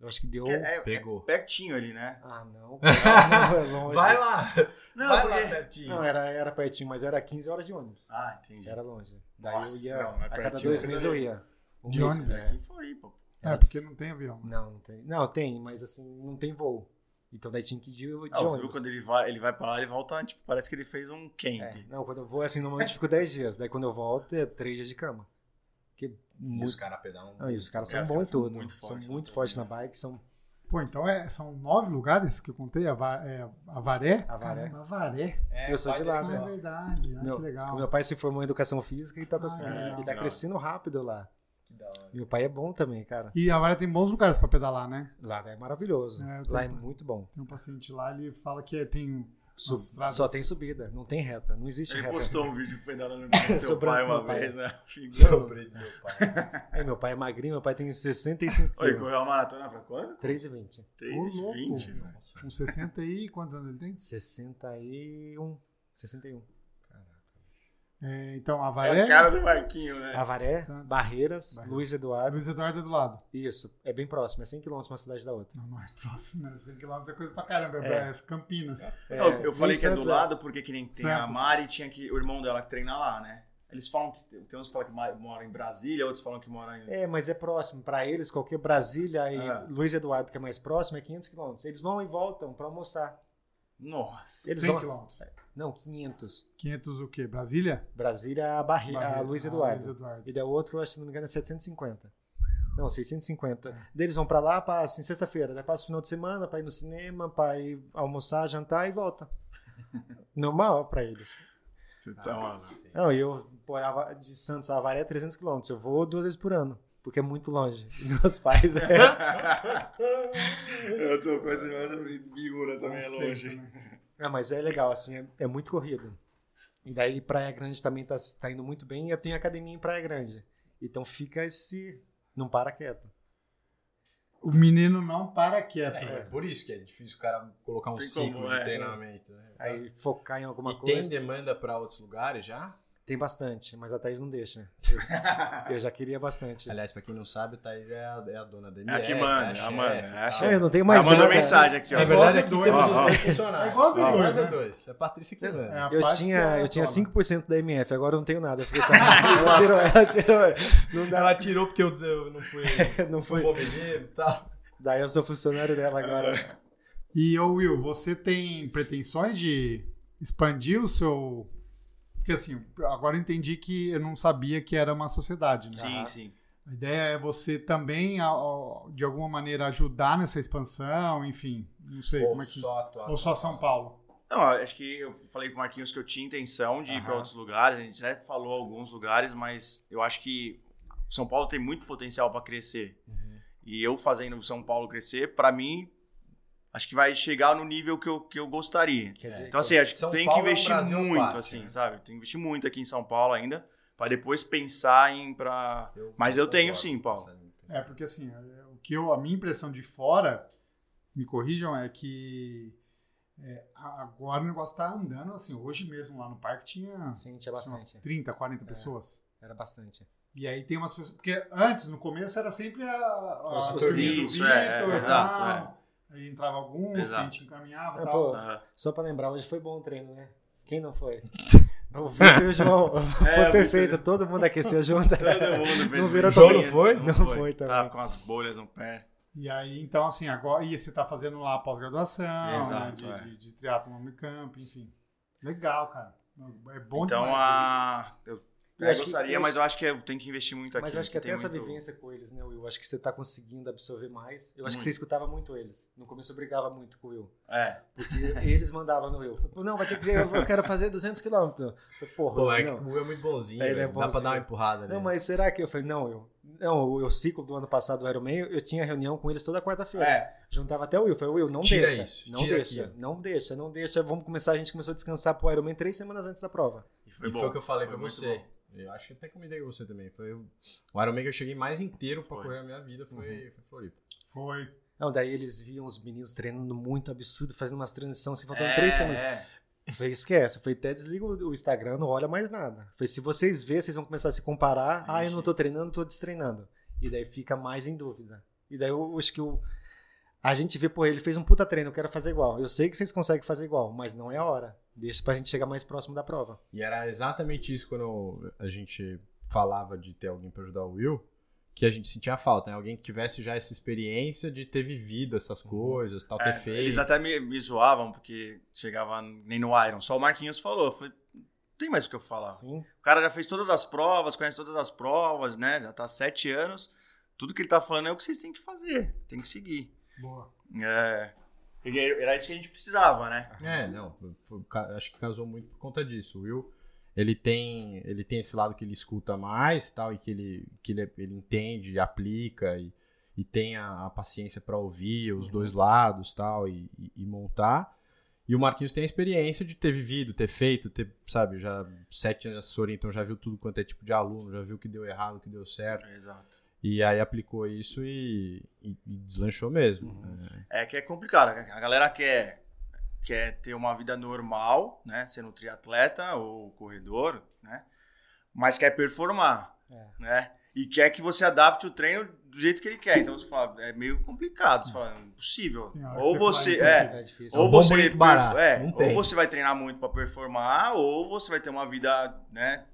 [SPEAKER 4] eu acho que deu. um
[SPEAKER 5] Porque é- é
[SPEAKER 3] Pegou.
[SPEAKER 5] pertinho ali, né?
[SPEAKER 4] Ah, não. cara, não, é longe.
[SPEAKER 3] Vai lá!
[SPEAKER 5] Não, é
[SPEAKER 3] vai
[SPEAKER 5] porque-
[SPEAKER 3] lá certinho.
[SPEAKER 4] Não, era, era pertinho, mas era 15 horas de ônibus.
[SPEAKER 5] Ah, entendi.
[SPEAKER 4] Era longe. Daí
[SPEAKER 5] Nossa,
[SPEAKER 4] eu ia.
[SPEAKER 5] não, é
[SPEAKER 4] a cada
[SPEAKER 5] pertinho.
[SPEAKER 4] dois meses eu ia. Um
[SPEAKER 1] De
[SPEAKER 4] mês,
[SPEAKER 1] ônibus?
[SPEAKER 4] é.
[SPEAKER 5] Aqui foi, pô.
[SPEAKER 1] é,
[SPEAKER 4] Era-
[SPEAKER 1] porque não tem avião. né?
[SPEAKER 4] Não, não tem. Não, tem, mas assim, não tem voo. Então daí tinha que ir de, de
[SPEAKER 5] Ah, você viu
[SPEAKER 4] ônibus.
[SPEAKER 5] quando ele vai, ele vai pra lá, ele volta, tipo, parece que ele fez um camp.
[SPEAKER 4] É, não, quando eu vou, assim, normalmente eu fico 10 dias. Daí quando eu volto, é 3 dias de cama. Porque
[SPEAKER 3] E os um-
[SPEAKER 4] muito...
[SPEAKER 3] caras pedalam.
[SPEAKER 4] não, e os caras
[SPEAKER 5] É,
[SPEAKER 4] são
[SPEAKER 5] os
[SPEAKER 4] bons
[SPEAKER 5] caras
[SPEAKER 4] em
[SPEAKER 5] são
[SPEAKER 4] tudo.
[SPEAKER 5] muito
[SPEAKER 4] são
[SPEAKER 5] fortes,
[SPEAKER 4] muito
[SPEAKER 5] né?
[SPEAKER 4] fortes na bike. São...
[SPEAKER 1] Pô, então é- são nove lugares que eu contei? Ava, é, Avaré?
[SPEAKER 4] Avaré.
[SPEAKER 1] Caramba, Avaré.
[SPEAKER 3] É,
[SPEAKER 4] eu sou de
[SPEAKER 3] vai
[SPEAKER 4] lá,
[SPEAKER 1] Ah,
[SPEAKER 4] né?
[SPEAKER 1] é
[SPEAKER 3] pedalar.
[SPEAKER 1] verdade. Ah,
[SPEAKER 4] Meu,
[SPEAKER 1] que legal.
[SPEAKER 4] Meu pai se formou em educação física
[SPEAKER 5] Ah,
[SPEAKER 4] e tá tocando.
[SPEAKER 1] legal.
[SPEAKER 4] e tá crescendo rápido lá.
[SPEAKER 3] Que da hora.
[SPEAKER 4] Meu pai é bom também, cara.
[SPEAKER 1] E Avaré tem bons lugares pra pedalar, né?
[SPEAKER 4] Lá é maravilhoso.
[SPEAKER 1] É, eu tô-
[SPEAKER 4] lá é muito bom.
[SPEAKER 1] Tem um paciente lá, ele fala que é, tem.
[SPEAKER 4] Su-
[SPEAKER 1] estradas.
[SPEAKER 4] Só tem subida, não tem reta. Não existe
[SPEAKER 5] Ele
[SPEAKER 4] reta.
[SPEAKER 5] postou um vídeo pedalando com seu
[SPEAKER 4] Sobrando
[SPEAKER 5] pai uma
[SPEAKER 4] pro meu pai.
[SPEAKER 5] vez, né?
[SPEAKER 4] Sobrando.
[SPEAKER 5] Xingou.
[SPEAKER 3] Sobre meu pai.
[SPEAKER 4] É, meu pai é magrinho, meu pai tem 65
[SPEAKER 5] Oi,
[SPEAKER 4] quilos.
[SPEAKER 5] correu a maratona é pra quando?
[SPEAKER 4] 3,20.
[SPEAKER 1] Ô, louco.
[SPEAKER 5] 3,20? velho.
[SPEAKER 1] Com 60 e quantos anos ele tem?
[SPEAKER 4] 61. 61.
[SPEAKER 1] É, então, Avaré.
[SPEAKER 5] É a cara do Marquinho, né?
[SPEAKER 4] Avaré,
[SPEAKER 1] Santo.
[SPEAKER 4] Barreiras,
[SPEAKER 1] Barreiras.
[SPEAKER 4] Luiz Eduardo.
[SPEAKER 1] Luiz Eduardo é do lado.
[SPEAKER 4] Isso, é bem próximo, é 100 km uma cidade da outra.
[SPEAKER 1] Não, não é próximo, né? 100 km é coisa pra caramba. É,
[SPEAKER 4] É.
[SPEAKER 1] Campinas.
[SPEAKER 4] É,
[SPEAKER 5] Não, eu falei
[SPEAKER 4] em
[SPEAKER 5] que é do
[SPEAKER 4] Santos,
[SPEAKER 5] lado porque que nem tem a
[SPEAKER 1] Santos.
[SPEAKER 5] Mari, tinha que, o irmão dela que treina lá, né? Eles falam que tem tem uns que falam que ma- moram em Brasília, outros falam que moram em.
[SPEAKER 4] É, mas é próximo. Pra eles, qualquer Brasília e
[SPEAKER 5] Ah.
[SPEAKER 4] Luiz Eduardo, que é mais próximo, é 500 km. Eles vão e voltam pra almoçar.
[SPEAKER 5] Nossa.
[SPEAKER 4] Eles
[SPEAKER 1] 100
[SPEAKER 4] vão-
[SPEAKER 1] km.
[SPEAKER 4] Não, 500.
[SPEAKER 1] 500 o quê? Brasília? Ah,
[SPEAKER 4] Brasília a, Barre... a Luiz
[SPEAKER 5] Ah,
[SPEAKER 4] Eduardo.
[SPEAKER 1] Luiz Eduardo.
[SPEAKER 4] E da outro, se não me engano, é 750. Não, 650.
[SPEAKER 5] É.
[SPEAKER 4] Daí eles vão pra lá, passam em sexta-feira, daí passa o final de semana pra ir no cinema, pra ir almoçar, jantar e volta. Normal pra eles.
[SPEAKER 5] Você tá maluco.
[SPEAKER 3] assim.
[SPEAKER 4] Não, e eu pô, Ava- de Santos a Avaré é 300 km. Eu vou duas vezes por ano, porque é muito longe. E meus pais é.
[SPEAKER 5] Eu tô com essa mesma figura também é longe.
[SPEAKER 4] Não, mas é legal, assim, é, é muito corrido. E daí Praia Grande também tá, tá indo muito bem. E eu tenho academia em Praia Grande. Então fica esse. Não para quieto.
[SPEAKER 1] O menino não para quieto,
[SPEAKER 3] É,
[SPEAKER 1] velho.
[SPEAKER 3] por isso que é difícil o cara colocar um
[SPEAKER 5] Tem
[SPEAKER 3] ciclo
[SPEAKER 5] como,
[SPEAKER 3] de
[SPEAKER 5] é.
[SPEAKER 3] treinamento. Né?
[SPEAKER 4] Aí focar em alguma
[SPEAKER 3] e
[SPEAKER 4] coisa.
[SPEAKER 3] tem demanda pra outros lugares já?
[SPEAKER 4] Tem bastante, mas a Thaís não deixa. Eu, eu já queria bastante.
[SPEAKER 3] Aliás, pra quem não sabe, Thaís é a, é a dona da né?
[SPEAKER 5] É a que manda, é a mana, é a
[SPEAKER 4] É,
[SPEAKER 5] chefe.
[SPEAKER 4] eu não tenho
[SPEAKER 5] Ela
[SPEAKER 4] mais
[SPEAKER 5] mandou
[SPEAKER 4] nada.
[SPEAKER 5] mensagem aqui, ó.
[SPEAKER 3] É verdade, é que
[SPEAKER 1] Igualzinho
[SPEAKER 3] temos
[SPEAKER 5] dois,
[SPEAKER 3] os
[SPEAKER 5] ó,
[SPEAKER 3] dois
[SPEAKER 1] É
[SPEAKER 3] funcionários.
[SPEAKER 1] igualzinho
[SPEAKER 3] Ó,
[SPEAKER 1] dois,
[SPEAKER 3] mas é
[SPEAKER 1] né?
[SPEAKER 3] dois. É a Patrícia que
[SPEAKER 1] É
[SPEAKER 3] manda.
[SPEAKER 1] a
[SPEAKER 4] Eu
[SPEAKER 1] parte que
[SPEAKER 4] tinha,
[SPEAKER 1] ela
[SPEAKER 4] eu tinha
[SPEAKER 1] toma.
[SPEAKER 4] 5% da MF, agora eu não tenho nada. Eu fiquei sabendo. ela tirou, ela tirou. Não dá,
[SPEAKER 3] Ela tirou porque eu, eu não fui
[SPEAKER 4] não
[SPEAKER 3] fui
[SPEAKER 4] foi.
[SPEAKER 3] bom menino e tal.
[SPEAKER 4] Daí eu sou funcionário dela agora.
[SPEAKER 1] E ô Will, você tem pretensões de expandir o seu. Porque assim, agora eu entendi que eu não sabia que era uma sociedade, né?
[SPEAKER 5] Sim, sim.
[SPEAKER 1] A ideia é você também, a- a- de alguma maneira, ajudar nessa expansão, enfim. Não sei como
[SPEAKER 3] Ou
[SPEAKER 1] é que.
[SPEAKER 3] só atuação.
[SPEAKER 1] Ou só São Paulo.
[SPEAKER 5] Não, acho que eu falei com o Marquinhos que eu tinha intenção de ir para
[SPEAKER 4] Aham.
[SPEAKER 5] outros lugares. A gente até falou alguns lugares, mas eu acho que São Paulo tem muito potencial para crescer. E eu fazendo o São Paulo crescer, para mim, acho que vai chegar no nível que eu, que eu gostaria.
[SPEAKER 4] Que é de-
[SPEAKER 5] Então, assim, acho que
[SPEAKER 3] São
[SPEAKER 5] tem que
[SPEAKER 3] Paulo é um
[SPEAKER 5] investir
[SPEAKER 3] Brasil à
[SPEAKER 5] muito,
[SPEAKER 3] parte,
[SPEAKER 5] assim,
[SPEAKER 3] né?
[SPEAKER 5] sabe? Tem que investir muito aqui em São Paulo ainda, para depois pensar em para. Mas eu tenho sim, Paulo.
[SPEAKER 1] É, porque assim, é, o que eu, a minha impressão de fora, me corrijam, é que é, a- agora o negócio tá andando assim. Hoje mesmo lá no parque tinha
[SPEAKER 4] Sim, tinha
[SPEAKER 1] umas
[SPEAKER 4] é bastante.
[SPEAKER 1] 30, 40 pessoas.
[SPEAKER 4] Era bastante.
[SPEAKER 1] E aí tem umas pessoas. Porque antes, no começo, era sempre a, a,
[SPEAKER 4] Os-
[SPEAKER 1] a
[SPEAKER 4] os
[SPEAKER 1] turminha do
[SPEAKER 5] Isso,
[SPEAKER 1] Vitor
[SPEAKER 5] é, é,
[SPEAKER 1] e
[SPEAKER 5] exato,
[SPEAKER 1] tal. Aí entrava alguns, que a gente encaminhava e
[SPEAKER 4] É,
[SPEAKER 1] tal.
[SPEAKER 4] pô.
[SPEAKER 5] Aham.
[SPEAKER 4] Só pra lembrar, hoje foi bom o treino, né? Quem não foi? O Vitor e o João.
[SPEAKER 5] É, o
[SPEAKER 4] foi
[SPEAKER 5] Vitor-
[SPEAKER 4] perfeito, todo mundo aqueceu junto.
[SPEAKER 5] Todo mundo fez
[SPEAKER 4] Não virou
[SPEAKER 5] bonitinho.
[SPEAKER 4] também.
[SPEAKER 2] Não foi?
[SPEAKER 4] Não foi também.
[SPEAKER 5] Tava Tá com as bolhas no pé.
[SPEAKER 1] E aí, então, assim, agora. E você tá fazendo lá a pós-graduação, né,
[SPEAKER 5] Exato,
[SPEAKER 1] de,
[SPEAKER 5] é.
[SPEAKER 1] de, de triatlon no Unicamp, enfim. Legal, cara. É bom
[SPEAKER 5] Então,
[SPEAKER 1] demais.
[SPEAKER 5] a... eu,
[SPEAKER 4] Eu
[SPEAKER 5] eu
[SPEAKER 4] acho que-
[SPEAKER 5] gostaria,
[SPEAKER 4] eu
[SPEAKER 5] mas eu acho que eu tenho que investir muito aqui.
[SPEAKER 4] Mas eu acho que até
[SPEAKER 5] tem
[SPEAKER 4] essa
[SPEAKER 5] muito-
[SPEAKER 4] vivência com eles, né, Will? Eu acho que você tá conseguindo absorver mais. Eu acho
[SPEAKER 5] Muito.
[SPEAKER 4] que você escutava muito eles. No começo eu brigava muito com o Will.
[SPEAKER 5] É.
[SPEAKER 4] Porque eles mandavam no Will. Falei, Não, vai ter que. Eu quero fazer 200 quilômetros. Eu Falei, Porra,
[SPEAKER 2] Pô, é que
[SPEAKER 4] não.
[SPEAKER 2] o Will é muito bonzinho.
[SPEAKER 4] É, ele é
[SPEAKER 2] velho. Dá pra
[SPEAKER 4] bonzinho.
[SPEAKER 2] dar uma empurrada
[SPEAKER 4] Não,
[SPEAKER 2] nele.
[SPEAKER 4] mas será que eu falei, não, eu. Não, o, o ciclo do ano passado do Ironman, eu tinha reunião com eles toda quarta-feira.
[SPEAKER 5] É.
[SPEAKER 4] Juntava até o Will, falei, Will, não
[SPEAKER 2] Tira
[SPEAKER 4] deixa.
[SPEAKER 2] isso,
[SPEAKER 4] não
[SPEAKER 2] tira
[SPEAKER 4] deixa,
[SPEAKER 2] aquilo.
[SPEAKER 4] não deixa, não deixa. Vamos começar, a gente começou a descansar pro Ironman três semanas antes da prova.
[SPEAKER 5] E foi
[SPEAKER 2] e
[SPEAKER 5] bom.
[SPEAKER 2] foi o que eu falei pra
[SPEAKER 5] muito
[SPEAKER 2] você.
[SPEAKER 5] bom.
[SPEAKER 2] Eu acho que até comentei com você também. Foi o, o Iron Man que eu cheguei mais inteiro pra
[SPEAKER 5] Foi.
[SPEAKER 2] correr a minha vida foi, foi Floripa.
[SPEAKER 1] Foi.
[SPEAKER 4] Não, daí eles viam os meninos treinando muito absurdo, fazendo umas transições assim, faltando
[SPEAKER 5] É,
[SPEAKER 4] três semanas.
[SPEAKER 5] é.
[SPEAKER 4] Eu falei, esquece. Eu falei, até desliga o o Instagram, não olha mais nada. Eu falei, se vocês verem, vocês vão começar a se comparar. Ah, eu não tô treinando, tô destreinando. E daí fica mais em dúvida. E daí eu acho que o a gente vê, pô, ele fez um puta treino, eu quero fazer igual. Eu sei que vocês conseguem fazer igual, mas não é a hora. Deixa pra gente chegar mais próximo da prova.
[SPEAKER 2] E era exatamente isso quando eu- a gente falava de ter alguém pra ajudar o Will, que a gente sentia falta, né? Alguém que tivesse já essa experiência de ter vivido essas coisas, tal, ter
[SPEAKER 5] É,
[SPEAKER 2] feito.
[SPEAKER 5] Eles até me, me zoavam, porque chegava nem no Iron. Só o Marquinhos falou. Eu falei, não tem mais o que eu falar.
[SPEAKER 4] Sim.
[SPEAKER 5] O cara já fez todas as provas, conhece todas as provas, né? Já tá há sete anos. Tudo que ele tá falando é o que vocês têm que fazer. Tem que seguir.
[SPEAKER 1] Boa.
[SPEAKER 5] É. E Era isso que a gente precisava, né?
[SPEAKER 2] É, não, foi- ca- acho que casou muito por conta disso. O Will, ele tem, ele tem esse lado que ele escuta mais, tal, e que ele, que ele, ele entende, aplica e, e tem a, a paciência para ouvir os dois
[SPEAKER 1] Uhum.
[SPEAKER 2] lados, tal, e, e- e montar. E o Marquinhos tem a experiência de ter vivido, ter feito, ter, sabe, já sete anos de assessoria, então já viu tudo quanto é tipo de aluno, já viu o que deu errado, o que deu
[SPEAKER 4] É.
[SPEAKER 2] certo.
[SPEAKER 5] Exato.
[SPEAKER 2] E aí aplicou isso e, e- e deslanchou mesmo.
[SPEAKER 1] Uhum.
[SPEAKER 2] né?
[SPEAKER 5] É que é complicado. A galera quer, quer ter uma vida normal, né? Sendo triatleta ou corredor, né? Mas quer performar,
[SPEAKER 4] É.
[SPEAKER 5] né? E quer que você adapte o treino do jeito que ele quer. Então você fala, é meio complicado. Você fala, impossível.
[SPEAKER 1] Tem hora que
[SPEAKER 5] Ou
[SPEAKER 1] você
[SPEAKER 5] você.
[SPEAKER 1] fala,
[SPEAKER 5] É,
[SPEAKER 4] É difícil.
[SPEAKER 5] ou
[SPEAKER 2] bom,
[SPEAKER 5] você
[SPEAKER 2] bonito,
[SPEAKER 5] perf-
[SPEAKER 2] barato.
[SPEAKER 5] é,
[SPEAKER 2] Não tem.
[SPEAKER 5] ou você vai treinar muito pra performar, ou você vai ter uma vida, né?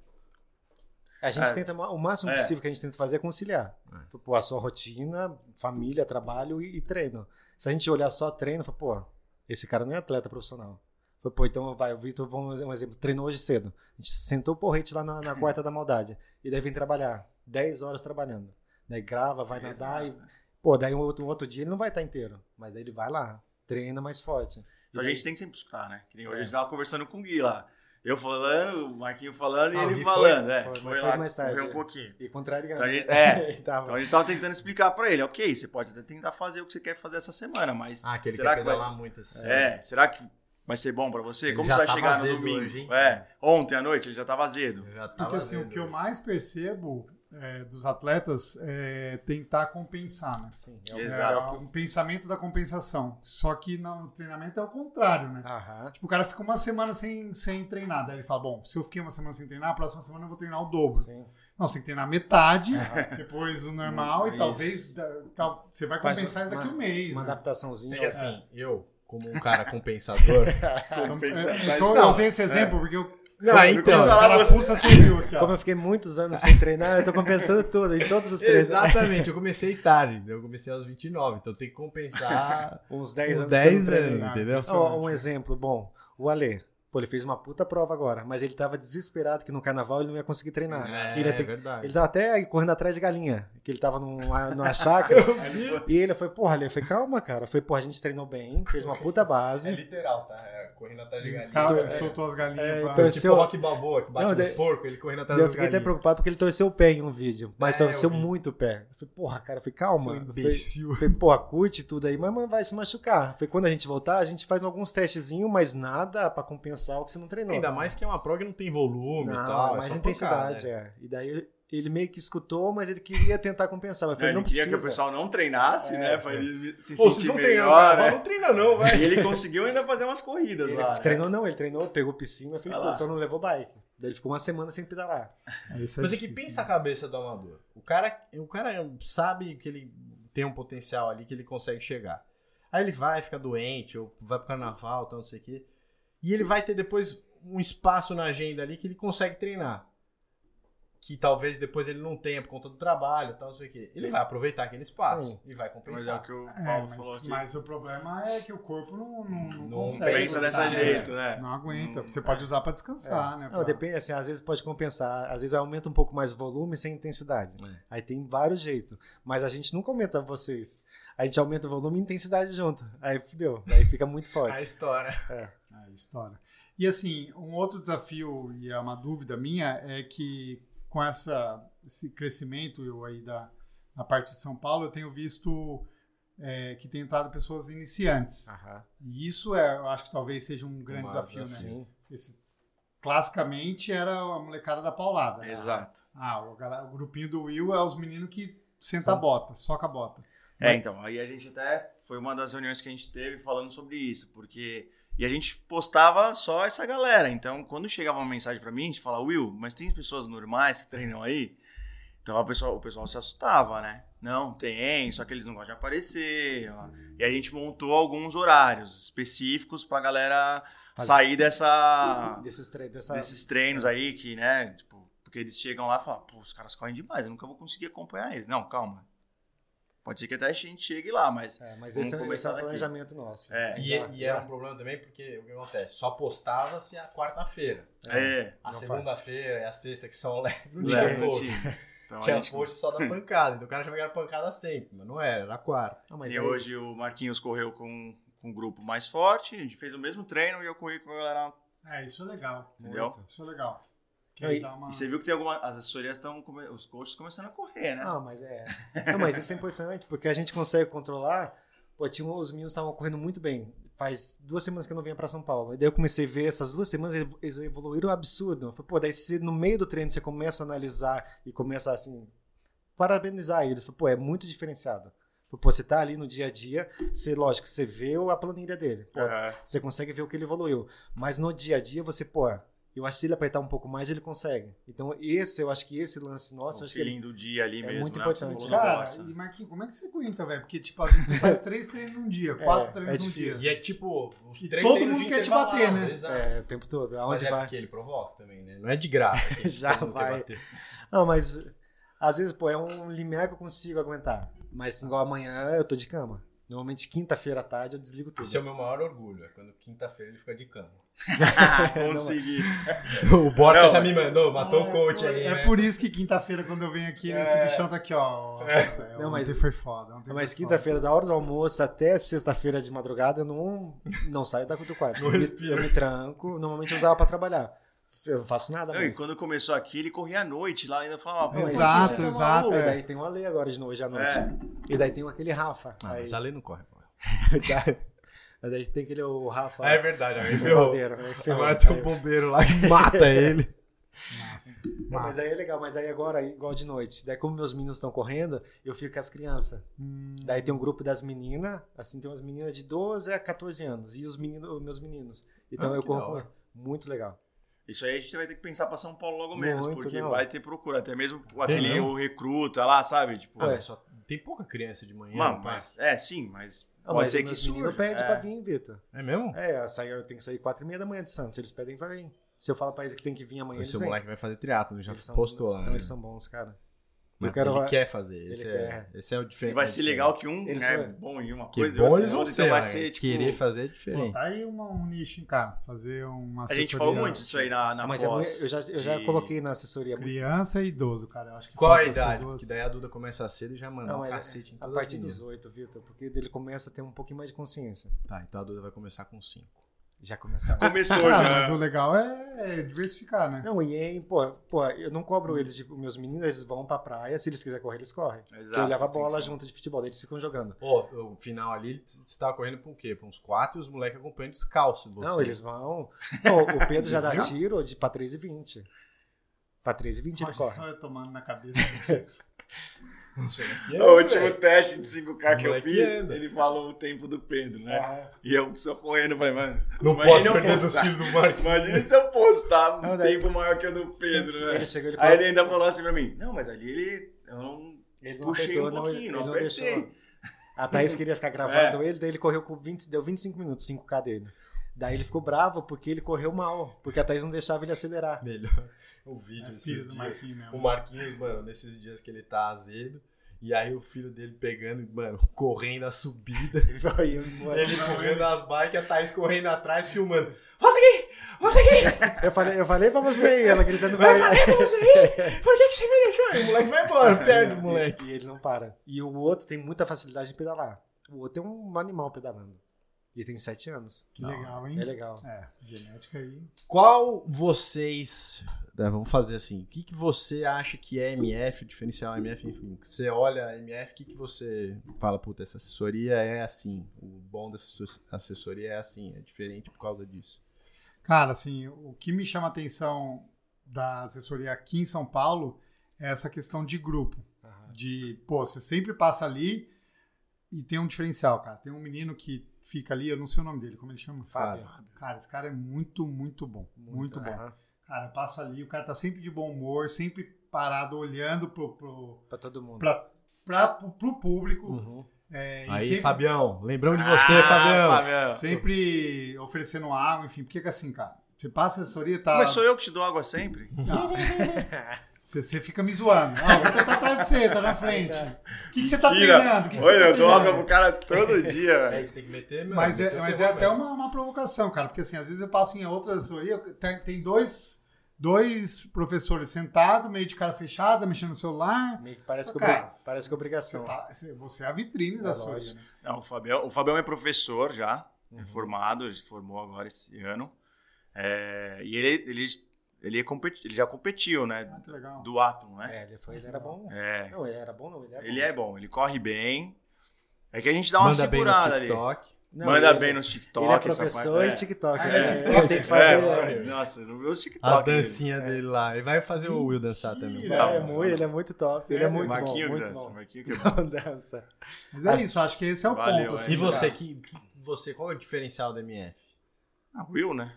[SPEAKER 4] A gente
[SPEAKER 5] É.
[SPEAKER 4] tenta, ma- o máximo
[SPEAKER 5] É.
[SPEAKER 4] possível que a gente tenta fazer é conciliar. Pô, a sua rotina, família, trabalho e, e treino. Se a gente olhar só treino, fala, pô, esse cara não é atleta profissional. Fala, Pô, então vai, o Vitor, vamos fazer um exemplo, treinou hoje cedo. A gente sentou o porrete lá na, na quarta da maldade. E daí vem trabalhar, 10 horas trabalhando. Daí grava, vai nadar e... Pô, daí um outro, um outro dia ele não vai estar inteiro. Mas daí ele vai lá, treina mais forte.
[SPEAKER 5] Então a
[SPEAKER 4] E daí-
[SPEAKER 5] gente tem que sempre buscar, né? Que nem hoje
[SPEAKER 4] Uhum. É.
[SPEAKER 5] a gente tava conversando com o Gui lá. Eu falando, o Marquinho falando
[SPEAKER 2] Ah, o
[SPEAKER 5] e
[SPEAKER 2] Gui
[SPEAKER 5] ele falando.
[SPEAKER 4] foi?
[SPEAKER 5] é,
[SPEAKER 4] Foi,
[SPEAKER 5] foi,
[SPEAKER 4] mas foi
[SPEAKER 5] lá
[SPEAKER 4] mais tarde,
[SPEAKER 5] correr
[SPEAKER 4] é.
[SPEAKER 5] um pouquinho.
[SPEAKER 4] E contrariando.
[SPEAKER 5] Então a gente- é.
[SPEAKER 4] Ele tava-
[SPEAKER 5] Então a gente tava tentando explicar pra ele, ok, você pode até tentar fazer o que você quer fazer essa semana, mas
[SPEAKER 2] Ah, que ele
[SPEAKER 5] será
[SPEAKER 2] quer
[SPEAKER 5] que vai
[SPEAKER 2] pedalar
[SPEAKER 5] ser,
[SPEAKER 2] muito assim.
[SPEAKER 5] é, será que vai ser bom pra você?
[SPEAKER 2] Ele
[SPEAKER 5] Como
[SPEAKER 2] já
[SPEAKER 5] você vai
[SPEAKER 2] tava
[SPEAKER 5] chegar
[SPEAKER 2] azedo
[SPEAKER 5] no domingo?
[SPEAKER 2] hoje, hein?
[SPEAKER 5] é, ontem à noite ele já tava azedo.
[SPEAKER 2] Eu já tava
[SPEAKER 1] Porque assim, o
[SPEAKER 2] vendo.
[SPEAKER 1] que eu mais percebo é, dos atletas é tentar compensar, né?
[SPEAKER 4] Sim, é o-
[SPEAKER 5] Exato.
[SPEAKER 1] É um pensamento da compensação. Só que no treinamento é o contrário, né?
[SPEAKER 4] Aham.
[SPEAKER 1] Tipo, o cara fica uma semana sem, sem treinar. Daí ele fala: Bom, se eu fiquei uma semana sem treinar, a próxima semana eu vou treinar o dobro.
[SPEAKER 4] Sim.
[SPEAKER 1] Não, você tem que treinar metade, depois o normal, e
[SPEAKER 5] Isso.
[SPEAKER 1] talvez da- tal- você vai
[SPEAKER 4] Faz
[SPEAKER 1] compensar
[SPEAKER 4] uma-
[SPEAKER 1] isso daqui um mês.
[SPEAKER 4] Uma
[SPEAKER 1] né?
[SPEAKER 4] adaptaçãozinha.
[SPEAKER 2] É que assim, eu, como um cara compensador.
[SPEAKER 1] Então,
[SPEAKER 5] Compensar,
[SPEAKER 1] é,
[SPEAKER 5] mas
[SPEAKER 1] então eu
[SPEAKER 5] não.
[SPEAKER 1] usei esse exemplo porque eu,
[SPEAKER 2] Ah,
[SPEAKER 1] eu
[SPEAKER 2] então.
[SPEAKER 1] a carapuça subiu aqui,
[SPEAKER 4] Como
[SPEAKER 1] ó.
[SPEAKER 4] eu fiquei muitos anos sem treinar, eu tô compensando tudo, em todos os treinos.
[SPEAKER 2] Exatamente, eu comecei tarde, eu comecei aos 29, então tem que compensar
[SPEAKER 4] Uns 10
[SPEAKER 2] uns
[SPEAKER 4] anos. que eu não
[SPEAKER 2] 10
[SPEAKER 4] treinei.
[SPEAKER 2] anos, entendeu?
[SPEAKER 4] Ó, um exemplo bom, o Ale. Pô, ele fez uma puta prova agora, mas ele tava desesperado que no carnaval ele não ia conseguir treinar. que ele, ia ter que-
[SPEAKER 2] É, verdade.
[SPEAKER 4] ele tava até aí correndo atrás de galinha, que ele tava numa, numa chácara. e ele foi, porra, Ale, eu falei, calma, cara. Foi, porra, a gente treinou bem, fez uma puta base.
[SPEAKER 2] literal, tá? É, correndo atrás
[SPEAKER 1] Cara,
[SPEAKER 2] É,
[SPEAKER 1] ele soltou as galinhas.
[SPEAKER 4] É,
[SPEAKER 1] pra-
[SPEAKER 4] então
[SPEAKER 2] tipo
[SPEAKER 4] seu-
[SPEAKER 2] o Rock Balboa, que bate
[SPEAKER 4] Não,
[SPEAKER 2] nos
[SPEAKER 4] de-
[SPEAKER 2] porcos, ele correndo atrás
[SPEAKER 4] Eu
[SPEAKER 2] das
[SPEAKER 4] fiquei até
[SPEAKER 2] tá galinhas.
[SPEAKER 4] preocupado porque ele torceu o pé em um vídeo, mas
[SPEAKER 2] É, eu
[SPEAKER 4] torceu
[SPEAKER 2] vi.
[SPEAKER 4] muito o pé. Eu falei, porra, cara, eu falei, calma.
[SPEAKER 2] Seu
[SPEAKER 4] Eu falei,
[SPEAKER 2] imbecil.
[SPEAKER 4] Eu Falei, porra, curte tudo aí, mas mano, vai se machucar. Falei, quando a gente voltar, a gente faz alguns testezinhos, mas nada pra compensar o que você não treinou.
[SPEAKER 2] Ainda mais que é uma prog que não tem volume
[SPEAKER 4] não,
[SPEAKER 2] e tal.
[SPEAKER 4] é mais
[SPEAKER 2] só
[SPEAKER 4] intensidade,
[SPEAKER 2] tocar, né?
[SPEAKER 4] é. E daí ele meio que escutou, mas ele queria tentar compensar. Mas eu falei,
[SPEAKER 5] ele
[SPEAKER 4] não
[SPEAKER 5] queria
[SPEAKER 4] precisa.
[SPEAKER 5] que o pessoal é, não treinasse, né? Pra ele se
[SPEAKER 2] Pô, vocês
[SPEAKER 5] sentir
[SPEAKER 2] vão
[SPEAKER 5] melhor.
[SPEAKER 2] treinar,
[SPEAKER 5] né?
[SPEAKER 2] não, um não treina não, vai.
[SPEAKER 5] E ele conseguiu ainda fazer umas corridas
[SPEAKER 4] Ele
[SPEAKER 5] lá. né?
[SPEAKER 4] treinou não, ele treinou, pegou piscina, fez
[SPEAKER 5] Ah lá.
[SPEAKER 4] tudo, só não levou bike. Daí ele ficou uma semana sem pedalar.
[SPEAKER 1] isso
[SPEAKER 2] Mas é que
[SPEAKER 1] Tá difícil, né?
[SPEAKER 2] pensa a cabeça do amador. O cara, o cara sabe que ele tem um potencial ali que ele consegue chegar. Aí ele vai, fica doente, ou vai pro carnaval, tal, não sei o quê. E ele vai ter depois um espaço na agenda ali que ele consegue treinar. Que talvez depois ele não tenha por conta do trabalho, tal, não sei o quê. Ele vai aproveitar aquele espaço
[SPEAKER 4] Sim.
[SPEAKER 2] e vai
[SPEAKER 5] Mas é o
[SPEAKER 2] compensar.
[SPEAKER 5] que o
[SPEAKER 1] É,
[SPEAKER 5] Paulo
[SPEAKER 1] mas,
[SPEAKER 5] falou aqui.
[SPEAKER 1] mas o problema é que o corpo não, não, não
[SPEAKER 2] Não
[SPEAKER 1] consegue.
[SPEAKER 5] Pensa dessa
[SPEAKER 1] aguentar, né?
[SPEAKER 5] jeito, né?
[SPEAKER 1] Não aguenta.
[SPEAKER 5] Não-
[SPEAKER 1] Você pode usar pra descansar, né?
[SPEAKER 4] Não,
[SPEAKER 1] pra-
[SPEAKER 4] depende, assim, às vezes pode compensar, às vezes aumenta um pouco mais o volume sem intensidade.
[SPEAKER 2] É.
[SPEAKER 4] Aí tem vários jeitos, mas a gente nunca aumenta vocês. A gente aumenta o volume e intensidade junto. Aí fudeu, aí fica muito
[SPEAKER 2] A
[SPEAKER 4] forte.
[SPEAKER 2] história.
[SPEAKER 1] a É, história. E assim, um outro desafio e é uma dúvida minha é que com essa esse crescimento eu aí da na parte de São Paulo eu tenho visto é, que tem entrado pessoas iniciantes
[SPEAKER 5] Ah.
[SPEAKER 4] Aham.
[SPEAKER 1] e isso é eu acho que talvez seja um grande
[SPEAKER 2] Um
[SPEAKER 1] desafio, né?
[SPEAKER 2] desafio.
[SPEAKER 4] Sim.
[SPEAKER 1] Esse, classicamente era a molecada da paulada.
[SPEAKER 5] É.
[SPEAKER 1] né?
[SPEAKER 5] Exato.
[SPEAKER 1] Ah, o, gala- o grupinho do Will é os meninos que senta a
[SPEAKER 4] Sim.
[SPEAKER 1] bota, soca a bota.
[SPEAKER 5] É, então, aí a gente até foi uma das reuniões que a gente teve falando sobre isso, porque e a gente postava só essa galera. Então, quando chegava uma mensagem pra mim, a gente falava, Will, mas tem pessoas normais que treinam aí? Então a pessoa, o pessoal se assustava, né? Não, tem, só que eles não gostam de aparecer. ó. E a gente montou alguns horários específicos pra galera
[SPEAKER 4] Fazer-
[SPEAKER 5] sair dessa
[SPEAKER 4] Desses tre dessa...
[SPEAKER 5] Ah, desses treinos aí que, né, tipo, porque eles chegam lá e falam, pô, os caras correm demais, eu nunca vou conseguir acompanhar eles. Não, calma. Pode ser que até a gente chegue lá, mas
[SPEAKER 4] É, mas
[SPEAKER 5] Vamos
[SPEAKER 4] esse é, esse é
[SPEAKER 5] começar
[SPEAKER 4] um
[SPEAKER 5] daqui.
[SPEAKER 4] planejamento nosso.
[SPEAKER 5] É.
[SPEAKER 2] E,
[SPEAKER 4] Já-
[SPEAKER 2] e
[SPEAKER 4] já-
[SPEAKER 2] era um problema também porque o que acontece? Só postava-se a quarta-feira.
[SPEAKER 5] é,
[SPEAKER 2] A
[SPEAKER 4] Não faz.
[SPEAKER 2] segunda-feira e a sexta que são leves.
[SPEAKER 4] Um
[SPEAKER 2] né? Não tinha
[SPEAKER 5] leva o
[SPEAKER 2] post.
[SPEAKER 5] time. Então, a
[SPEAKER 2] Tinha
[SPEAKER 5] gente...
[SPEAKER 2] post só da pancada. Então o cara já era pancada sempre, mas não era, era a quarta.
[SPEAKER 4] Ah, mas
[SPEAKER 5] E
[SPEAKER 4] aí-
[SPEAKER 5] é hoje o Marquinhos correu com, com um grupo mais forte, a gente fez o mesmo treino e eu corri com a galera,
[SPEAKER 1] É, isso é legal.
[SPEAKER 5] entendeu?
[SPEAKER 1] Isso é legal. Que
[SPEAKER 4] Aí,
[SPEAKER 1] dá uma-
[SPEAKER 5] E você viu que tem algumas, as assessorias estão, come- os coaches começando a correr, né?
[SPEAKER 4] Não, mas é. Não, mas isso é importante, porque a gente consegue controlar. Pô, tinha, um, os meninos estavam correndo muito bem. Faz duas semanas que eu não vinha pra São Paulo. E daí eu comecei a ver essas duas semanas, eles- eles evoluíram um absurdo. Eu falei, pô, daí você, no meio do treino você começa a analisar e começa assim, parabenizar eles. Eu falei, pô, é muito diferenciado. Eu falei, Pô, você tá ali no dia a dia, você, lógico, você vê a planilha dele. Pô,
[SPEAKER 5] É.
[SPEAKER 4] você consegue ver o que ele evoluiu. Mas no dia a dia você, pô, eu acho que se ele apertar um pouco mais, ele consegue. Então, esse, eu acho que esse lance nosso, eu
[SPEAKER 5] o
[SPEAKER 4] acho que ele
[SPEAKER 5] feeling do dia ali
[SPEAKER 4] é
[SPEAKER 5] mesmo,
[SPEAKER 4] muito
[SPEAKER 5] né? Você
[SPEAKER 4] importante.
[SPEAKER 5] falou do
[SPEAKER 1] Cara,
[SPEAKER 5] negócio.
[SPEAKER 1] e Marquinhos, como é que você aguenta, velho? Porque, tipo, às vezes você faz três treinos num dia, quatro
[SPEAKER 4] é
[SPEAKER 1] treinos num
[SPEAKER 4] difícil.
[SPEAKER 1] dia.
[SPEAKER 2] E é tipo, os
[SPEAKER 1] E
[SPEAKER 2] três
[SPEAKER 1] todo
[SPEAKER 2] treinos
[SPEAKER 1] mundo
[SPEAKER 2] de
[SPEAKER 1] quer te
[SPEAKER 2] intervalo,
[SPEAKER 1] bater, né?
[SPEAKER 2] Exato.
[SPEAKER 4] É, o tempo todo.
[SPEAKER 2] Mas
[SPEAKER 4] Aonde
[SPEAKER 2] é
[SPEAKER 4] vai?
[SPEAKER 2] porque ele provoca também, né? Não é de graça. que
[SPEAKER 4] Já
[SPEAKER 2] todo mundo quer
[SPEAKER 4] vai.
[SPEAKER 2] bater.
[SPEAKER 4] Não, mas às vezes, pô, é um limiar que eu consigo aguentar. Mas igual amanhã eu tô de cama. Normalmente quinta-feira à tarde eu desligo tudo.
[SPEAKER 2] Esse é o meu maior orgulho. É quando quinta-feira ele fica de cama.
[SPEAKER 4] é
[SPEAKER 5] Consegui.
[SPEAKER 2] O Borsa
[SPEAKER 5] Não,
[SPEAKER 2] já
[SPEAKER 5] mas-
[SPEAKER 2] me mandou, matou o coach
[SPEAKER 1] é,
[SPEAKER 2] aí,
[SPEAKER 1] é
[SPEAKER 2] né?
[SPEAKER 1] por isso que quinta-feira, quando eu venho aqui, esse bichão tá aqui, ó. Nossa, velho,
[SPEAKER 4] Não, mas-
[SPEAKER 1] ontem foi foda. Ontem
[SPEAKER 4] Mas
[SPEAKER 1] foi foda.
[SPEAKER 4] quinta-feira, da hora do almoço até sexta-feira de madrugada, eu não, não saio da do quarto.
[SPEAKER 2] Não
[SPEAKER 4] eu, me,
[SPEAKER 2] respira.
[SPEAKER 4] eu me tranco. Normalmente eu usava pra trabalhar. Eu não faço nada
[SPEAKER 5] Não, e
[SPEAKER 4] mais.
[SPEAKER 5] quando começou aqui, ele corria à noite lá, ainda falava, pô,
[SPEAKER 1] Exato,
[SPEAKER 5] você tá
[SPEAKER 1] exato,
[SPEAKER 5] maluco,
[SPEAKER 4] E
[SPEAKER 1] é.
[SPEAKER 4] daí tem o Ale agora de novo, hoje à
[SPEAKER 5] É,
[SPEAKER 4] noite.
[SPEAKER 2] É.
[SPEAKER 4] E daí tem aquele Rafa.
[SPEAKER 2] Ah,
[SPEAKER 4] aí,
[SPEAKER 2] mas a lei não corre. pô.
[SPEAKER 4] daí, daí tem aquele o Rafa.
[SPEAKER 2] Ah, é verdade, aí
[SPEAKER 4] o
[SPEAKER 2] ferrou.
[SPEAKER 4] Caldeira, aí ferrou.
[SPEAKER 2] Agora tem É.
[SPEAKER 4] Aí-
[SPEAKER 2] um bombeiro lá que mata ele.
[SPEAKER 1] Massa.
[SPEAKER 4] Mas
[SPEAKER 1] Massa.
[SPEAKER 4] aí é legal, mas aí agora, igual de noite, daí como meus meninos estão correndo, eu fico com as crianças.
[SPEAKER 1] Hum,
[SPEAKER 4] Daí tem um grupo das meninas, assim, tem umas meninas de 12 a 14 anos, e os meninos, os meus meninos. Então
[SPEAKER 2] Ah,
[SPEAKER 4] eu
[SPEAKER 2] que
[SPEAKER 4] corro
[SPEAKER 2] da
[SPEAKER 4] com Muito legal.
[SPEAKER 5] Isso aí a gente vai ter que pensar pra São Paulo logo menos,
[SPEAKER 4] Muito,
[SPEAKER 5] porque
[SPEAKER 4] não.
[SPEAKER 5] vai ter procura. Até mesmo aquele
[SPEAKER 2] não.
[SPEAKER 5] o recruta lá, sabe? Tipo,
[SPEAKER 2] Ah,
[SPEAKER 4] É.
[SPEAKER 2] mas só tem pouca criança de manhã,
[SPEAKER 5] mano,
[SPEAKER 2] pai.
[SPEAKER 5] mas, é, sim, mas
[SPEAKER 4] Ah,
[SPEAKER 5] pode
[SPEAKER 4] mas
[SPEAKER 5] ser
[SPEAKER 4] os
[SPEAKER 5] que
[SPEAKER 4] meus meninos
[SPEAKER 5] surja.
[SPEAKER 4] pedem
[SPEAKER 5] é.
[SPEAKER 4] pra vir, Vitor.
[SPEAKER 2] É mesmo?
[SPEAKER 4] É, eu saio- eu tenho que sair 4 e meia da manhã de Santos, eles pedem pra vir. Se eu falar pra eles que tem que vir amanhã,
[SPEAKER 2] Esse
[SPEAKER 4] eles vêm.
[SPEAKER 2] moleque vai fazer triatlo, ele já
[SPEAKER 4] Eles são-
[SPEAKER 2] postou lá.
[SPEAKER 4] Não,
[SPEAKER 2] né?
[SPEAKER 4] eles são bons, cara.
[SPEAKER 2] Mas
[SPEAKER 4] eu quero-
[SPEAKER 2] ele quer fazer, esse,
[SPEAKER 4] ele
[SPEAKER 2] é,
[SPEAKER 4] quer.
[SPEAKER 2] esse é o
[SPEAKER 5] E
[SPEAKER 2] diferente.
[SPEAKER 5] vai ser legal que um
[SPEAKER 4] Eles
[SPEAKER 5] é
[SPEAKER 4] foram-
[SPEAKER 5] bom em uma
[SPEAKER 2] Que
[SPEAKER 5] coisa e
[SPEAKER 2] bom
[SPEAKER 5] outra
[SPEAKER 2] eles
[SPEAKER 5] em
[SPEAKER 2] vão
[SPEAKER 5] outra,
[SPEAKER 2] ser,
[SPEAKER 5] então vai
[SPEAKER 2] né?
[SPEAKER 5] ser, tipo...
[SPEAKER 2] Querer fazer é
[SPEAKER 1] Pô,
[SPEAKER 2] diferente.
[SPEAKER 1] tá aí uma, um nicho, hein, cara. Fazer uma
[SPEAKER 5] A gente
[SPEAKER 1] assessoria
[SPEAKER 5] falou muito disso aí na, na
[SPEAKER 4] mas é
[SPEAKER 5] pós.
[SPEAKER 4] muito- eu já, eu já
[SPEAKER 5] de-
[SPEAKER 4] coloquei na assessoria.
[SPEAKER 1] Criança e idoso, cara. Eu acho que
[SPEAKER 2] Qual a
[SPEAKER 1] falta essas
[SPEAKER 2] idade?
[SPEAKER 1] duas.
[SPEAKER 2] Que daí a Duda começa cedo e já manda
[SPEAKER 4] Não,
[SPEAKER 2] um
[SPEAKER 4] mas
[SPEAKER 2] cacete em
[SPEAKER 4] A
[SPEAKER 2] todas
[SPEAKER 4] partir
[SPEAKER 2] as
[SPEAKER 4] dos
[SPEAKER 2] meninas.
[SPEAKER 4] 8, Vitor, porque ele começa a ter um pouquinho mais de consciência.
[SPEAKER 2] Tá, então a Duda vai começar com 5.
[SPEAKER 4] Já começa a
[SPEAKER 5] Começou
[SPEAKER 1] Cara,
[SPEAKER 5] já.
[SPEAKER 1] mas o legal é, é diversificar, né?
[SPEAKER 4] Não, e aí, pô, pô, eu não cobro eles, tipo, meus meninos, eles vão pra praia, se eles quiserem correr, eles correm.
[SPEAKER 5] Exato,
[SPEAKER 4] eu levo a
[SPEAKER 5] tem que
[SPEAKER 4] bola
[SPEAKER 5] ser.
[SPEAKER 4] junto de futebol, daí eles ficam jogando.
[SPEAKER 2] Pô, o final ali, t- você tava correndo pra um quê? Pra uns 4 e os moleques acompanham descalço. Você.
[SPEAKER 4] Não, eles vão. Não, o Pedro já dá tiro de pra 3 e 20. Pra 3 e 20 ele
[SPEAKER 1] Nossa,
[SPEAKER 4] corre.
[SPEAKER 1] eu tomando na cabeça.
[SPEAKER 5] O último teste de 5K que eu
[SPEAKER 2] Moleque
[SPEAKER 5] fiz,
[SPEAKER 4] é
[SPEAKER 2] anda.
[SPEAKER 5] ele falou o tempo do Pedro, né?
[SPEAKER 4] Ah,
[SPEAKER 5] E eu só correndo, falei, mano,
[SPEAKER 2] Não pode
[SPEAKER 5] imagina eu
[SPEAKER 2] perder do
[SPEAKER 5] postar.
[SPEAKER 2] filho do Marco.
[SPEAKER 5] Imagina se eu postar um
[SPEAKER 4] Não, daí-
[SPEAKER 5] tempo maior que o do Pedro, né?
[SPEAKER 4] Ele chegou, ele
[SPEAKER 5] Aí
[SPEAKER 4] corre.
[SPEAKER 5] ele ainda falou assim pra mim, não, mas ali ele... Eu não
[SPEAKER 4] Ele não
[SPEAKER 5] puxei
[SPEAKER 4] apertou,
[SPEAKER 5] um
[SPEAKER 4] não, ele,
[SPEAKER 5] pouquinho, não,
[SPEAKER 4] ele não
[SPEAKER 5] apertei.
[SPEAKER 4] deixou. A Thaís queria ficar gravando ele, daí ele correu com 20, deu 25 minutos, 5K dele. Daí ele ficou bravo porque ele correu mal, porque a Thaís não deixava ele acelerar.
[SPEAKER 2] Melhor o vídeo
[SPEAKER 1] É
[SPEAKER 2] esses
[SPEAKER 1] filho do
[SPEAKER 2] dias.
[SPEAKER 1] Marquinhos
[SPEAKER 2] O
[SPEAKER 1] mesmo.
[SPEAKER 2] Marquinhos, mano, nesses dias que ele tá azedo. E aí o filho dele pegando, mano, correndo a subida.
[SPEAKER 4] Ele foi, eu,
[SPEAKER 2] ele correndo as bikes, a Thaís correndo atrás, filmando.
[SPEAKER 4] eu falei, eu falei pra você, e ela gritando pra
[SPEAKER 2] Vai
[SPEAKER 4] ele.
[SPEAKER 2] valer pra você aí! Por que, que você me deixou aí? O moleque vai embora, perde o moleque.
[SPEAKER 4] E ele não para. E o outro tem muita facilidade de pedalar. O outro é um animal pedalando. E tem 7 anos.
[SPEAKER 1] Que legal, hein?
[SPEAKER 4] É legal.
[SPEAKER 1] É, genética aí.
[SPEAKER 2] Qual vocês. né, vamos fazer assim. O que, que você acha que é MF, o diferencial MF, enfim. que Você olha a MF, o que, que você fala, puta, essa assessoria é assim. O bom dessa asso- assessoria é assim, é diferente por causa disso.
[SPEAKER 1] Cara, assim, o que me chama a atenção da assessoria aqui em São Paulo é essa questão de grupo.
[SPEAKER 4] Aham.
[SPEAKER 1] De, pô, você sempre passa ali e tem um diferencial, cara. Tem um menino que fica ali, eu não sei o nome dele, como ele chama?
[SPEAKER 2] Fábio.
[SPEAKER 1] Cara, esse cara é muito, muito bom. Muito, bom.
[SPEAKER 4] aham.
[SPEAKER 1] Cara, eu passo ali, o cara tá sempre de bom humor, sempre parado, olhando pro, pro,
[SPEAKER 4] Pra todo mundo.
[SPEAKER 1] pra, pra, pro, pro público.
[SPEAKER 4] Uhum.
[SPEAKER 1] é, e
[SPEAKER 2] aí,
[SPEAKER 1] sempre-
[SPEAKER 2] Fabião, lembramos de você,
[SPEAKER 5] Ah,
[SPEAKER 2] Fabião.
[SPEAKER 5] Fabião.
[SPEAKER 1] Sempre oferecendo água, enfim, porque que assim, cara? Você passa a assessoria, tá.
[SPEAKER 5] Mas sou eu que te dou água sempre?
[SPEAKER 1] Ah, Você, você fica me zoando. Ah, o Vitor tá atrás de você, tá na frente. O que, que você tá
[SPEAKER 5] Mentira.
[SPEAKER 1] treinando? O que que você
[SPEAKER 5] Olha,
[SPEAKER 1] tá
[SPEAKER 5] eu dou
[SPEAKER 1] treinando?
[SPEAKER 5] água pro cara todo dia,
[SPEAKER 4] É
[SPEAKER 5] velho.
[SPEAKER 2] isso tem que meter, meu.
[SPEAKER 1] Mas
[SPEAKER 2] meter
[SPEAKER 1] é,
[SPEAKER 2] o
[SPEAKER 1] mas é
[SPEAKER 2] terror
[SPEAKER 1] até
[SPEAKER 2] mesmo.
[SPEAKER 1] uma, uma provocação, cara, porque assim, às vezes eu passo em outra assessoria, tem, tem dois, dois professores sentados, meio de cara fechada, mexendo no celular.
[SPEAKER 4] Meio que parece, que
[SPEAKER 1] Cara,
[SPEAKER 4] obri- parece que é
[SPEAKER 1] Você,
[SPEAKER 4] obrigação.
[SPEAKER 1] tá- você- você é a vitrine
[SPEAKER 4] É
[SPEAKER 1] da assessoria.
[SPEAKER 4] lógico.
[SPEAKER 1] né?
[SPEAKER 5] Não, o Fabião, o Fabião é professor já,
[SPEAKER 4] Uhum.
[SPEAKER 5] é formado, ele se formou agora esse ano. É, e ele, ele, ele, é competi- ele já competiu,
[SPEAKER 1] Ah,
[SPEAKER 5] né?
[SPEAKER 1] que legal.
[SPEAKER 5] Do Atom, né?
[SPEAKER 4] É, ele, foi, ele era bom.
[SPEAKER 5] É.
[SPEAKER 4] Não, ele era bom, não. Ele era
[SPEAKER 5] Ele
[SPEAKER 4] bom.
[SPEAKER 5] é bom, ele corre bem. É que a gente dá uma
[SPEAKER 2] Manda bem no
[SPEAKER 5] segurada ali.
[SPEAKER 2] TikTok.
[SPEAKER 4] Não,
[SPEAKER 5] Manda
[SPEAKER 4] ele-
[SPEAKER 5] bem nos TikTok,
[SPEAKER 4] Ele é
[SPEAKER 5] essa
[SPEAKER 4] professor e
[SPEAKER 5] parte.
[SPEAKER 4] TikTok.
[SPEAKER 1] Ah,
[SPEAKER 4] né?
[SPEAKER 5] é,
[SPEAKER 4] Ele
[SPEAKER 1] TikTok.
[SPEAKER 4] tem que
[SPEAKER 5] É,
[SPEAKER 4] fazer.
[SPEAKER 5] é,
[SPEAKER 4] né?
[SPEAKER 5] é, nossa, não viu os TikTok.
[SPEAKER 2] As
[SPEAKER 5] dele.
[SPEAKER 2] dancinhas dele lá. E vai fazer o Will dançar também.
[SPEAKER 1] Mentira.
[SPEAKER 4] É,
[SPEAKER 5] Não,
[SPEAKER 4] muito, ele é muito top. Ele é muito
[SPEAKER 5] né? Marquinho
[SPEAKER 4] bom.
[SPEAKER 5] que
[SPEAKER 4] Muito
[SPEAKER 5] dança,
[SPEAKER 4] bom.
[SPEAKER 5] Marquinho que é dança.
[SPEAKER 4] Não dança.
[SPEAKER 1] Mas é isso, acho que esse é o
[SPEAKER 5] Valeu,
[SPEAKER 1] ponto.
[SPEAKER 5] é.
[SPEAKER 1] assim,
[SPEAKER 2] E você,
[SPEAKER 1] cara.
[SPEAKER 2] que, que- você, qual é o diferencial da MF?
[SPEAKER 5] Ah, Will, né?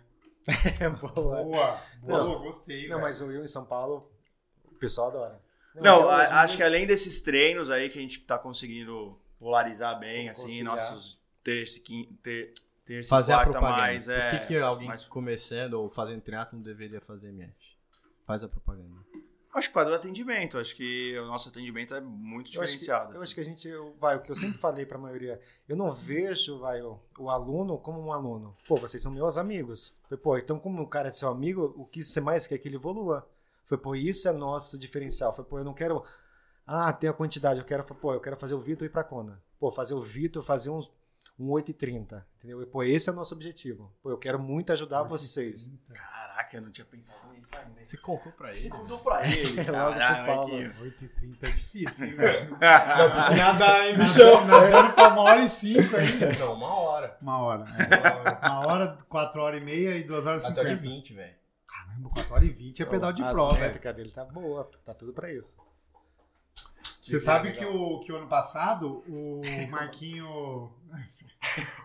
[SPEAKER 4] É boa.
[SPEAKER 1] Boa, boa,
[SPEAKER 4] Não.
[SPEAKER 1] gostei.
[SPEAKER 4] Não,
[SPEAKER 1] velho.
[SPEAKER 4] mas o Will em São Paulo, o pessoal adora.
[SPEAKER 5] Não,
[SPEAKER 4] então,
[SPEAKER 5] a-
[SPEAKER 4] os meninos-
[SPEAKER 5] acho que além desses treinos aí que a gente tá conseguindo polarizar bem, assim,
[SPEAKER 4] Conciliar.
[SPEAKER 5] nossos terça e quin- ter, terça e
[SPEAKER 2] Fazer a
[SPEAKER 5] quarta
[SPEAKER 2] propaganda.
[SPEAKER 5] mais, é.
[SPEAKER 2] Por que, que alguém
[SPEAKER 5] mais-
[SPEAKER 2] começando ou fazendo triatlo não deveria fazer MF? Faz a propaganda.
[SPEAKER 5] Acho que para do atendimento, acho que o nosso atendimento é muito
[SPEAKER 4] Eu acho que- Eu
[SPEAKER 5] diferenciado. assim.
[SPEAKER 4] acho que a gente, eu- vai, o que eu sempre falei pra maioria, eu não vejo, vai, o, o aluno como um aluno. Pô, vocês são meus amigos. Foi, pô, então como o cara é seu amigo, o que você mais quer é que ele evolua? Foi, pô, isso é nosso diferencial. Foi, pô, eu não quero, ah, ter a quantidade, eu quero, foi, pô, eu quero fazer o Vitor ir pra Kona. Pô, fazer o Vitor fazer uns um 8,30, entendeu? E, pô, esse é o nosso objetivo. Pô, eu quero muito ajudar vocês.
[SPEAKER 5] Caraca, eu não tinha pensado nisso ainda. hein?
[SPEAKER 2] Você contou pra
[SPEAKER 5] Você contou pra ele,
[SPEAKER 4] É logo
[SPEAKER 5] caralho,
[SPEAKER 4] pro Paulo.
[SPEAKER 5] Marquinho.
[SPEAKER 1] 8h30 é difícil, hein, velho?
[SPEAKER 2] Nada, hein,
[SPEAKER 1] Nadando pra uma hora e cinco aí.
[SPEAKER 2] Ah. Não, uma hora.
[SPEAKER 1] Uma hora. né? Uma hora, quatro horas e meia e duas horas e
[SPEAKER 2] Até
[SPEAKER 1] cinquenta.
[SPEAKER 2] 20, velho.
[SPEAKER 1] Caramba, quatro horas e vinte é pedal de
[SPEAKER 4] As
[SPEAKER 1] prova. velho.
[SPEAKER 4] métricas dele tá boa, tá tudo pra isso.
[SPEAKER 1] Você sabe que o, que o ano passado o Marquinho.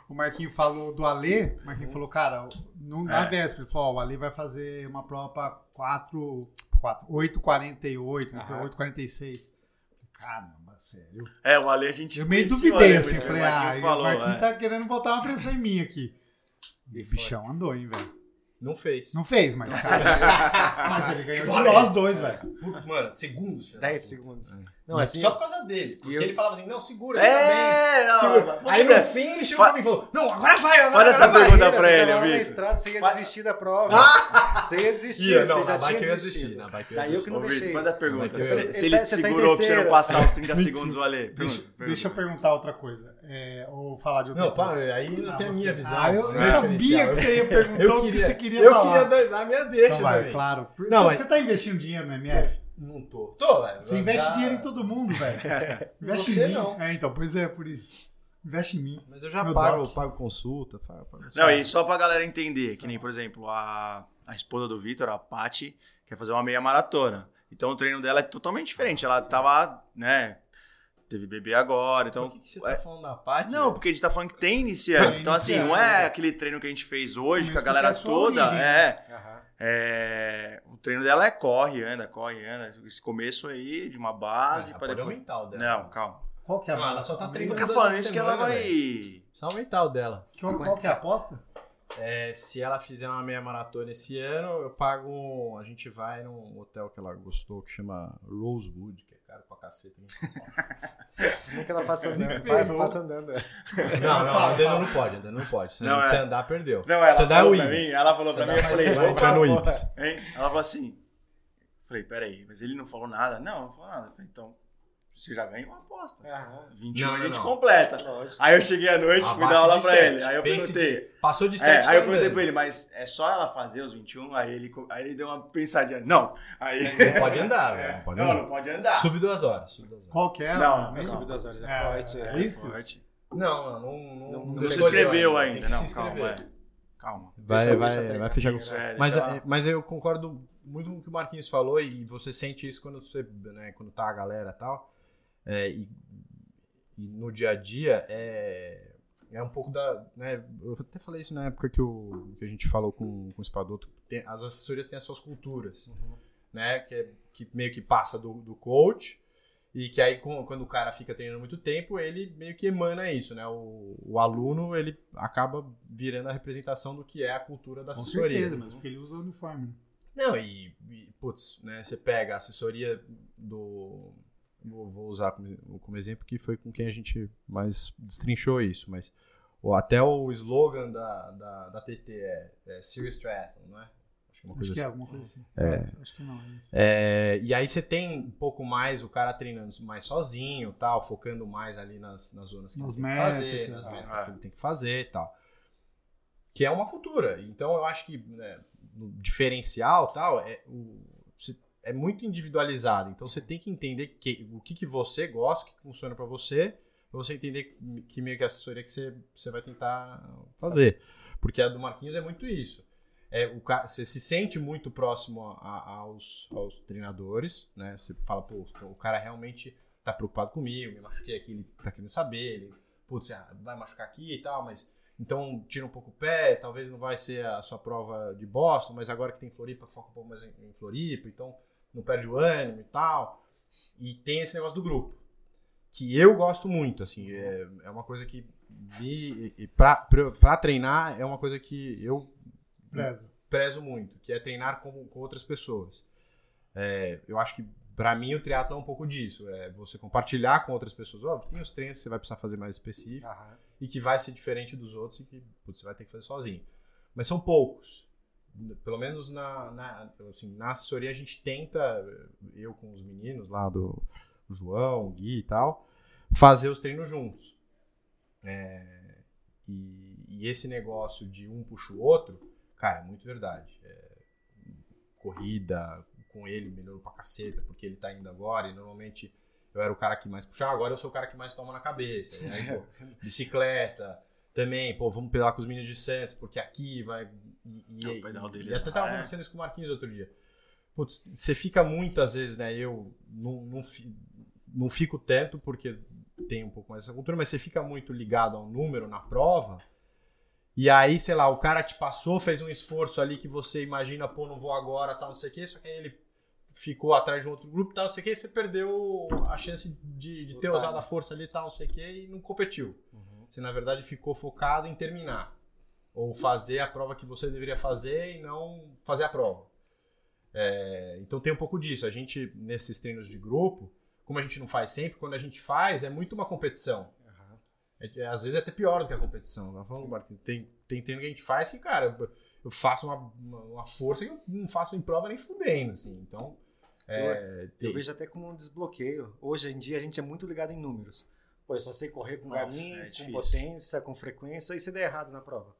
[SPEAKER 1] O Marquinho falou do Alê. O Marquinho falou, cara, no- na véspera, ele falou: ó, o Alê vai fazer uma prova 4. 4 8,48, uma
[SPEAKER 4] Aham.
[SPEAKER 1] prova 8,46. Caramba, sério.
[SPEAKER 5] É, o Ale a gente.
[SPEAKER 1] Eu meio
[SPEAKER 5] conheceu
[SPEAKER 1] duvidei,
[SPEAKER 5] o Ale,
[SPEAKER 1] assim.
[SPEAKER 5] porque
[SPEAKER 1] Falei,
[SPEAKER 5] o
[SPEAKER 1] ah,
[SPEAKER 5] Marquinho falou,
[SPEAKER 1] o Marquinho
[SPEAKER 5] é.
[SPEAKER 1] tá querendo botar uma pressão em mim aqui. E
[SPEAKER 4] E
[SPEAKER 1] o
[SPEAKER 4] foi.
[SPEAKER 1] bichão andou, hein, velho.
[SPEAKER 2] Não fez.
[SPEAKER 1] Não fez, mas, cara. mas ele
[SPEAKER 2] Tipo,
[SPEAKER 1] ganhou de nós dois, velho.
[SPEAKER 2] Por- Mano, segundos.
[SPEAKER 1] Tá
[SPEAKER 2] filho da
[SPEAKER 4] 10
[SPEAKER 2] puta.
[SPEAKER 4] segundos.
[SPEAKER 2] É.
[SPEAKER 4] Não, assim,
[SPEAKER 2] Só por causa dele. Porque
[SPEAKER 4] eu-
[SPEAKER 2] ele falava assim, não, segura, segura
[SPEAKER 5] É, não,
[SPEAKER 2] Segura.
[SPEAKER 5] vamos
[SPEAKER 2] Aí
[SPEAKER 5] fazer.
[SPEAKER 2] no fim ele chegou
[SPEAKER 5] Fa-
[SPEAKER 2] pra mim e falou, não, agora vai, agora
[SPEAKER 5] Faz essa
[SPEAKER 2] vai.
[SPEAKER 5] pergunta pra
[SPEAKER 4] você
[SPEAKER 5] ele,
[SPEAKER 4] tava lá na
[SPEAKER 5] Vitor.
[SPEAKER 4] estrada, você ia
[SPEAKER 2] Faz-
[SPEAKER 4] desistir da prova. Você ia desistir,
[SPEAKER 2] Ih, Não,
[SPEAKER 4] você
[SPEAKER 2] na
[SPEAKER 4] já
[SPEAKER 2] bike
[SPEAKER 4] tinha
[SPEAKER 2] eu ia desistir.
[SPEAKER 4] desistido.
[SPEAKER 2] Na bike eu ia
[SPEAKER 4] Daí eu
[SPEAKER 2] desistir.
[SPEAKER 4] que não
[SPEAKER 5] Ô, Vitor,
[SPEAKER 4] deixei.
[SPEAKER 5] Faz a pergunta.
[SPEAKER 2] Ele-
[SPEAKER 5] Se
[SPEAKER 4] ele
[SPEAKER 5] ele, se ele
[SPEAKER 4] tá-
[SPEAKER 5] te
[SPEAKER 4] você tá em
[SPEAKER 5] segurou pra você não
[SPEAKER 4] terceiro.
[SPEAKER 5] passar os 30 segundos, o Ale.
[SPEAKER 1] Deixa,
[SPEAKER 5] Pergunta,
[SPEAKER 1] deixa eu perguntar outra coisa. É, ou falar de outra
[SPEAKER 2] Não,
[SPEAKER 1] coisa.
[SPEAKER 2] para, aí não
[SPEAKER 1] Ah,
[SPEAKER 2] tem a
[SPEAKER 1] você-
[SPEAKER 2] minha visão.
[SPEAKER 1] Ah, eu, eu
[SPEAKER 2] né,
[SPEAKER 1] sabia que
[SPEAKER 2] diferencial.
[SPEAKER 1] você ia perguntar
[SPEAKER 2] Eu
[SPEAKER 1] Então, o que
[SPEAKER 2] queria-
[SPEAKER 1] você queria
[SPEAKER 2] Eu
[SPEAKER 1] falar.
[SPEAKER 2] queria dar, dar a minha deixa
[SPEAKER 1] então vai,
[SPEAKER 2] também.
[SPEAKER 1] claro.
[SPEAKER 2] Não,
[SPEAKER 1] você,
[SPEAKER 2] mas-
[SPEAKER 1] você tá investindo dinheiro no MF?
[SPEAKER 2] Não tô. Tô, velho.
[SPEAKER 1] Você investe
[SPEAKER 2] Dá-
[SPEAKER 1] dinheiro em todo mundo, velho. Investe
[SPEAKER 2] Você
[SPEAKER 1] em mim.
[SPEAKER 2] não.
[SPEAKER 1] É, então, pois é, por isso. Investe em mim.
[SPEAKER 2] Mas eu já
[SPEAKER 1] Meu
[SPEAKER 2] pago,
[SPEAKER 1] doc.
[SPEAKER 2] pago consulta, pago, pago
[SPEAKER 5] Não, e só pra galera entender, que nem, por exemplo, a, a esposa do Vitor, a Paty, quer fazer uma meia maratona. Então o treino dela é totalmente diferente. Ela tava, né, teve bebê agora,
[SPEAKER 2] Então,
[SPEAKER 5] então...
[SPEAKER 2] Por que, que você tá falando da parte?
[SPEAKER 5] Não, porque a gente tá falando que tem iniciantes.
[SPEAKER 1] Tem
[SPEAKER 5] Então, assim, não é
[SPEAKER 1] iniciantes.
[SPEAKER 5] aquele treino que a gente fez hoje,
[SPEAKER 1] Mas
[SPEAKER 5] que a galera
[SPEAKER 1] porque é a sua
[SPEAKER 5] toda...
[SPEAKER 1] origem,
[SPEAKER 5] É,
[SPEAKER 4] Aham.
[SPEAKER 5] É, o treino dela é corre, anda, corre, anda. Esse começo aí de uma base
[SPEAKER 2] Ah,
[SPEAKER 5] pra
[SPEAKER 2] pode
[SPEAKER 5] depois.
[SPEAKER 2] aumentar o dela.
[SPEAKER 5] Não, calma.
[SPEAKER 1] Qual que é a
[SPEAKER 2] Não, ela só tá
[SPEAKER 1] a-
[SPEAKER 2] treinando.
[SPEAKER 5] Porque
[SPEAKER 2] Duas
[SPEAKER 5] falando
[SPEAKER 2] vezes
[SPEAKER 5] isso
[SPEAKER 2] por
[SPEAKER 5] que ela
[SPEAKER 2] semana,
[SPEAKER 5] vai.
[SPEAKER 2] Precisa aumentar o dela.
[SPEAKER 1] Qual, qual que é a aposta?
[SPEAKER 2] É, se ela fizer uma meia maratona esse ano, eu pago. um- A gente vai num hotel que ela gostou, que chama Rosewood, que é caro pra caceta.
[SPEAKER 4] Como é que ela faz andando? Faz,
[SPEAKER 1] Ferrou.
[SPEAKER 4] faz andando. é.
[SPEAKER 2] Não, não, a Dana não pode, a Dana não pode. Se
[SPEAKER 5] Não,
[SPEAKER 2] você
[SPEAKER 5] é.
[SPEAKER 2] andar, perdeu.
[SPEAKER 5] Não, ela
[SPEAKER 2] você dá
[SPEAKER 5] falou
[SPEAKER 2] o
[SPEAKER 5] pra
[SPEAKER 2] Ibis.
[SPEAKER 5] mim, ela falou
[SPEAKER 2] Você
[SPEAKER 5] pra mim,
[SPEAKER 2] dá-
[SPEAKER 5] eu falei,
[SPEAKER 2] vai entrar no Ibis.
[SPEAKER 5] Hein? Ela falou assim. Eu falei, peraí, mas ele não falou nada? Não, não falou nada. Eu falei, então, você já ganhou uma aposta.
[SPEAKER 4] Aham.
[SPEAKER 5] 21
[SPEAKER 2] Não,
[SPEAKER 5] a
[SPEAKER 2] não,
[SPEAKER 5] gente
[SPEAKER 2] não.
[SPEAKER 5] completa.
[SPEAKER 4] Lógico.
[SPEAKER 5] Aí eu cheguei à noite, fui
[SPEAKER 2] Abaixo
[SPEAKER 5] dar aula
[SPEAKER 2] de
[SPEAKER 5] pra
[SPEAKER 2] sete.
[SPEAKER 5] ele. Aí eu
[SPEAKER 2] Pense
[SPEAKER 5] perguntei.
[SPEAKER 2] Passou de 7
[SPEAKER 5] É, aí eu perguntei pra ele, mas é só ela fazer os 21? Aí ele, co- aí ele deu uma pensadinha. Não. Aí. É.
[SPEAKER 2] Não pode andar, velho. Não pode
[SPEAKER 5] Não,
[SPEAKER 2] andar.
[SPEAKER 5] não pode andar.
[SPEAKER 2] Sub duas horas. Sub duas horas.
[SPEAKER 1] Qual que é?
[SPEAKER 5] Não,
[SPEAKER 1] a-
[SPEAKER 5] não,
[SPEAKER 4] Mas subir duas horas é, forte.
[SPEAKER 1] É
[SPEAKER 4] é.
[SPEAKER 1] isso?
[SPEAKER 5] Forte.
[SPEAKER 2] Não, não, não,
[SPEAKER 4] Não
[SPEAKER 5] Não se
[SPEAKER 2] escolheu
[SPEAKER 5] inscreveu
[SPEAKER 2] ainda, tem
[SPEAKER 5] ainda.
[SPEAKER 2] que se
[SPEAKER 5] Não,
[SPEAKER 2] inscrever.
[SPEAKER 5] calma. é. Calma.
[SPEAKER 2] Vai,
[SPEAKER 4] Deixa eu-
[SPEAKER 2] vai,
[SPEAKER 4] deixa eu treinar
[SPEAKER 2] vai fechar com
[SPEAKER 4] primeiro,
[SPEAKER 5] é,
[SPEAKER 2] mas,
[SPEAKER 5] deixa lá.
[SPEAKER 2] é, mas eu concordo muito com o que o Marquinhos falou e você sente isso quando você, né, quando tá a galera e tal. É, e, e no dia a dia é, é um pouco da, né, eu até falei isso na época que, o, que a gente falou com, com o Espadoto, tem- as assessorias têm as suas culturas, né, que, é- que meio que passa do, do coach e que aí com- quando o cara fica treinando muito tempo, ele meio que emana isso, né, o, o aluno ele acaba virando a representação do que é a cultura da
[SPEAKER 1] Com
[SPEAKER 2] assessoria.
[SPEAKER 1] certeza, mas porque ele usa o uniforme.
[SPEAKER 2] Não, e, e, putz, né? Você pega a assessoria do. Vou vou usar como, como exemplo que foi com quem a gente mais destrinchou isso, mas o- até o slogan da, da, da TT é, é Serious Triathlon, não é? Acho que é uma
[SPEAKER 1] Acho
[SPEAKER 2] coisa
[SPEAKER 1] que é
[SPEAKER 2] assim.
[SPEAKER 1] alguma coisa assim. É. Acho que não, é isso.
[SPEAKER 2] É, e aí você tem um pouco mais o cara treinando mais sozinho, tal, focando mais ali nas, nas zonas que
[SPEAKER 1] Nas
[SPEAKER 2] ele tem que
[SPEAKER 1] métricas,
[SPEAKER 2] fazer, nas
[SPEAKER 1] ah,
[SPEAKER 2] métricas que
[SPEAKER 5] é.
[SPEAKER 2] ele tem que fazer e tal. Que é uma cultura. Então eu acho que né, no diferencial tal é, o, se- é muito individualizado. Então você tem que entender que, o que, que você gosta, o que funciona pra você, pra você entender que meio que a assessoria que você, você vai tentar fazer. Porque a do Marquinhos é muito isso é, o ca- você se sente muito próximo a- a- aos, aos treinadores, né? Você fala, pô, o cara realmente tá preocupado comigo, me machuquei aqui, ele tá querendo saber, ele, putz, ah, vai machucar aqui e tal, mas então tira um pouco o pé, talvez não vai ser a sua prova de Boston, mas agora que tem Floripa, foca um pouco mais em, em Floripa, então não perde o ânimo e tal. E tem esse negócio do grupo, que eu gosto muito, assim, é, é uma coisa que me, e- e pra, pra, pra treinar é uma coisa que eu
[SPEAKER 1] Preza.
[SPEAKER 2] prezo muito, que é treinar com, com outras pessoas. É, eu acho que para mim o triatlo é um pouco disso, é você compartilhar com outras pessoas. Óbvio, tem os treinos que você vai precisar fazer mais específico
[SPEAKER 4] Aham.
[SPEAKER 2] e que vai ser diferente dos outros e que putz, você vai ter que fazer sozinho. Mas são poucos. Pelo menos na, na, assim, na assessoria a gente tenta, eu com os meninos lá do o João, o Gui e tal, fazer os treinos juntos. É, e, e esse negócio de um puxa o outro, cara, é muito verdade. É, corrida com ele melhorou pra caceta, porque ele tá indo agora e normalmente eu era o cara que mais puxava, ah, agora eu sou o cara que mais toma na cabeça. E aí, pô, bicicleta também, pô, vamos pedalar com os meninos de Santos, porque aqui vai. E, e-
[SPEAKER 5] É, o pedal deles
[SPEAKER 2] e até
[SPEAKER 5] lá,
[SPEAKER 2] tava
[SPEAKER 5] é.
[SPEAKER 2] conversando isso com o Marquinhos outro dia. Putz, você fica muitas vezes, né? Eu não, não, fi- não fico tanto porque tem um pouco mais essa cultura, mas você fica muito ligado ao número na prova. E aí, sei lá, o cara te passou, fez um esforço ali que você imagina, pô, não vou agora, tal, não sei o quê, só que aí ele ficou atrás de um outro grupo, tal, não sei o quê, você perdeu a chance de, de
[SPEAKER 4] Do
[SPEAKER 2] ter
[SPEAKER 4] time.
[SPEAKER 2] usado a força ali, tal, não sei o quê, e não competiu.
[SPEAKER 4] Uhum.
[SPEAKER 2] Você, na verdade, ficou focado em terminar. Ou fazer a prova que você deveria fazer e não fazer a prova. É, então tem um pouco disso. A gente, nesses treinos de grupo, como a gente não faz sempre, quando a gente faz, é muito uma competição.
[SPEAKER 4] Aham.
[SPEAKER 2] É- é- às vezes é até pior do que a competição. Tá falando, Marquinhos? Tem, tem treino que a gente faz que, cara, eu faço uma, uma, uma força que eu não faço em prova nem fudendo, assim. Então, é,
[SPEAKER 4] Eu
[SPEAKER 2] tem-
[SPEAKER 4] vejo até como um desbloqueio. Hoje em dia a gente é muito ligado em números. Pô, eu só sei correr com
[SPEAKER 5] Nossa,
[SPEAKER 4] caminho,
[SPEAKER 5] é
[SPEAKER 4] com
[SPEAKER 5] difícil.
[SPEAKER 4] potência, com frequência, e se der errado na prova.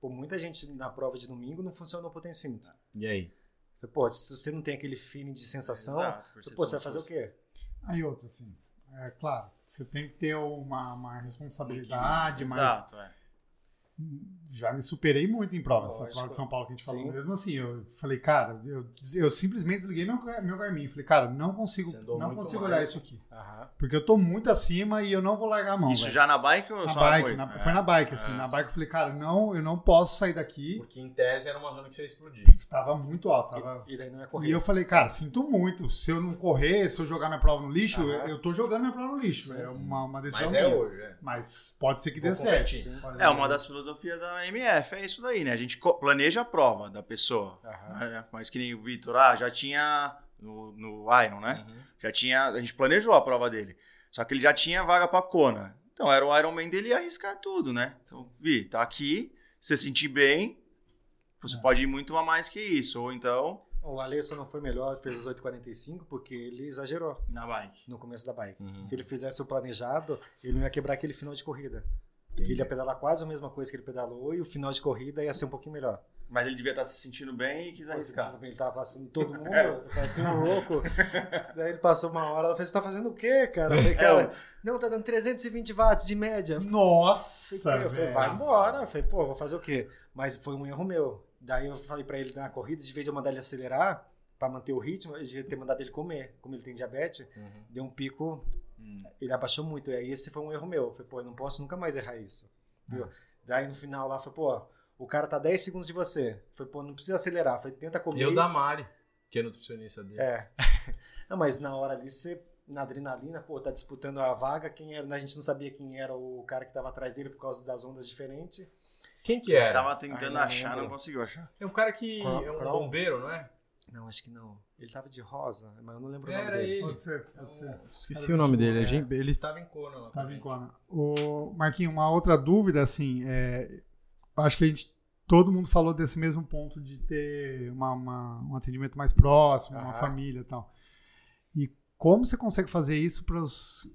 [SPEAKER 4] Pô, muita gente na prova de domingo não funciona o potencímetro.
[SPEAKER 2] E aí?
[SPEAKER 4] Pô, se você não tem aquele feeling de sensação,
[SPEAKER 5] Exato, percepção
[SPEAKER 4] pô, você vai
[SPEAKER 5] de
[SPEAKER 4] fazer o
[SPEAKER 5] força.
[SPEAKER 4] quê?
[SPEAKER 1] Aí outra, assim. É claro, você tem que ter uma, uma responsabilidade, mas
[SPEAKER 5] Exato, é.
[SPEAKER 1] já me superei muito em prova. Essa
[SPEAKER 4] Lógico.
[SPEAKER 1] prova de São Paulo que a gente falou
[SPEAKER 4] Sim.
[SPEAKER 1] mesmo assim, eu falei, cara, eu, eu simplesmente desliguei meu, meu Garmin. Falei, cara, não consigo,
[SPEAKER 2] Você andou
[SPEAKER 1] não
[SPEAKER 2] muito
[SPEAKER 1] consigo
[SPEAKER 2] mais.
[SPEAKER 1] olhar isso aqui.
[SPEAKER 4] Aham.
[SPEAKER 1] Porque eu tô muito acima e eu não vou largar a mão.
[SPEAKER 5] Isso
[SPEAKER 1] velho.
[SPEAKER 5] já É. na bike ou
[SPEAKER 1] na
[SPEAKER 5] só
[SPEAKER 1] bike,
[SPEAKER 5] na
[SPEAKER 1] na-
[SPEAKER 5] corrida?
[SPEAKER 1] foi na bike, assim. Na bike eu falei, cara, não, eu não posso sair daqui.
[SPEAKER 2] Porque em tese era uma zona que você ia explodir.
[SPEAKER 1] Tava muito alto, tava
[SPEAKER 4] E, e daí não ia
[SPEAKER 1] E
[SPEAKER 4] correr.
[SPEAKER 1] eu falei, cara, sinto muito. Se eu não correr, se eu jogar minha prova no lixo,
[SPEAKER 4] Aham.
[SPEAKER 1] eu, eu tô jogando minha prova no lixo.
[SPEAKER 4] Sim.
[SPEAKER 1] É uma, uma decisão
[SPEAKER 2] Mas é
[SPEAKER 1] minha.
[SPEAKER 2] hoje,
[SPEAKER 4] Né?
[SPEAKER 2] é.
[SPEAKER 1] Mas pode ser que
[SPEAKER 2] Vou
[SPEAKER 1] dê certo.
[SPEAKER 2] competir.
[SPEAKER 4] Sim.
[SPEAKER 1] Pode-
[SPEAKER 5] É uma das filosofias da MF, é isso daí, né? A gente co- planeja a prova da pessoa.
[SPEAKER 4] Aham.
[SPEAKER 5] né? Mas que nem o Vitor, ah, já tinha no, no Iron, né?
[SPEAKER 2] Uhum.
[SPEAKER 5] Já tinha, a gente planejou a prova dele. Só que ele já tinha vaga pra Kona. Então era o Iron Man dele ia arriscar tudo, né? Então, Vi, tá aqui, se você sentir bem, você pode ir muito a mais que isso. Ou então,
[SPEAKER 4] O Alesso não foi melhor, fez os 8,45 porque ele exagerou
[SPEAKER 5] na bike.
[SPEAKER 4] no começo da bike.
[SPEAKER 2] Uhum.
[SPEAKER 4] Se ele fizesse o planejado, ele não ia quebrar aquele final de corrida. Ele ia pedalar quase a mesma coisa que ele pedalou e o final de corrida ia ser um pouquinho melhor.
[SPEAKER 5] Mas ele devia estar se sentindo bem e quis
[SPEAKER 4] Pô,
[SPEAKER 5] arriscar.
[SPEAKER 4] sentindo que Ele tava passando todo mundo, parecia um louco. Daí ele passou uma hora, ela fez, você tá fazendo o quê, cara? Eu falei, cara, não, tá dando 320 watts de média. Eu
[SPEAKER 1] Nossa!
[SPEAKER 4] falei, eu falei,
[SPEAKER 1] velho.
[SPEAKER 4] vai embora. Eu falei, pô, vou fazer o quê? Mas foi um erro meu. Daí eu falei pra ele na corrida, de vez de eu mandar ele acelerar, pra manter o ritmo, eu devia ter mandado ele comer. Como ele tem diabetes,
[SPEAKER 2] Uhum.
[SPEAKER 4] deu um pico,
[SPEAKER 5] Hum.
[SPEAKER 4] ele abaixou muito. E aí esse foi um erro meu. Eu falei, pô, eu não posso nunca mais errar isso. Viu? Daí no final lá, eu falei, pô, o cara tá 10 segundos de você. Eu falei, pô, não precisa acelerar. Eu falei, tenta comer.
[SPEAKER 2] Eu da Mari, que é nutricionista dele.
[SPEAKER 4] É. Não, mas na hora ali você, na adrenalina, pô, tá disputando a vaga, quem era, a gente não sabia quem era o cara que tava atrás dele por causa das ondas diferentes.
[SPEAKER 2] Quem que é.
[SPEAKER 5] A gente
[SPEAKER 2] era?
[SPEAKER 5] tava tentando
[SPEAKER 4] Ai, não
[SPEAKER 5] achar, não
[SPEAKER 4] lembro.
[SPEAKER 5] conseguiu achar.
[SPEAKER 2] É um cara que
[SPEAKER 4] Cro-
[SPEAKER 2] é um
[SPEAKER 4] Crow?
[SPEAKER 2] bombeiro, não é?
[SPEAKER 4] Não, acho que não. Ele tava de rosa, mas eu não lembro o nome
[SPEAKER 2] Era
[SPEAKER 4] dele.
[SPEAKER 2] ele.
[SPEAKER 1] Pode ser,
[SPEAKER 2] Eu
[SPEAKER 1] pode ser.
[SPEAKER 2] Esqueci o nome dele.
[SPEAKER 4] É.
[SPEAKER 2] a gente- Ele Então, tava em Kona lá.
[SPEAKER 1] Tá
[SPEAKER 2] também.
[SPEAKER 1] brincando. O Marquinho, uma outra dúvida, assim, é, acho que a gente, todo mundo falou desse mesmo ponto de ter uma, uma- um atendimento mais próximo, uma
[SPEAKER 4] Aham.
[SPEAKER 1] família e tal. E como você consegue fazer isso para as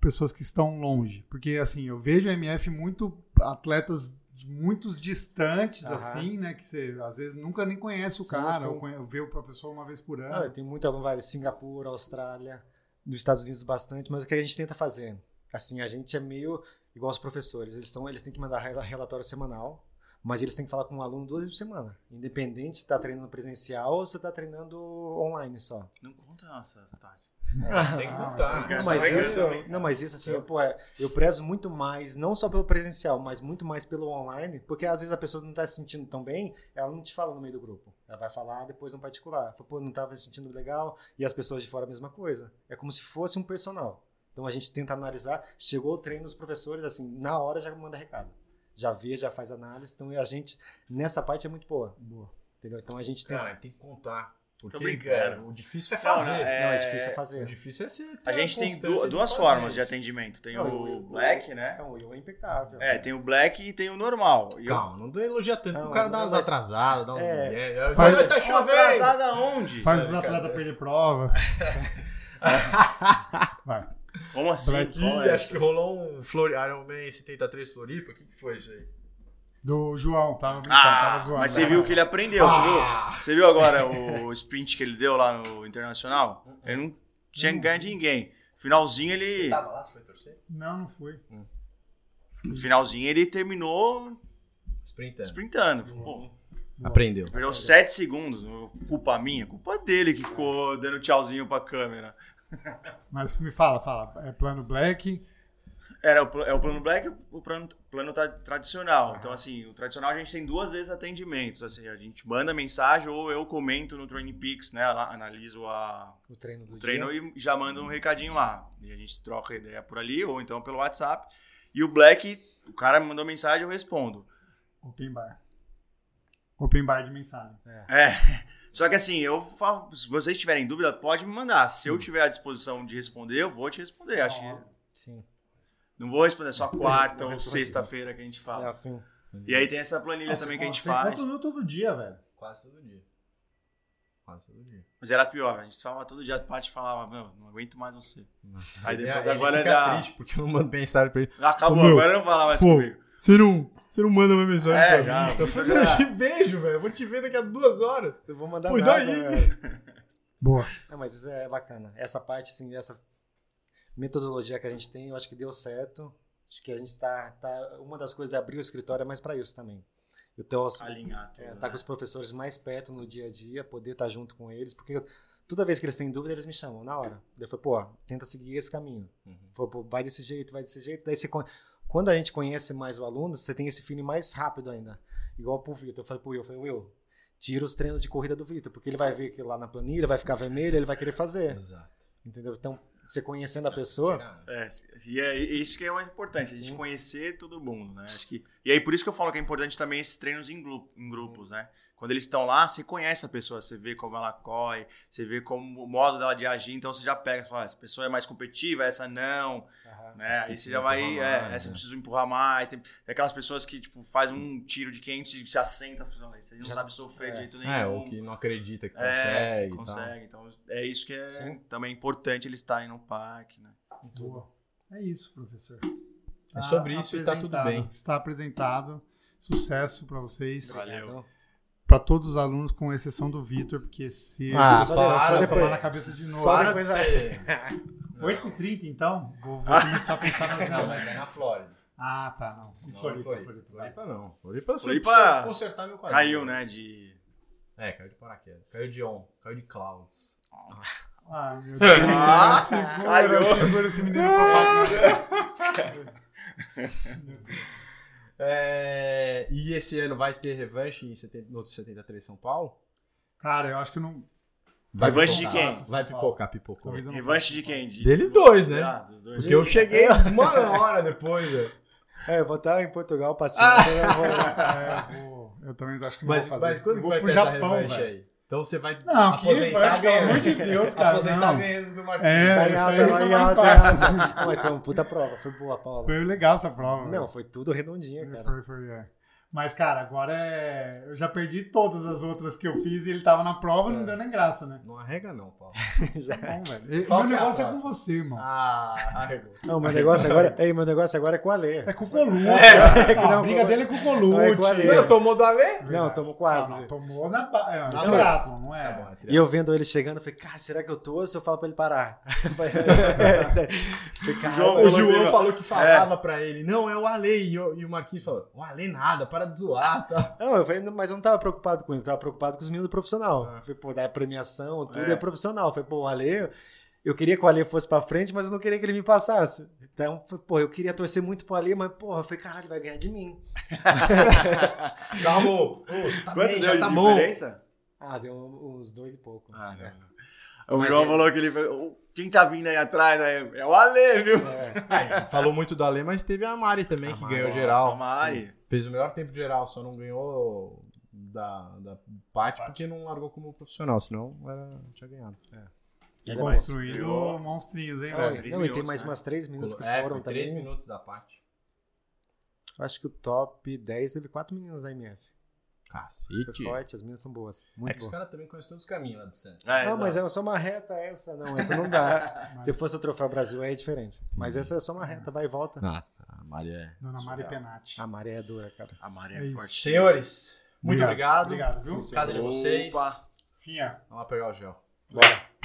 [SPEAKER 1] pessoas que estão longe? Porque, assim, eu vejo a MF muito atletas de muitos distantes,
[SPEAKER 4] Aham.
[SPEAKER 1] assim, né? Que você, às vezes, nunca nem conhece o
[SPEAKER 4] Sim,
[SPEAKER 1] cara,
[SPEAKER 4] sim.
[SPEAKER 1] ou conhe- vê a pessoa uma vez por ano.
[SPEAKER 4] Ah, tem muito aluno, vai de Singapura, Austrália, dos Estados Unidos bastante, mas o que a gente tenta fazer? Assim, a gente é meio igual os professores, eles, são, eles têm que mandar rela- relatório semanal, mas eles têm que falar com o aluno duas vezes por semana, independente se está treinando presencial ou se está treinando online só.
[SPEAKER 5] Não conta nossas táticas.
[SPEAKER 2] Tem que
[SPEAKER 1] Ah,
[SPEAKER 2] contar.
[SPEAKER 4] Não,
[SPEAKER 5] Cara,
[SPEAKER 4] mas
[SPEAKER 5] tá
[SPEAKER 4] isso,
[SPEAKER 5] legal.
[SPEAKER 4] não, mas isso assim, pô, é, eu prezo muito mais, não só pelo presencial, mas muito mais pelo online, porque às vezes a pessoa não tá se sentindo tão bem, ela não te fala no meio do grupo. Ela vai falar depois no particular. Fala, Pô, não tava se sentindo legal, e as pessoas de fora a mesma coisa. É como se fosse um personal. Então a gente tenta analisar, chegou o treino dos professores, assim, na hora já manda recado. Já vê, já faz análise, então a gente, nessa parte é muito boa. Boa. Entendeu? Então a gente tenta.
[SPEAKER 2] Cara, tem que contar.
[SPEAKER 5] Tô
[SPEAKER 2] Porque,
[SPEAKER 5] brincando.
[SPEAKER 2] cara, o difícil é
[SPEAKER 5] Não,
[SPEAKER 2] fazer.
[SPEAKER 5] não,
[SPEAKER 2] Não,
[SPEAKER 5] é-
[SPEAKER 4] não, é difícil
[SPEAKER 2] O
[SPEAKER 4] fazer.
[SPEAKER 2] difícil é ser.
[SPEAKER 5] A gente tem
[SPEAKER 2] constância
[SPEAKER 5] du-
[SPEAKER 2] de
[SPEAKER 5] duas
[SPEAKER 2] fazer
[SPEAKER 5] formas de
[SPEAKER 2] isso.
[SPEAKER 5] atendimento. Tem
[SPEAKER 4] Não,
[SPEAKER 5] o
[SPEAKER 4] eu-
[SPEAKER 5] Black, né?
[SPEAKER 4] Não, eu é impecável.
[SPEAKER 5] É, tem o Black e tem o normal. E eu-
[SPEAKER 2] Calma, não dá elogia tanto.
[SPEAKER 4] Não,
[SPEAKER 2] o cara dá umas
[SPEAKER 4] mas-
[SPEAKER 2] atrasadas, dá umas
[SPEAKER 4] É.
[SPEAKER 2] mulheres.
[SPEAKER 1] Faz-
[SPEAKER 2] Mas tá
[SPEAKER 5] Uma
[SPEAKER 2] chovendo!
[SPEAKER 5] atrasada onde?
[SPEAKER 1] Faz os
[SPEAKER 2] cara,
[SPEAKER 1] atletas perder prova. Vai.
[SPEAKER 5] Como assim?
[SPEAKER 1] Black,
[SPEAKER 5] Qual
[SPEAKER 2] Ih,
[SPEAKER 5] é
[SPEAKER 2] acho
[SPEAKER 5] essa?
[SPEAKER 2] que rolou um Flor... Iron Man 73 Floripa. O que, que foi isso aí?
[SPEAKER 1] Do João, tava brincando,
[SPEAKER 5] Ah,
[SPEAKER 1] tava zoando.
[SPEAKER 5] mas
[SPEAKER 1] né?
[SPEAKER 5] você viu que ele aprendeu, você viu?
[SPEAKER 2] Ah!
[SPEAKER 5] Você viu agora o sprint que ele deu lá no Internacional? Ele não tinha que ganhar de ninguém. Finalzinho ele.
[SPEAKER 2] Tava lá, você foi torcer?
[SPEAKER 1] Não, não fui.
[SPEAKER 5] No finalzinho ele terminou
[SPEAKER 1] Tá.
[SPEAKER 2] Sprintando.
[SPEAKER 5] sprintando. Pô,
[SPEAKER 2] Aprendeu.
[SPEAKER 5] perdeu 7 segundos. Culpa minha, culpa dele que ficou dando tchauzinho pra câmera.
[SPEAKER 1] Mas me fala, fala. É plano black.
[SPEAKER 5] Era o, pl- é o plano black e o plano, plano tra- tradicional. Então, assim, o tradicional a gente tem duas vezes atendimentos. Assim, a gente manda mensagem ou eu comento no Training Peaks, né? lá analiso a,
[SPEAKER 4] O treino do
[SPEAKER 5] o treino e já manda um
[SPEAKER 2] Uhum.
[SPEAKER 5] recadinho lá. E a gente troca ideia por ali ou então pelo WhatsApp. E o black, o cara me mandou mensagem, eu respondo.
[SPEAKER 1] Open bar. Open bar de mensagem.
[SPEAKER 5] É. Só que assim, eu falo, se vocês tiverem dúvida, pode me mandar. Se eu
[SPEAKER 2] Uhum.
[SPEAKER 5] tiver à disposição de responder, eu vou te responder. Acho que
[SPEAKER 4] Sim.
[SPEAKER 5] não vou responder é só quarta ou sexta-feira que a gente
[SPEAKER 4] É
[SPEAKER 5] fala.
[SPEAKER 4] assim.
[SPEAKER 5] E aí tem essa planilha também que a gente
[SPEAKER 2] assim,
[SPEAKER 1] Você
[SPEAKER 5] faz.
[SPEAKER 1] encontra no todo dia, velho.
[SPEAKER 2] Quase todo dia. Quase todo dia.
[SPEAKER 5] Mas era pior, a gente salva todo dia a parte e falava, não, não aguento mais você. Aí depois
[SPEAKER 2] ele
[SPEAKER 5] agora
[SPEAKER 2] Uhum. É, fica
[SPEAKER 5] já.
[SPEAKER 2] triste porque eu não mando mensagem pra ele.
[SPEAKER 5] Acabou,
[SPEAKER 2] Ô, meu,
[SPEAKER 5] agora não fala mais
[SPEAKER 2] pô,
[SPEAKER 5] comigo.
[SPEAKER 2] Você não, você não manda mais mensagem
[SPEAKER 5] É,
[SPEAKER 2] pra
[SPEAKER 5] já,
[SPEAKER 2] mim. Eu
[SPEAKER 5] Vitor
[SPEAKER 2] falei,
[SPEAKER 5] já-
[SPEAKER 2] eu te vejo, velho. Eu vou te ver daqui a duas horas.
[SPEAKER 4] Eu vou mandar
[SPEAKER 2] Pô, e
[SPEAKER 4] nada,
[SPEAKER 2] daí?
[SPEAKER 4] velho.
[SPEAKER 1] Boa.
[SPEAKER 4] Não, mas isso é bacana. Essa parte, assim, essa metodologia que a gente tem, eu acho que deu certo. Acho que a gente tá, tá uma das coisas de abrir o escritório é mais para isso também. Eu tenho os-
[SPEAKER 5] Alinhar tudo.
[SPEAKER 4] é,
[SPEAKER 5] né?
[SPEAKER 4] tá com os professores mais perto no dia a dia, poder estar junto com eles, porque eu- toda vez que eles têm dúvida, eles me chamam na hora. Daí eu falo, pô, tenta seguir esse caminho.
[SPEAKER 5] Uhum.
[SPEAKER 4] Falo, pô, vai desse jeito, vai desse jeito. Daí você, con- quando a gente conhece mais o aluno, você tem esse feeling mais rápido ainda. Igual pro Vitor. Eu falei pro Will, eu falei, Will, tira os treinos de corrida do Vitor, porque ele vai ver que lá na planilha vai ficar vermelho, ele vai querer
[SPEAKER 2] É.
[SPEAKER 4] fazer.
[SPEAKER 2] Exato.
[SPEAKER 4] Entendeu? Então, você conhecendo a pessoa.
[SPEAKER 5] É, e é isso que é o mais importante, a gente
[SPEAKER 4] Sim.
[SPEAKER 5] conhecer todo mundo, né? Acho que, e aí por isso que eu falo que é importante também esses treinos em, gru- em grupos, né? Quando eles estão lá, você conhece a pessoa, você vê como ela corre, você vê como o modo dela de agir, então você já pega, você fala, "Ah, essa pessoa é mais competitiva, essa não,
[SPEAKER 4] aham.
[SPEAKER 5] né? Aí
[SPEAKER 2] precisa
[SPEAKER 5] você já vai,
[SPEAKER 2] empurrar
[SPEAKER 5] é,
[SPEAKER 2] mais,
[SPEAKER 5] essa eu
[SPEAKER 2] né?
[SPEAKER 5] preciso empurrar mais, tem tem aquelas pessoas que, tipo, faz um tiro de 500 e se assenta, fala, "Ah, você não
[SPEAKER 4] Já-
[SPEAKER 5] sabe sofrer
[SPEAKER 4] é.
[SPEAKER 5] de jeito nenhum.
[SPEAKER 2] É, ou que não acredita que
[SPEAKER 5] É,
[SPEAKER 2] consegue. e tal.
[SPEAKER 5] consegue, então é isso que é
[SPEAKER 4] Sim.
[SPEAKER 5] também importante eles estarem no parque, né?
[SPEAKER 1] Boa. É isso, professor.
[SPEAKER 2] É sobre isso e tá tudo
[SPEAKER 1] apresentado.
[SPEAKER 2] bem.
[SPEAKER 1] Está apresentado. Sucesso para vocês.
[SPEAKER 5] Valeu.
[SPEAKER 4] Então,
[SPEAKER 1] Para todos os alunos, com exceção do Vitor, porque se
[SPEAKER 2] Ah,
[SPEAKER 1] se-
[SPEAKER 2] para,
[SPEAKER 1] se- se-
[SPEAKER 2] depois-
[SPEAKER 1] tomar na cabeça de novo.
[SPEAKER 4] só
[SPEAKER 1] Para
[SPEAKER 4] depois
[SPEAKER 1] de
[SPEAKER 4] a-
[SPEAKER 1] ser- 8h30, então? Vou, vou começar a pensar nas
[SPEAKER 2] Não,
[SPEAKER 1] aulas.
[SPEAKER 2] mas é na Flórida.
[SPEAKER 1] Ah, tá, não. Em
[SPEAKER 2] Não,
[SPEAKER 1] Floripa,
[SPEAKER 2] Floripa.
[SPEAKER 1] Floripa.
[SPEAKER 2] Floripa não. Floripa, você
[SPEAKER 5] Floripa
[SPEAKER 2] precisa consertar meu quadril.
[SPEAKER 5] Caiu, né, de...
[SPEAKER 2] É, caiu de paraquedas. Caiu de on. Caiu de clouds.
[SPEAKER 1] Ah, meu Deus.
[SPEAKER 5] Ah,
[SPEAKER 1] segura,
[SPEAKER 5] caiu.
[SPEAKER 1] segura esse menino pra
[SPEAKER 2] É, e esse ano vai ter revanche em 70, no 73 São Paulo?
[SPEAKER 1] Cara, eu acho que não.
[SPEAKER 5] Revanche de
[SPEAKER 2] pipocar.
[SPEAKER 5] quem?
[SPEAKER 2] Vai pipocar, pipocou.
[SPEAKER 1] Talvez eu não
[SPEAKER 5] Revanche de quem? De-
[SPEAKER 2] Deles dois, né?
[SPEAKER 5] Ah, dos dois.
[SPEAKER 2] Porque eu cheguei uma hora depois. né?
[SPEAKER 4] É, eu vou estar em Portugal passeando. eu vou-
[SPEAKER 1] É, eu, vou- eu também acho que não
[SPEAKER 2] Mas,
[SPEAKER 1] vou fazer.
[SPEAKER 2] mas quando
[SPEAKER 1] Eu
[SPEAKER 2] que
[SPEAKER 1] vou
[SPEAKER 2] vai ter
[SPEAKER 1] pro
[SPEAKER 2] essa
[SPEAKER 1] Japão,
[SPEAKER 2] revanche
[SPEAKER 1] velho.
[SPEAKER 2] aí? Então você vai
[SPEAKER 1] Não, que
[SPEAKER 2] aposentar
[SPEAKER 1] revanche, pelo amor de
[SPEAKER 2] ganhando.
[SPEAKER 1] Deus, cara.
[SPEAKER 2] Aposentar
[SPEAKER 1] Não.
[SPEAKER 2] ganhando do Marquinhos.
[SPEAKER 1] É,
[SPEAKER 4] Tá em
[SPEAKER 1] isso aí
[SPEAKER 4] alta, tá
[SPEAKER 1] fica
[SPEAKER 4] em
[SPEAKER 1] mais
[SPEAKER 4] alta.
[SPEAKER 1] fácil.
[SPEAKER 4] Não, mas foi uma puta prova, foi boa, Paula.
[SPEAKER 1] Foi legal essa prova.
[SPEAKER 4] Não, foi tudo redondinha,
[SPEAKER 1] É,
[SPEAKER 4] cara.
[SPEAKER 1] Foi, foi, é. Mas, cara, agora é. Eu já perdi todas as outras que eu fiz e ele tava na prova, não
[SPEAKER 2] É.
[SPEAKER 1] deu nem graça, né?
[SPEAKER 2] Não arrega não, Paulo.
[SPEAKER 4] Já.
[SPEAKER 1] Bom, velho.
[SPEAKER 2] Qual
[SPEAKER 1] Meu
[SPEAKER 2] que é a
[SPEAKER 1] negócio é, com
[SPEAKER 2] próxima?
[SPEAKER 1] você, irmão.
[SPEAKER 2] Ah, arregou.
[SPEAKER 4] Não, meu negócio agora, ei, meu negócio agora é com a Lê.
[SPEAKER 1] É com o Colucci. Não, a
[SPEAKER 4] não,
[SPEAKER 1] briga
[SPEAKER 4] com-
[SPEAKER 1] dele é com o
[SPEAKER 4] Não, é com a
[SPEAKER 1] Colucci.
[SPEAKER 4] Lê.
[SPEAKER 2] tomou do Alê?
[SPEAKER 4] Não, tomo
[SPEAKER 1] Ah,
[SPEAKER 4] quase.
[SPEAKER 1] não, tomou na. pa- É,
[SPEAKER 2] Tá
[SPEAKER 1] na
[SPEAKER 2] bom.
[SPEAKER 1] triatlon, não é?
[SPEAKER 2] Tá bom, é
[SPEAKER 4] E eu vendo ele chegando, eu falei, cara, será que eu tô? Se eu falo pra ele parar. Eu falei, cara,
[SPEAKER 5] João,
[SPEAKER 2] O
[SPEAKER 5] Falou
[SPEAKER 2] João
[SPEAKER 5] dele, ó.
[SPEAKER 2] falou que falava pra ele, não, é o Ale. E, o- e o Marquinhos falou, o Ale nada, para de zoar, tá?
[SPEAKER 4] Não, eu falei, não, mas eu não tava preocupado com ele, eu tava preocupado com os meninos do profissional.
[SPEAKER 1] É.
[SPEAKER 4] Eu Falei, pô, da premiação, tudo
[SPEAKER 5] É.
[SPEAKER 4] é, profissional. Eu falei, pô, o Ale, eu queria que o Ale fosse pra frente, mas eu não queria que ele me passasse. Então, eu falei, pô, eu queria torcer muito pro Ale, mas, porra, eu falei, caralho, ele vai ganhar de mim.
[SPEAKER 2] Calma, ô, você tá
[SPEAKER 5] Quanto
[SPEAKER 2] bem,
[SPEAKER 5] deu
[SPEAKER 2] já
[SPEAKER 5] de
[SPEAKER 2] tá bom.
[SPEAKER 5] diferença?
[SPEAKER 4] Ah, deu uns dois e pouco.
[SPEAKER 5] Ah,
[SPEAKER 2] né?
[SPEAKER 5] não. O
[SPEAKER 4] Mas
[SPEAKER 5] João
[SPEAKER 4] é-
[SPEAKER 5] falou que ele falou, "Ô, quem tá vindo aí atrás aí, é o Ale, viu?
[SPEAKER 2] Aí, falou muito do Ale, mas teve a Mari também,
[SPEAKER 4] A
[SPEAKER 2] que
[SPEAKER 4] Mari,
[SPEAKER 2] ganhou
[SPEAKER 4] nossa,
[SPEAKER 2] geral.
[SPEAKER 5] Nossa, Mari.
[SPEAKER 2] Fez o melhor tempo geral, só não ganhou da, da Paty, porque não largou como profissional, senão era, tinha ganhado.
[SPEAKER 4] Ele é mais-
[SPEAKER 1] Construindo
[SPEAKER 5] Ganhou.
[SPEAKER 1] monstrinhos, hein,
[SPEAKER 4] É,
[SPEAKER 1] velho?
[SPEAKER 5] três
[SPEAKER 4] não, e tem
[SPEAKER 5] minutos,
[SPEAKER 4] mais
[SPEAKER 5] né?
[SPEAKER 4] umas três meninas que
[SPEAKER 2] É,
[SPEAKER 4] foram
[SPEAKER 2] foi três
[SPEAKER 4] também.
[SPEAKER 2] minutos da Paty.
[SPEAKER 4] Acho que o top 10 teve quatro meninas da MF. Foi
[SPEAKER 2] Cacete.
[SPEAKER 4] forte, as meninas são boas.
[SPEAKER 2] É
[SPEAKER 4] Muito
[SPEAKER 2] que os
[SPEAKER 4] boas.
[SPEAKER 2] caras também conhecem todos os caminhos lá de Santos.
[SPEAKER 5] É,
[SPEAKER 4] não, mas
[SPEAKER 5] exato.
[SPEAKER 4] é só uma reta essa, não. Essa não dá. Se fosse o Troféu Brasil, aí é diferente. Mas essa é só uma reta, vai e volta.
[SPEAKER 2] Ah, a Mari é...
[SPEAKER 1] Dona Mari
[SPEAKER 2] Surreal.
[SPEAKER 1] Penati.
[SPEAKER 4] A maré é dura, cara.
[SPEAKER 5] A Mari
[SPEAKER 1] É
[SPEAKER 5] é,
[SPEAKER 1] isso.
[SPEAKER 5] forte.
[SPEAKER 2] Senhores, muito
[SPEAKER 1] Obrigado,
[SPEAKER 2] obrigado.
[SPEAKER 1] obrigado, viu?
[SPEAKER 2] Casa de vocês.
[SPEAKER 5] Opa.
[SPEAKER 1] Finha.
[SPEAKER 2] Vamos lá pegar o gel.
[SPEAKER 4] Bora.